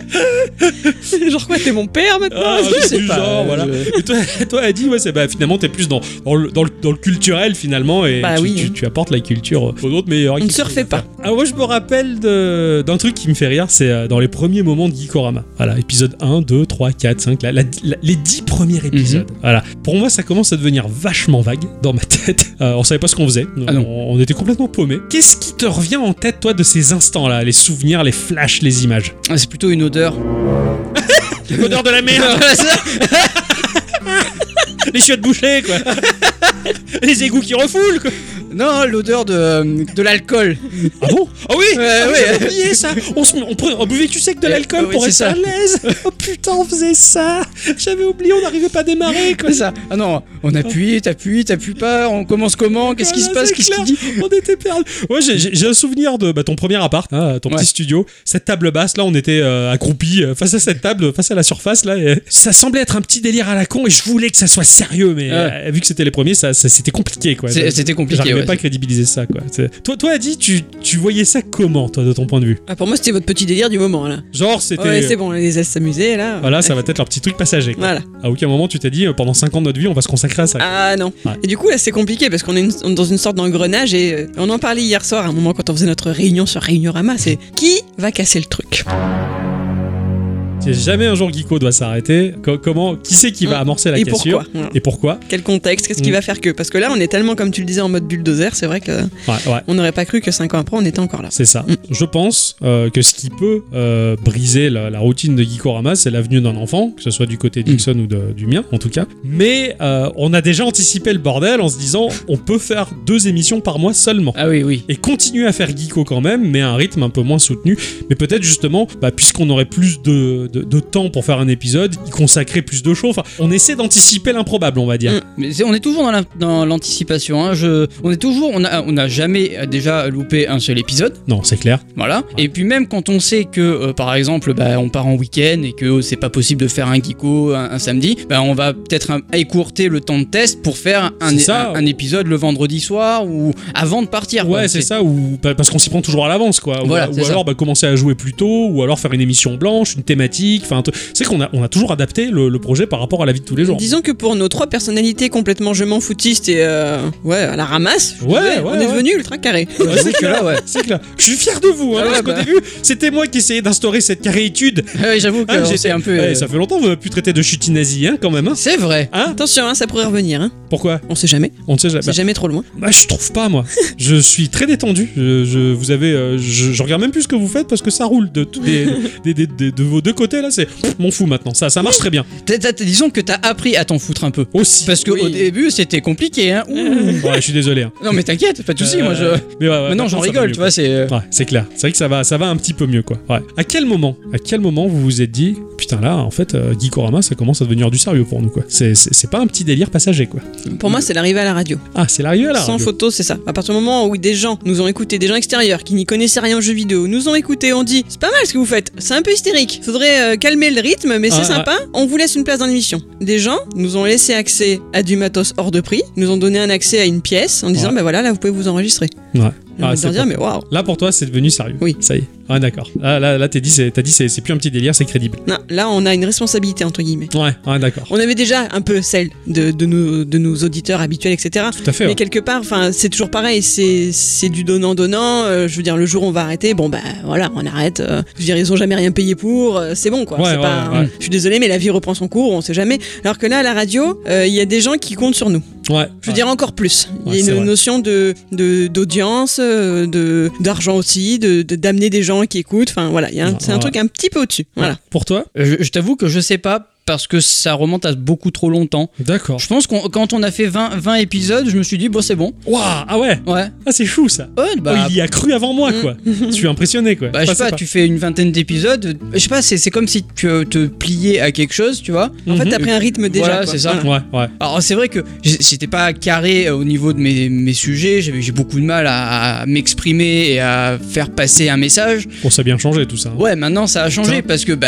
[SPEAKER 3] genre quoi, t'es mon père maintenant
[SPEAKER 2] Ah,
[SPEAKER 1] Je sais
[SPEAKER 2] du
[SPEAKER 1] pas,
[SPEAKER 2] genre,
[SPEAKER 1] euh,
[SPEAKER 2] voilà.
[SPEAKER 1] je-
[SPEAKER 2] Et toi, <laughs> toi Adi, ouais, c'est, bah, finalement, t'es plus dans, dans, le, dans, le, dans le culturel, finalement, et
[SPEAKER 3] Bah
[SPEAKER 2] tu,
[SPEAKER 3] oui,
[SPEAKER 2] tu-
[SPEAKER 3] hein.
[SPEAKER 2] tu apportes la culture aux autres. Mais
[SPEAKER 3] On ne se refait pas.
[SPEAKER 2] Ah, moi, je me rappelle de- d'un truc qui me fait rire, c'est euh, dans les premiers moments de Geekorama. Voilà, épisode 1, 2, 3, 4, 5, la- la- la- les 10 premiers épisodes. Voilà. Pour moi, ça commence à devenir vachement vague dans ma <laughs> tête. Euh, on savait pas ce qu'on faisait.
[SPEAKER 1] Ah non.
[SPEAKER 2] on, on était complètement paumés. Qu'est-ce qui te revient en tête, toi, de ces instants-là Les souvenirs, les flashs, les images
[SPEAKER 1] Ah, C'est plutôt une
[SPEAKER 2] <laughs>
[SPEAKER 1] odeur.
[SPEAKER 2] L'odeur de la merde les chiottes bouchées <laughs> quoi les égouts qui refoulent quoi
[SPEAKER 1] <laughs> non, l'odeur de, euh, de l'alcool. <laughs>
[SPEAKER 2] ah bon ah oui
[SPEAKER 1] Ouais,
[SPEAKER 2] Ah oui,
[SPEAKER 1] ouais.
[SPEAKER 2] j'avais oublié ça on, se- on prenait- on buvait du sec de
[SPEAKER 1] Euh,
[SPEAKER 2] l'alcool
[SPEAKER 1] oui,
[SPEAKER 2] pour
[SPEAKER 1] c'est
[SPEAKER 2] être
[SPEAKER 1] ça.
[SPEAKER 2] à l'aise oh putain on faisait ça j'avais oublié on n'arrivait pas à démarrer quoi
[SPEAKER 1] Comme ça. Ah non, on appuie, t'appuies, t'appuies pas, on commence
[SPEAKER 3] Oh
[SPEAKER 1] comment, qu'est-ce qui se
[SPEAKER 2] Voilà,
[SPEAKER 1] passe,
[SPEAKER 2] c'est
[SPEAKER 1] qu'est-ce qu'il
[SPEAKER 2] clair.
[SPEAKER 1] dit
[SPEAKER 2] on était perdus. Ouais, j'ai- j'ai j'ai un souvenir de bah, ton premier appart, hein, ton
[SPEAKER 1] Ouais.
[SPEAKER 2] petit studio. Cette table basse, là, on était euh, accroupis euh, face à cette table, face à la surface, là. et ça semblait être un petit délire à la con et je voulais que ça soit sérieux, mais
[SPEAKER 1] Ouais.
[SPEAKER 2] euh, vu que c'était les premiers, ça, ça- c'était compliqué, quoi.
[SPEAKER 1] C'est- C'était compliqué.
[SPEAKER 2] bah, J'arrivais
[SPEAKER 1] ouais.
[SPEAKER 2] pas à crédibiliser ça, quoi. C'est- Toi, toi, Adi, tu, tu voyais ça comment, toi, de ton point de vue
[SPEAKER 3] Ah, pour moi, c'était votre petit délire du moment, là.
[SPEAKER 2] Genre, c'était. euh,
[SPEAKER 3] Ouais, c'est bon, les laisse s'amuser, là.
[SPEAKER 2] Voilà, ça va être leur petit truc passager. quoi.
[SPEAKER 3] Voilà.
[SPEAKER 2] À aucun moment, tu t'es dit, euh, pendant 5 ans de notre vie, on va se consacrer à ça.
[SPEAKER 3] Ah non.
[SPEAKER 2] Ouais.
[SPEAKER 3] Et du coup, là, c'est compliqué parce qu'on est, une- on est dans une sorte d'engrenage et euh, on en parlait hier soir à un moment quand on faisait notre réunion sur Réuniorama. C'est qui va casser le truc
[SPEAKER 2] Si Jamais un jour Geeko doit s'arrêter. Co- comment Qui c'est qui va
[SPEAKER 3] Mm.
[SPEAKER 2] amorcer la
[SPEAKER 3] Et
[SPEAKER 2] cassure
[SPEAKER 3] pourquoi Voilà.
[SPEAKER 2] Et pourquoi
[SPEAKER 3] Quel contexte Qu'est-ce qui
[SPEAKER 2] Mm.
[SPEAKER 3] va faire que Parce que là, on est tellement, comme tu le disais, en mode bulldozer. C'est vrai que euh,
[SPEAKER 2] Ouais, ouais.
[SPEAKER 3] on n'aurait pas cru que 5 ans après, on était encore là.
[SPEAKER 2] C'est ça.
[SPEAKER 3] Mm.
[SPEAKER 2] Je pense euh, que ce qui peut euh, briser la, la routine de Geekorama, c'est l'avenue d'un enfant, que ce soit du
[SPEAKER 3] Mm.
[SPEAKER 2] côté d'Ixon ou de- du mien, en tout cas. Mais euh, on a déjà anticipé le bordel en se disant, on peut faire deux émissions par mois seulement.
[SPEAKER 1] Ah oui, oui.
[SPEAKER 2] et continuer à faire geeko quand même, mais à un rythme un peu moins soutenu. Mais peut-être justement, bah, puisqu'on aurait plus de- de- de temps pour faire un épisode, y consacrer plus de choses. Enfin, on essaie d'anticiper l'improbable, on va dire.
[SPEAKER 1] Mm. Mais c'est- on est toujours dans la- dans l'anticipation. hein. Je- on est toujours, on a, on a jamais euh, déjà loupé un seul épisode.
[SPEAKER 2] Non, c'est clair.
[SPEAKER 1] Voilà. Et puis même quand on sait que, euh, par exemple, bah, on part en week-end et que oh, c'est pas possible de faire un geeko un, un samedi, bah, on va peut-être un- écourter le temps de test pour faire un,
[SPEAKER 2] C'est ça.
[SPEAKER 1] un- un épisode le vendredi soir ou avant de partir. quoi.
[SPEAKER 2] Ouais, c'est ça, ou pa- parce qu'on s'y prend toujours à l'avance, quoi. Ou-
[SPEAKER 1] Voilà,
[SPEAKER 2] ou
[SPEAKER 1] c'est ça.
[SPEAKER 2] alors bah, commencer à jouer plus tôt, ou alors faire une émission blanche, une thématique. Enfin, un truc. c'est qu'on a, on a toujours adapté le, le projet par rapport à la vie de tous les jours.
[SPEAKER 3] Disons que pour nos trois personnalités complètement je m'en foutiste et euh, ouais à la ramasse, je
[SPEAKER 2] Ouais,
[SPEAKER 3] dirais,
[SPEAKER 2] ouais,
[SPEAKER 3] on
[SPEAKER 2] ouais.
[SPEAKER 3] est devenu ultra carré.
[SPEAKER 2] Ouais, c'est
[SPEAKER 1] Que là, <laughs> ouais.
[SPEAKER 2] C'est clair. Je suis fier de vous,
[SPEAKER 1] Ah
[SPEAKER 2] hein,
[SPEAKER 1] ouais,
[SPEAKER 2] parce qu'au
[SPEAKER 1] bah.
[SPEAKER 2] début, c'était moi qui essayais d'instaurer cette carréitude.
[SPEAKER 1] Ah <laughs> ouais, J'avoue que
[SPEAKER 2] Hein,
[SPEAKER 1] on
[SPEAKER 2] j'étais-
[SPEAKER 1] s'est un peu.
[SPEAKER 2] Ouais,
[SPEAKER 1] euh,
[SPEAKER 2] Ça fait longtemps que vous m'avez pu traiter de chutinazi, hein, quand même. Hein,
[SPEAKER 1] C'est vrai.
[SPEAKER 2] Hein
[SPEAKER 3] Attention, hein, ça pourrait revenir. Hein.
[SPEAKER 2] Pourquoi
[SPEAKER 3] On sait jamais,
[SPEAKER 2] On ne sait jamais.
[SPEAKER 3] c'est jamais trop loin.
[SPEAKER 2] Ah Bah, je trouve
[SPEAKER 1] <laughs>
[SPEAKER 2] pas, moi. je suis très détendu. Je, je- vous avez, euh, je, je regarde même plus ce que vous faites parce que ça roule de,
[SPEAKER 1] <laughs>
[SPEAKER 2] tous des, des- des- des- de vos deux côtés, là. C'est m'en fous maintenant. Ça, ça marche très bien.
[SPEAKER 1] T'as- t'as- disons que t'as appris à t'en foutre un peu.
[SPEAKER 2] Aussi.
[SPEAKER 1] Parce qu'au
[SPEAKER 3] Oui.
[SPEAKER 1] début, c'était compliqué. Hein.
[SPEAKER 2] <laughs>
[SPEAKER 1] Ouh.
[SPEAKER 2] Ouais, je suis
[SPEAKER 1] <laughs>
[SPEAKER 2] désolé. hein.
[SPEAKER 1] Non, mais t'inquiète, pas de soucis.
[SPEAKER 2] Euh,
[SPEAKER 1] moi, <laughs> je...
[SPEAKER 2] mais ouais, ouais,
[SPEAKER 1] Maintenant, j'en
[SPEAKER 2] ça va
[SPEAKER 1] rigole,
[SPEAKER 2] mieux,
[SPEAKER 1] tu vois. C'est. euh,
[SPEAKER 2] quoi. Ouais, c'est clair. C'est vrai que ça va, ça va un petit peu mieux, quoi. Ouais. À quel moment, à quel moment vous vous êtes dit, putain là, en fait, euh, Geekorama, ça commence à devenir du sérieux pour nous, quoi. C'est, c'est- c'est pas un petit délire passager, quoi.
[SPEAKER 3] Pour moi, c'est l'arrivée à la radio.
[SPEAKER 2] Ah, c'est l'arrivée à la
[SPEAKER 3] Sans
[SPEAKER 2] radio.
[SPEAKER 3] photo, c'est ça. À partir du moment où des gens nous ont écoutés, des gens extérieurs qui n'y connaissaient rien aux jeux vidéo, nous ont écoutés, ont dit c'est pas mal ce que vous faites, c'est un peu hystérique, faudrait euh, calmer le rythme, mais c'est
[SPEAKER 2] Ah,
[SPEAKER 3] sympa, on vous laisse une place dans l'émission. Des gens nous ont laissé accès à du matos hors de prix, nous ont donné un accès à une pièce en disant
[SPEAKER 2] Ouais.
[SPEAKER 3] bah voilà, là vous pouvez vous enregistrer.
[SPEAKER 2] Ouais.
[SPEAKER 3] J'ai
[SPEAKER 2] Ah,
[SPEAKER 3] envie de
[SPEAKER 2] c'est
[SPEAKER 3] leur dire
[SPEAKER 2] pas-
[SPEAKER 3] mais waouh.
[SPEAKER 2] Là pour toi c'est devenu sérieux.
[SPEAKER 3] Oui.
[SPEAKER 2] Ça y est. Ah d'accord. Là, là, là t'as dit, c'est, t'as dit c'est, c'est plus un petit délire, c'est crédible.
[SPEAKER 3] Non, là on a une responsabilité entre guillemets.
[SPEAKER 2] Ouais, ouais d'accord.
[SPEAKER 3] On avait déjà un peu celle de, de nos, de nos auditeurs habituels, etc.
[SPEAKER 2] Tout à fait.
[SPEAKER 3] Mais
[SPEAKER 2] ouais.
[SPEAKER 3] quelque part, enfin, c'est toujours pareil, c'est c'est du donnant-donnant. euh, je veux dire, le jour où on va arrêter, bon bah voilà, on arrête. euh, je veux dire, ils ont jamais rien payé pour, euh, c'est bon quoi.
[SPEAKER 2] Ouais,
[SPEAKER 3] c'est
[SPEAKER 2] ouais,
[SPEAKER 3] pas,
[SPEAKER 2] ouais.
[SPEAKER 3] Je suis désolée, mais la vie reprend son cours, on sait jamais. Alors que là, à la radio, euh, il y a des gens qui comptent sur nous.
[SPEAKER 2] Ouais.
[SPEAKER 3] Je veux dire encore plus. Il
[SPEAKER 2] Ouais,
[SPEAKER 3] y
[SPEAKER 2] c'est
[SPEAKER 3] a une
[SPEAKER 2] vrai.
[SPEAKER 3] notion de de- d'audience, euh, de d'argent aussi, de de- d'amener des gens qui écoutent. Enfin voilà, il y a un-
[SPEAKER 2] Ouais,
[SPEAKER 3] c'est un
[SPEAKER 2] ouais.
[SPEAKER 3] truc un petit peu au-dessus. Voilà.
[SPEAKER 2] Pour toi
[SPEAKER 1] Je, je t'avoue que je sais pas parce que ça remonte à beaucoup trop longtemps.
[SPEAKER 2] D'accord.
[SPEAKER 1] Je pense que quand on a fait 20, 20 épisodes, je me suis dit, bon, c'est bon.
[SPEAKER 2] Waouh Ah ouais
[SPEAKER 1] Ouais.
[SPEAKER 2] Ah c'est fou ça
[SPEAKER 1] Ouais, bah. mm.
[SPEAKER 2] Oh, Il y a cru avant moi quoi Je suis impressionné quoi
[SPEAKER 1] bah, je sais
[SPEAKER 2] Enfin,
[SPEAKER 1] pas, tu fais une vingtaine d'épisodes. Je sais pas, c'est c'est comme si tu euh, te pliais à quelque chose, tu vois.
[SPEAKER 2] Mhm.
[SPEAKER 3] En fait, t'as pris un rythme déjà.
[SPEAKER 1] Voilà,
[SPEAKER 3] quoi.
[SPEAKER 1] c'est ça.
[SPEAKER 3] Voilà.
[SPEAKER 2] Ouais, ouais.
[SPEAKER 1] Alors, c'est vrai que j'ai- j'étais pas carré euh, au niveau de mes, mes sujets. J'avais- J'ai beaucoup de mal à, à m'exprimer et à faire passer un message.
[SPEAKER 2] Bon, ça a bien changé tout ça. hein.
[SPEAKER 1] Ouais, maintenant ça a changé
[SPEAKER 2] Putain.
[SPEAKER 1] parce que, bah,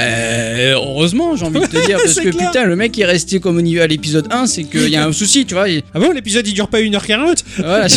[SPEAKER 1] heureusement, j'ai envie de te dire. Parce
[SPEAKER 2] <laughs> C'est
[SPEAKER 1] que
[SPEAKER 2] clair.
[SPEAKER 1] putain, le mec il est resté comme au niveau à l'épisode 1, c'est qu'il y a un souci, tu vois. il-
[SPEAKER 2] Ah bon, l'épisode il dure pas 1h40
[SPEAKER 1] voilà,
[SPEAKER 2] <laughs>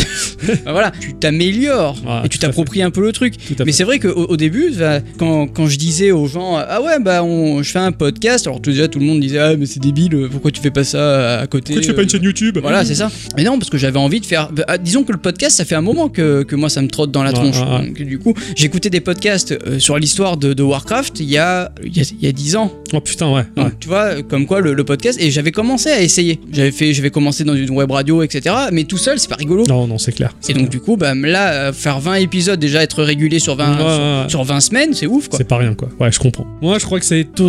[SPEAKER 1] Bah voilà, tu t'améliores
[SPEAKER 2] Ouais,
[SPEAKER 1] et tu
[SPEAKER 2] tout à
[SPEAKER 1] t'appropries un peu le truc.
[SPEAKER 2] Tout à
[SPEAKER 1] Mais
[SPEAKER 2] fait.
[SPEAKER 1] c'est vrai qu'au au début, ça, quand, quand je disais aux gens Ah ouais, bah on, je fais un podcast, alors tout, déjà tout le monde disait Ah, mais c'est débile, pourquoi tu fais pas ça à côté
[SPEAKER 2] Pourquoi tu fais pas une
[SPEAKER 1] euh,
[SPEAKER 2] chaîne YouTube
[SPEAKER 1] Voilà, c'est ça. Mais non, parce que j'avais envie de faire. bah, ah, disons que le podcast, ça fait un moment que, que moi, ça me trotte dans la
[SPEAKER 2] Ouais,
[SPEAKER 1] tronche.
[SPEAKER 2] ouais, ouais.
[SPEAKER 1] Donc, du coup, j'écoutais des podcasts euh, sur l'histoire de, de Warcraft il y a, il y a, il y a 10 ans.
[SPEAKER 2] Oh putain, ouais.
[SPEAKER 1] Donc,
[SPEAKER 2] ouais.
[SPEAKER 1] tu vois, comme quoi le, le podcast. Et j'avais commencé à essayer. J'avais fait, j'avais commencé dans une web radio, etc. Mais tout seul, c'est pas rigolo.
[SPEAKER 2] Non, non, c'est clair.
[SPEAKER 1] Et donc, du coup, bah, là, euh, faire 20 épisodes, déjà être régulé sur 20,
[SPEAKER 2] Ouais,
[SPEAKER 1] sur-
[SPEAKER 2] ouais, ouais.
[SPEAKER 1] sur 20 semaines, c'est ouf, quoi.
[SPEAKER 2] C'est pas rien quoi. Ouais, je comprends. Moi, je crois que c'est aux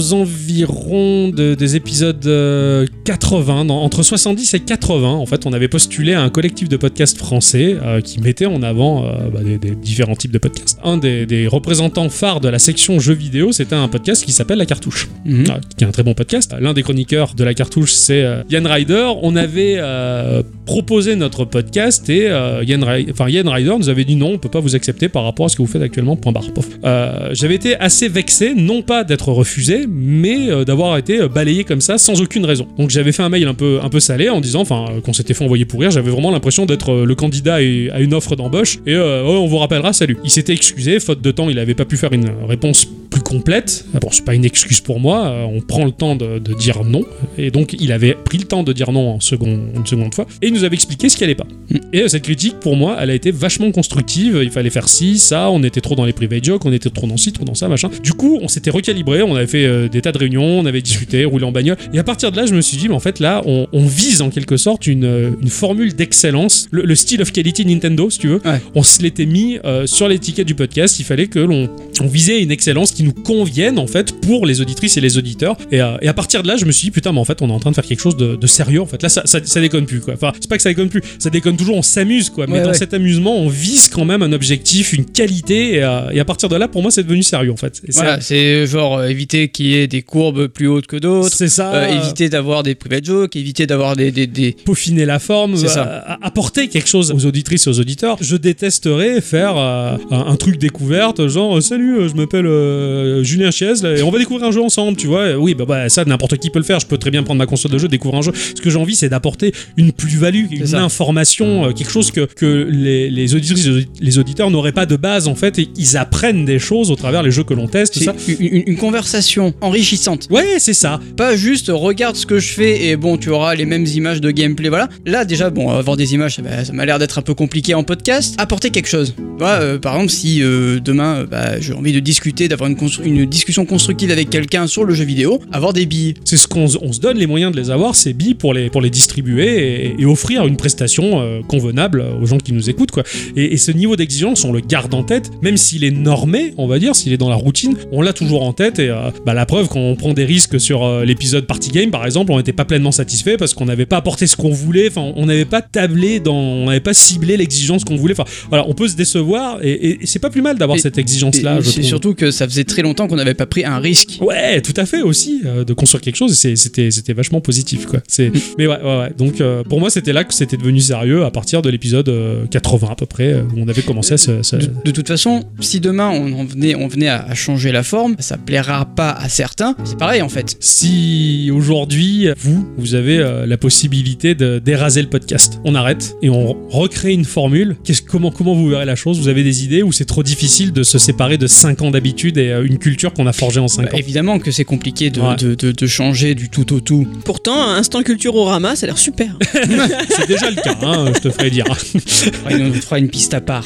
[SPEAKER 2] environs de- des épisodes euh, 80, non, entre 70 et 80. En fait, on avait postulé à un collectif de podcasts français euh, qui mettait en avant euh, bah, des, des différents types de podcasts. Un des, des représentants phares de la section jeux vidéo, c'était un podcast qui s'appelle La Cartouche,
[SPEAKER 1] Mhm.
[SPEAKER 2] euh, qui est un très bon podcast. L'un des chroniqueurs de La Cartouche, c'est euh, Yann Ryder. On avait euh, proposé notre podcast et euh, Yann, Ry- enfin, Yann Ryder nous avait dit non, on peut pas vous accepter par rapport à ce que vous faites actuellement. Point barre. Pof. Euh, J'avais été assez vexé, non pas d'être refusé, mais euh, d'avoir été euh, balayé comme ça sans aucune raison. Donc j'avais fait un mail un peu, un peu salé en disant, enfin, euh, qu'on s'était fait envoyer pourrir, j'avais vraiment l'impression d'être euh, le candidat et- à une offre d'embauche et euh, Ouais, on vous rappellera, salut. Il s'était excusé, faute de temps, il avait pas pu faire une euh, réponse plus complète. Ah Bon, c'est pas une excuse pour moi, euh, on prend le temps de, de dire non. Et donc, il avait pris le temps de dire non en second, une seconde fois et il nous avait expliqué ce qui allait pas. Et euh, cette critique, pour moi, elle a été vachement constructive. Il fallait faire ci, ça, on était trop dans les private jokes, on était trop dans ci, trop dans ça, machin. Du coup, on s'était recalibré, on avait fait euh, des tas de réunions, on avait discuté, roulé en bagnole. Et à partir de là, je me suis dit, mais en fait, là, on, on vise en quelque sorte une, euh, une formule d'excellence, le, le style of quality Nintendo, si tu veux.
[SPEAKER 1] Ouais.
[SPEAKER 2] On se l'était mis euh, sur l'étiquette du podcast. Il fallait que l'on on visait une excellence qui nous conviennent en fait pour les auditrices et les auditeurs. Et, euh, et à partir de là, je me suis dit putain, mais en fait, on est en train de faire quelque chose de, de sérieux. En fait, là, ça, ça, ça déconne plus quoi. Enfin, c'est pas que ça déconne plus, ça déconne toujours. On s'amuse quoi. Mais
[SPEAKER 1] Ouais,
[SPEAKER 2] dans
[SPEAKER 1] ouais.
[SPEAKER 2] cet amusement, on vise quand même un objectif, une qualité. Et, euh, et à partir de là, pour moi, c'est devenu sérieux en fait. Et c'est-
[SPEAKER 1] Voilà, c'est genre euh, éviter qu'il y ait des courbes plus hautes que d'autres,
[SPEAKER 2] C'est ça.
[SPEAKER 1] euh, éviter d'avoir des private jokes, éviter d'avoir des, des, des-
[SPEAKER 2] peaufiner la forme,
[SPEAKER 1] C'est
[SPEAKER 2] euh,
[SPEAKER 1] ça.
[SPEAKER 2] a- apporter quelque chose aux auditrices et aux auditeurs. Je détesterais faire euh, un, un truc découverte, genre euh, salut, euh, je m'appelle euh, Julien Chiez là, et on va découvrir un jeu ensemble, tu vois. Et Oui, bah, bah, ça n'importe qui peut le faire. Je peux très bien prendre ma console de jeu, découvrir un jeu. Ce que j'ai envie, c'est d'apporter une plus-value, une
[SPEAKER 1] ça.
[SPEAKER 2] information, euh, quelque chose que, que les, les auditrices, et les auditeurs n'auraient pas de base en fait. Et ils apprennent des choses au travers les jeux que l'on teste.
[SPEAKER 1] c'est
[SPEAKER 2] Ça.
[SPEAKER 1] une, une- une conversation enrichissante.
[SPEAKER 2] Ouais, c'est ça.
[SPEAKER 1] Pas juste euh, regarde ce que je fais et bon, tu auras les mêmes images de gameplay. Voilà. Là, déjà, bon, avoir des images, ça, va- ça m'a l'air d'être un peu compliqué en podcast. Apporter quelque chose. Voilà, euh, par exemple, si euh, demain euh, bah, j'ai envie de discuter, d'avoir une, constru- une discussion constructive avec quelqu'un sur le jeu vidéo, avoir des billes.
[SPEAKER 2] C'est ce qu'on se- on se donne les moyens de les avoir, ces billes, pour les, pour les distribuer et, et offrir une prestation euh, convenable aux gens qui nous écoutent. Quoi. Et, et ce niveau d'exigence, on le garde en tête, même s'il est normé, on va dire, s'il est dans la routine, on l'a toujours en tête. Et euh, bah, la preuve, quand on prend des risques sur euh, l'épisode Party Game, par exemple, on n'était pas pleinement satisfait parce qu'on n'avait pas apporté ce qu'on voulait, enfin, on n'avait pas tablé, dans, on n'avait pas ciblé l'exigence qu'on voulait. Enfin, voilà, on peut se décevoir et, et- et c'est pas plus mal d'avoir
[SPEAKER 1] Et-
[SPEAKER 2] cette
[SPEAKER 1] Et
[SPEAKER 2] exigence-là, je
[SPEAKER 1] C'est
[SPEAKER 2] trouve.
[SPEAKER 1] surtout que ça faisait très longtemps qu'on n'avait pas pris un risque.
[SPEAKER 2] Ouais, tout à fait aussi, euh, de construire quelque chose, c'est- c'était c'était vachement positif quoi. C'est mais ouais, ouais, ouais. Donc euh, pour moi, c'était là que c'était devenu sérieux à partir de l'épisode euh, 80 à peu près euh, où on avait commencé à se, se-
[SPEAKER 1] De, de toute façon, si demain on en venait, on venait à, à changer la forme, ça plaira pas à certains. C'est pareil en fait.
[SPEAKER 2] si aujourd'hui vous vous avez euh, la possibilité de déraser le podcast, on arrête et on recrée une formule. Qu'est-ce comment comment vous verrez la chose Vous avez des idées ou c'est trop difficile de se séparer de 5 ans d'habitude et euh, une culture qu'on a forgée en 5
[SPEAKER 1] Bah,
[SPEAKER 2] ans
[SPEAKER 1] évidemment que c'est compliqué de,
[SPEAKER 2] Ouais.
[SPEAKER 1] de- de- de changer du tout au tout.
[SPEAKER 3] Pourtant, un instant culture au Rama, ça a
[SPEAKER 1] <laughs>
[SPEAKER 3] l'air super.
[SPEAKER 2] C'est déjà le cas, hein, je te ferai dire.
[SPEAKER 1] Après, on fera une piste à part.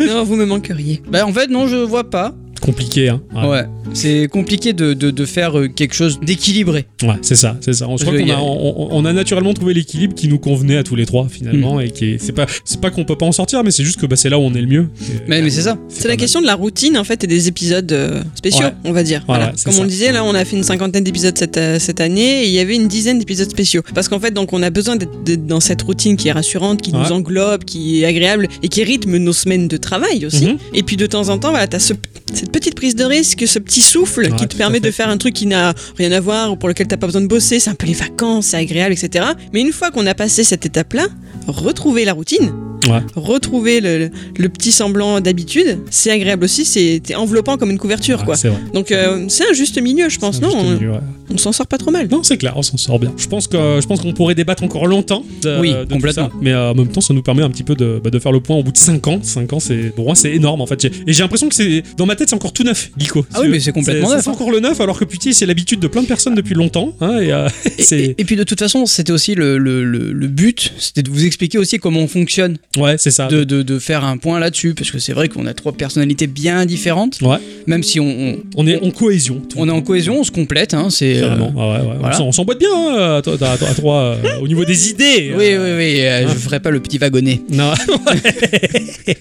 [SPEAKER 3] non, vous me manqueriez.
[SPEAKER 1] Bah en fait non, je vois pas.
[SPEAKER 2] <laughs> Compliqué hein. Ouais.
[SPEAKER 1] Ouais. C'est compliqué de, de- de faire euh, quelque chose d'équilibré.
[SPEAKER 2] Ouais, c'est ça, c'est ça. On, je
[SPEAKER 1] Parce que
[SPEAKER 2] crois qu'on
[SPEAKER 1] y
[SPEAKER 2] a,
[SPEAKER 1] a-
[SPEAKER 2] on, on a naturellement trouvé l'équilibre qui nous convenait à tous les trois finalement
[SPEAKER 1] Mhm.
[SPEAKER 2] et qui est- c'est pas c'est pas qu'on peut pas en sortir, mais c'est juste que bah, c'est là où on est le mieux. Et- euh,
[SPEAKER 1] Mais, mais c'est ça.
[SPEAKER 3] C'est la
[SPEAKER 2] pas
[SPEAKER 3] question de la routine en fait et des épisodes euh, spéciaux,
[SPEAKER 2] Ouais.
[SPEAKER 3] on va dire.
[SPEAKER 2] Voilà,
[SPEAKER 3] Voilà.
[SPEAKER 2] c'est
[SPEAKER 3] Comme
[SPEAKER 2] ça.
[SPEAKER 3] on le disait, là, on a fait une cinquantaine d'épisodes cette, euh, cette année et il y avait une dizaine d'épisodes spéciaux. Parce qu'en fait, donc, on a besoin d'être d'être dans cette routine qui est rassurante, qui
[SPEAKER 2] Ouais.
[SPEAKER 3] nous englobe, qui est agréable et qui rythme nos semaines de travail aussi.
[SPEAKER 2] Mhm.
[SPEAKER 3] Et puis de temps en temps, voilà, t'as ce- cette petite prise de risque, ce petit souffle
[SPEAKER 2] Ouais,
[SPEAKER 3] qui te
[SPEAKER 2] tout à
[SPEAKER 3] permet de
[SPEAKER 2] fait.
[SPEAKER 3] faire un truc qui n'a rien à voir ou pour lequel t'as pas besoin de bosser. C'est un peu les vacances, c'est agréable, etc. Mais une fois qu'on a passé cette étape-là, retrouver la routine,
[SPEAKER 2] Ouais.
[SPEAKER 3] retrouver le, le- le petit semblant d'habitude, c'est agréable aussi. C'est t'es enveloppant comme une couverture,
[SPEAKER 2] Ouais,
[SPEAKER 3] quoi.
[SPEAKER 2] Ah, C'est vrai.
[SPEAKER 3] Donc euh, c'est un juste milieu, je pense.
[SPEAKER 2] C'est un
[SPEAKER 3] Non,
[SPEAKER 2] juste
[SPEAKER 3] on,
[SPEAKER 2] milieu, ouais.
[SPEAKER 3] on s'en sort pas trop mal.
[SPEAKER 2] Non, c'est clair, on s'en sort bien. Je pense que je pense qu'on pourrait débattre encore longtemps. de-
[SPEAKER 1] Oui,
[SPEAKER 2] de tout
[SPEAKER 1] complètement.
[SPEAKER 2] ça. Mais euh, en même temps, ça nous permet un petit peu de, bah, de faire le point au bout de 5 ans. 5 ans, c'est pour moi, c'est énorme en fait. J'ai- Et j'ai l'impression que c'est dans ma tête, c'est encore tout neuf, Guico.
[SPEAKER 1] Ah oui, mais c'est complètement neuf,
[SPEAKER 2] C'est
[SPEAKER 1] hein.
[SPEAKER 2] encore le neuf, alors que putain, c'est l'habitude de plein de personnes depuis longtemps. hein, et euh,
[SPEAKER 1] Et,
[SPEAKER 2] <laughs> c'est
[SPEAKER 1] et- et puis de toute façon, c'était aussi le, le- le- le but, c'était de vous expliquer aussi comment on fonctionne,
[SPEAKER 2] ouais, c'est ça.
[SPEAKER 1] de, de- de faire un point là-dessus, parce que c'est vrai qu'on a trois personnalités bien différentes,
[SPEAKER 2] Ouais.
[SPEAKER 1] même si on, on-
[SPEAKER 2] On est en cohésion. tout
[SPEAKER 1] on est en cohésion, on se complète. hein, c'est euh,
[SPEAKER 2] Carrément. Ah ouais, ouais. On
[SPEAKER 1] voilà.
[SPEAKER 2] s'en- On s'emboîte bien hein, à, toi- à- à- à trois euh, au niveau des idées.
[SPEAKER 1] Oui,
[SPEAKER 2] euh,
[SPEAKER 1] oui, oui, euh, je ferai pas le petit wagonnet.
[SPEAKER 2] Non. <laughs>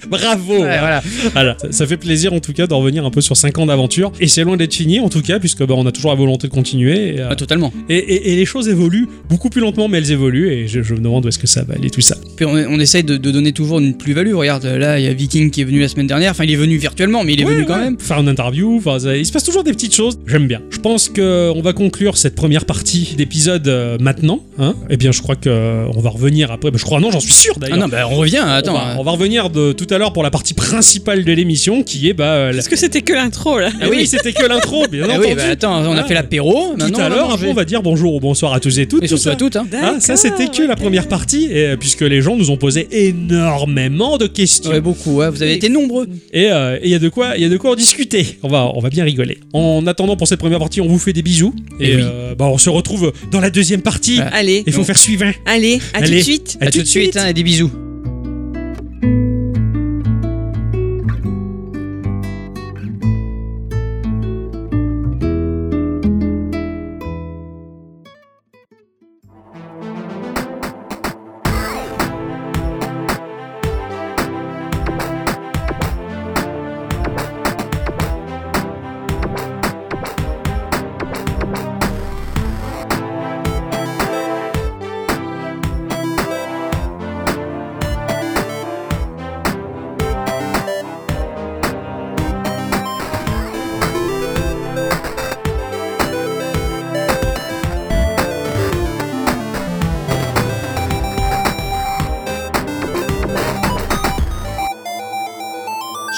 [SPEAKER 2] Bravo.
[SPEAKER 1] Ouais, voilà.
[SPEAKER 2] Voilà. Ça, ça fait plaisir en tout cas de revenir un peu sur 5 ans d'aventure. Et c'est loin d'être fini en tout cas, puisque bah, on a toujours la volonté de continuer. Et, euh,
[SPEAKER 1] Ah, totalement.
[SPEAKER 2] et- et- et les choses évoluent beaucoup plus lentement, mais elles évoluent. Et je, je me demande où est-ce que ça va aller tout ça.
[SPEAKER 1] Puis on, on essaye de, de donner toujours une plus-value. Regarde, là, il y a Viking qui est venu la semaine dernière. Enfin, il est venu virtuellement, mais il est
[SPEAKER 2] Ouais,
[SPEAKER 1] venu quand
[SPEAKER 2] ouais.
[SPEAKER 1] même.
[SPEAKER 2] Faire une interview, enfin, ça- il se passe toujours des petites choses. J'aime bien. Je pense que on va conclure cette première partie d'épisode euh, maintenant. Hein eh bien, je crois que euh, on va revenir après. Bah, je crois, non, j'en suis sûr d'ailleurs.
[SPEAKER 1] Ah non, bah on revient, attends.
[SPEAKER 2] On va, on va revenir de, tout à l'heure pour la partie principale de l'émission qui est bah. euh, la-
[SPEAKER 3] Parce que c'était que l'intro là.
[SPEAKER 1] Ah
[SPEAKER 2] Eh
[SPEAKER 1] oui.
[SPEAKER 2] c'était
[SPEAKER 1] <laughs>
[SPEAKER 2] que l'intro, bien
[SPEAKER 1] Ah
[SPEAKER 2] entendu.
[SPEAKER 1] oui, bah attends, on a
[SPEAKER 2] Ah.
[SPEAKER 1] fait l'apéro.
[SPEAKER 2] tout
[SPEAKER 1] maintenant,
[SPEAKER 2] à
[SPEAKER 1] on va
[SPEAKER 2] l'heure,
[SPEAKER 1] manger.
[SPEAKER 2] après, on va dire bonjour ou bonsoir à tous et toutes.
[SPEAKER 1] Et
[SPEAKER 2] tout
[SPEAKER 1] surtout à
[SPEAKER 2] ça.
[SPEAKER 1] toutes, hein.
[SPEAKER 2] Ah, ça, c'était que la première partie, et, euh, puisque les gens nous ont posé énormément de questions.
[SPEAKER 1] Ouais, beaucoup, ouais, vous avez été nombreux.
[SPEAKER 2] Et euh, et il y a de quoi, il y a de quoi en discuter. On va, on va bien rigoler. En attendant pour cette première partie, on vous fait des bisous et,
[SPEAKER 1] Et Eh oui.
[SPEAKER 2] euh, bah, on se retrouve dans la deuxième partie.
[SPEAKER 1] Ah.
[SPEAKER 3] Allez,
[SPEAKER 2] Il faut
[SPEAKER 1] Non.
[SPEAKER 2] faire hein. suivant.
[SPEAKER 3] allez, à tout
[SPEAKER 2] Allez.
[SPEAKER 3] de suite.
[SPEAKER 1] À, tout de suite, hein, et des bisous.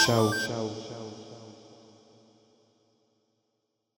[SPEAKER 4] Ciao. Ciao.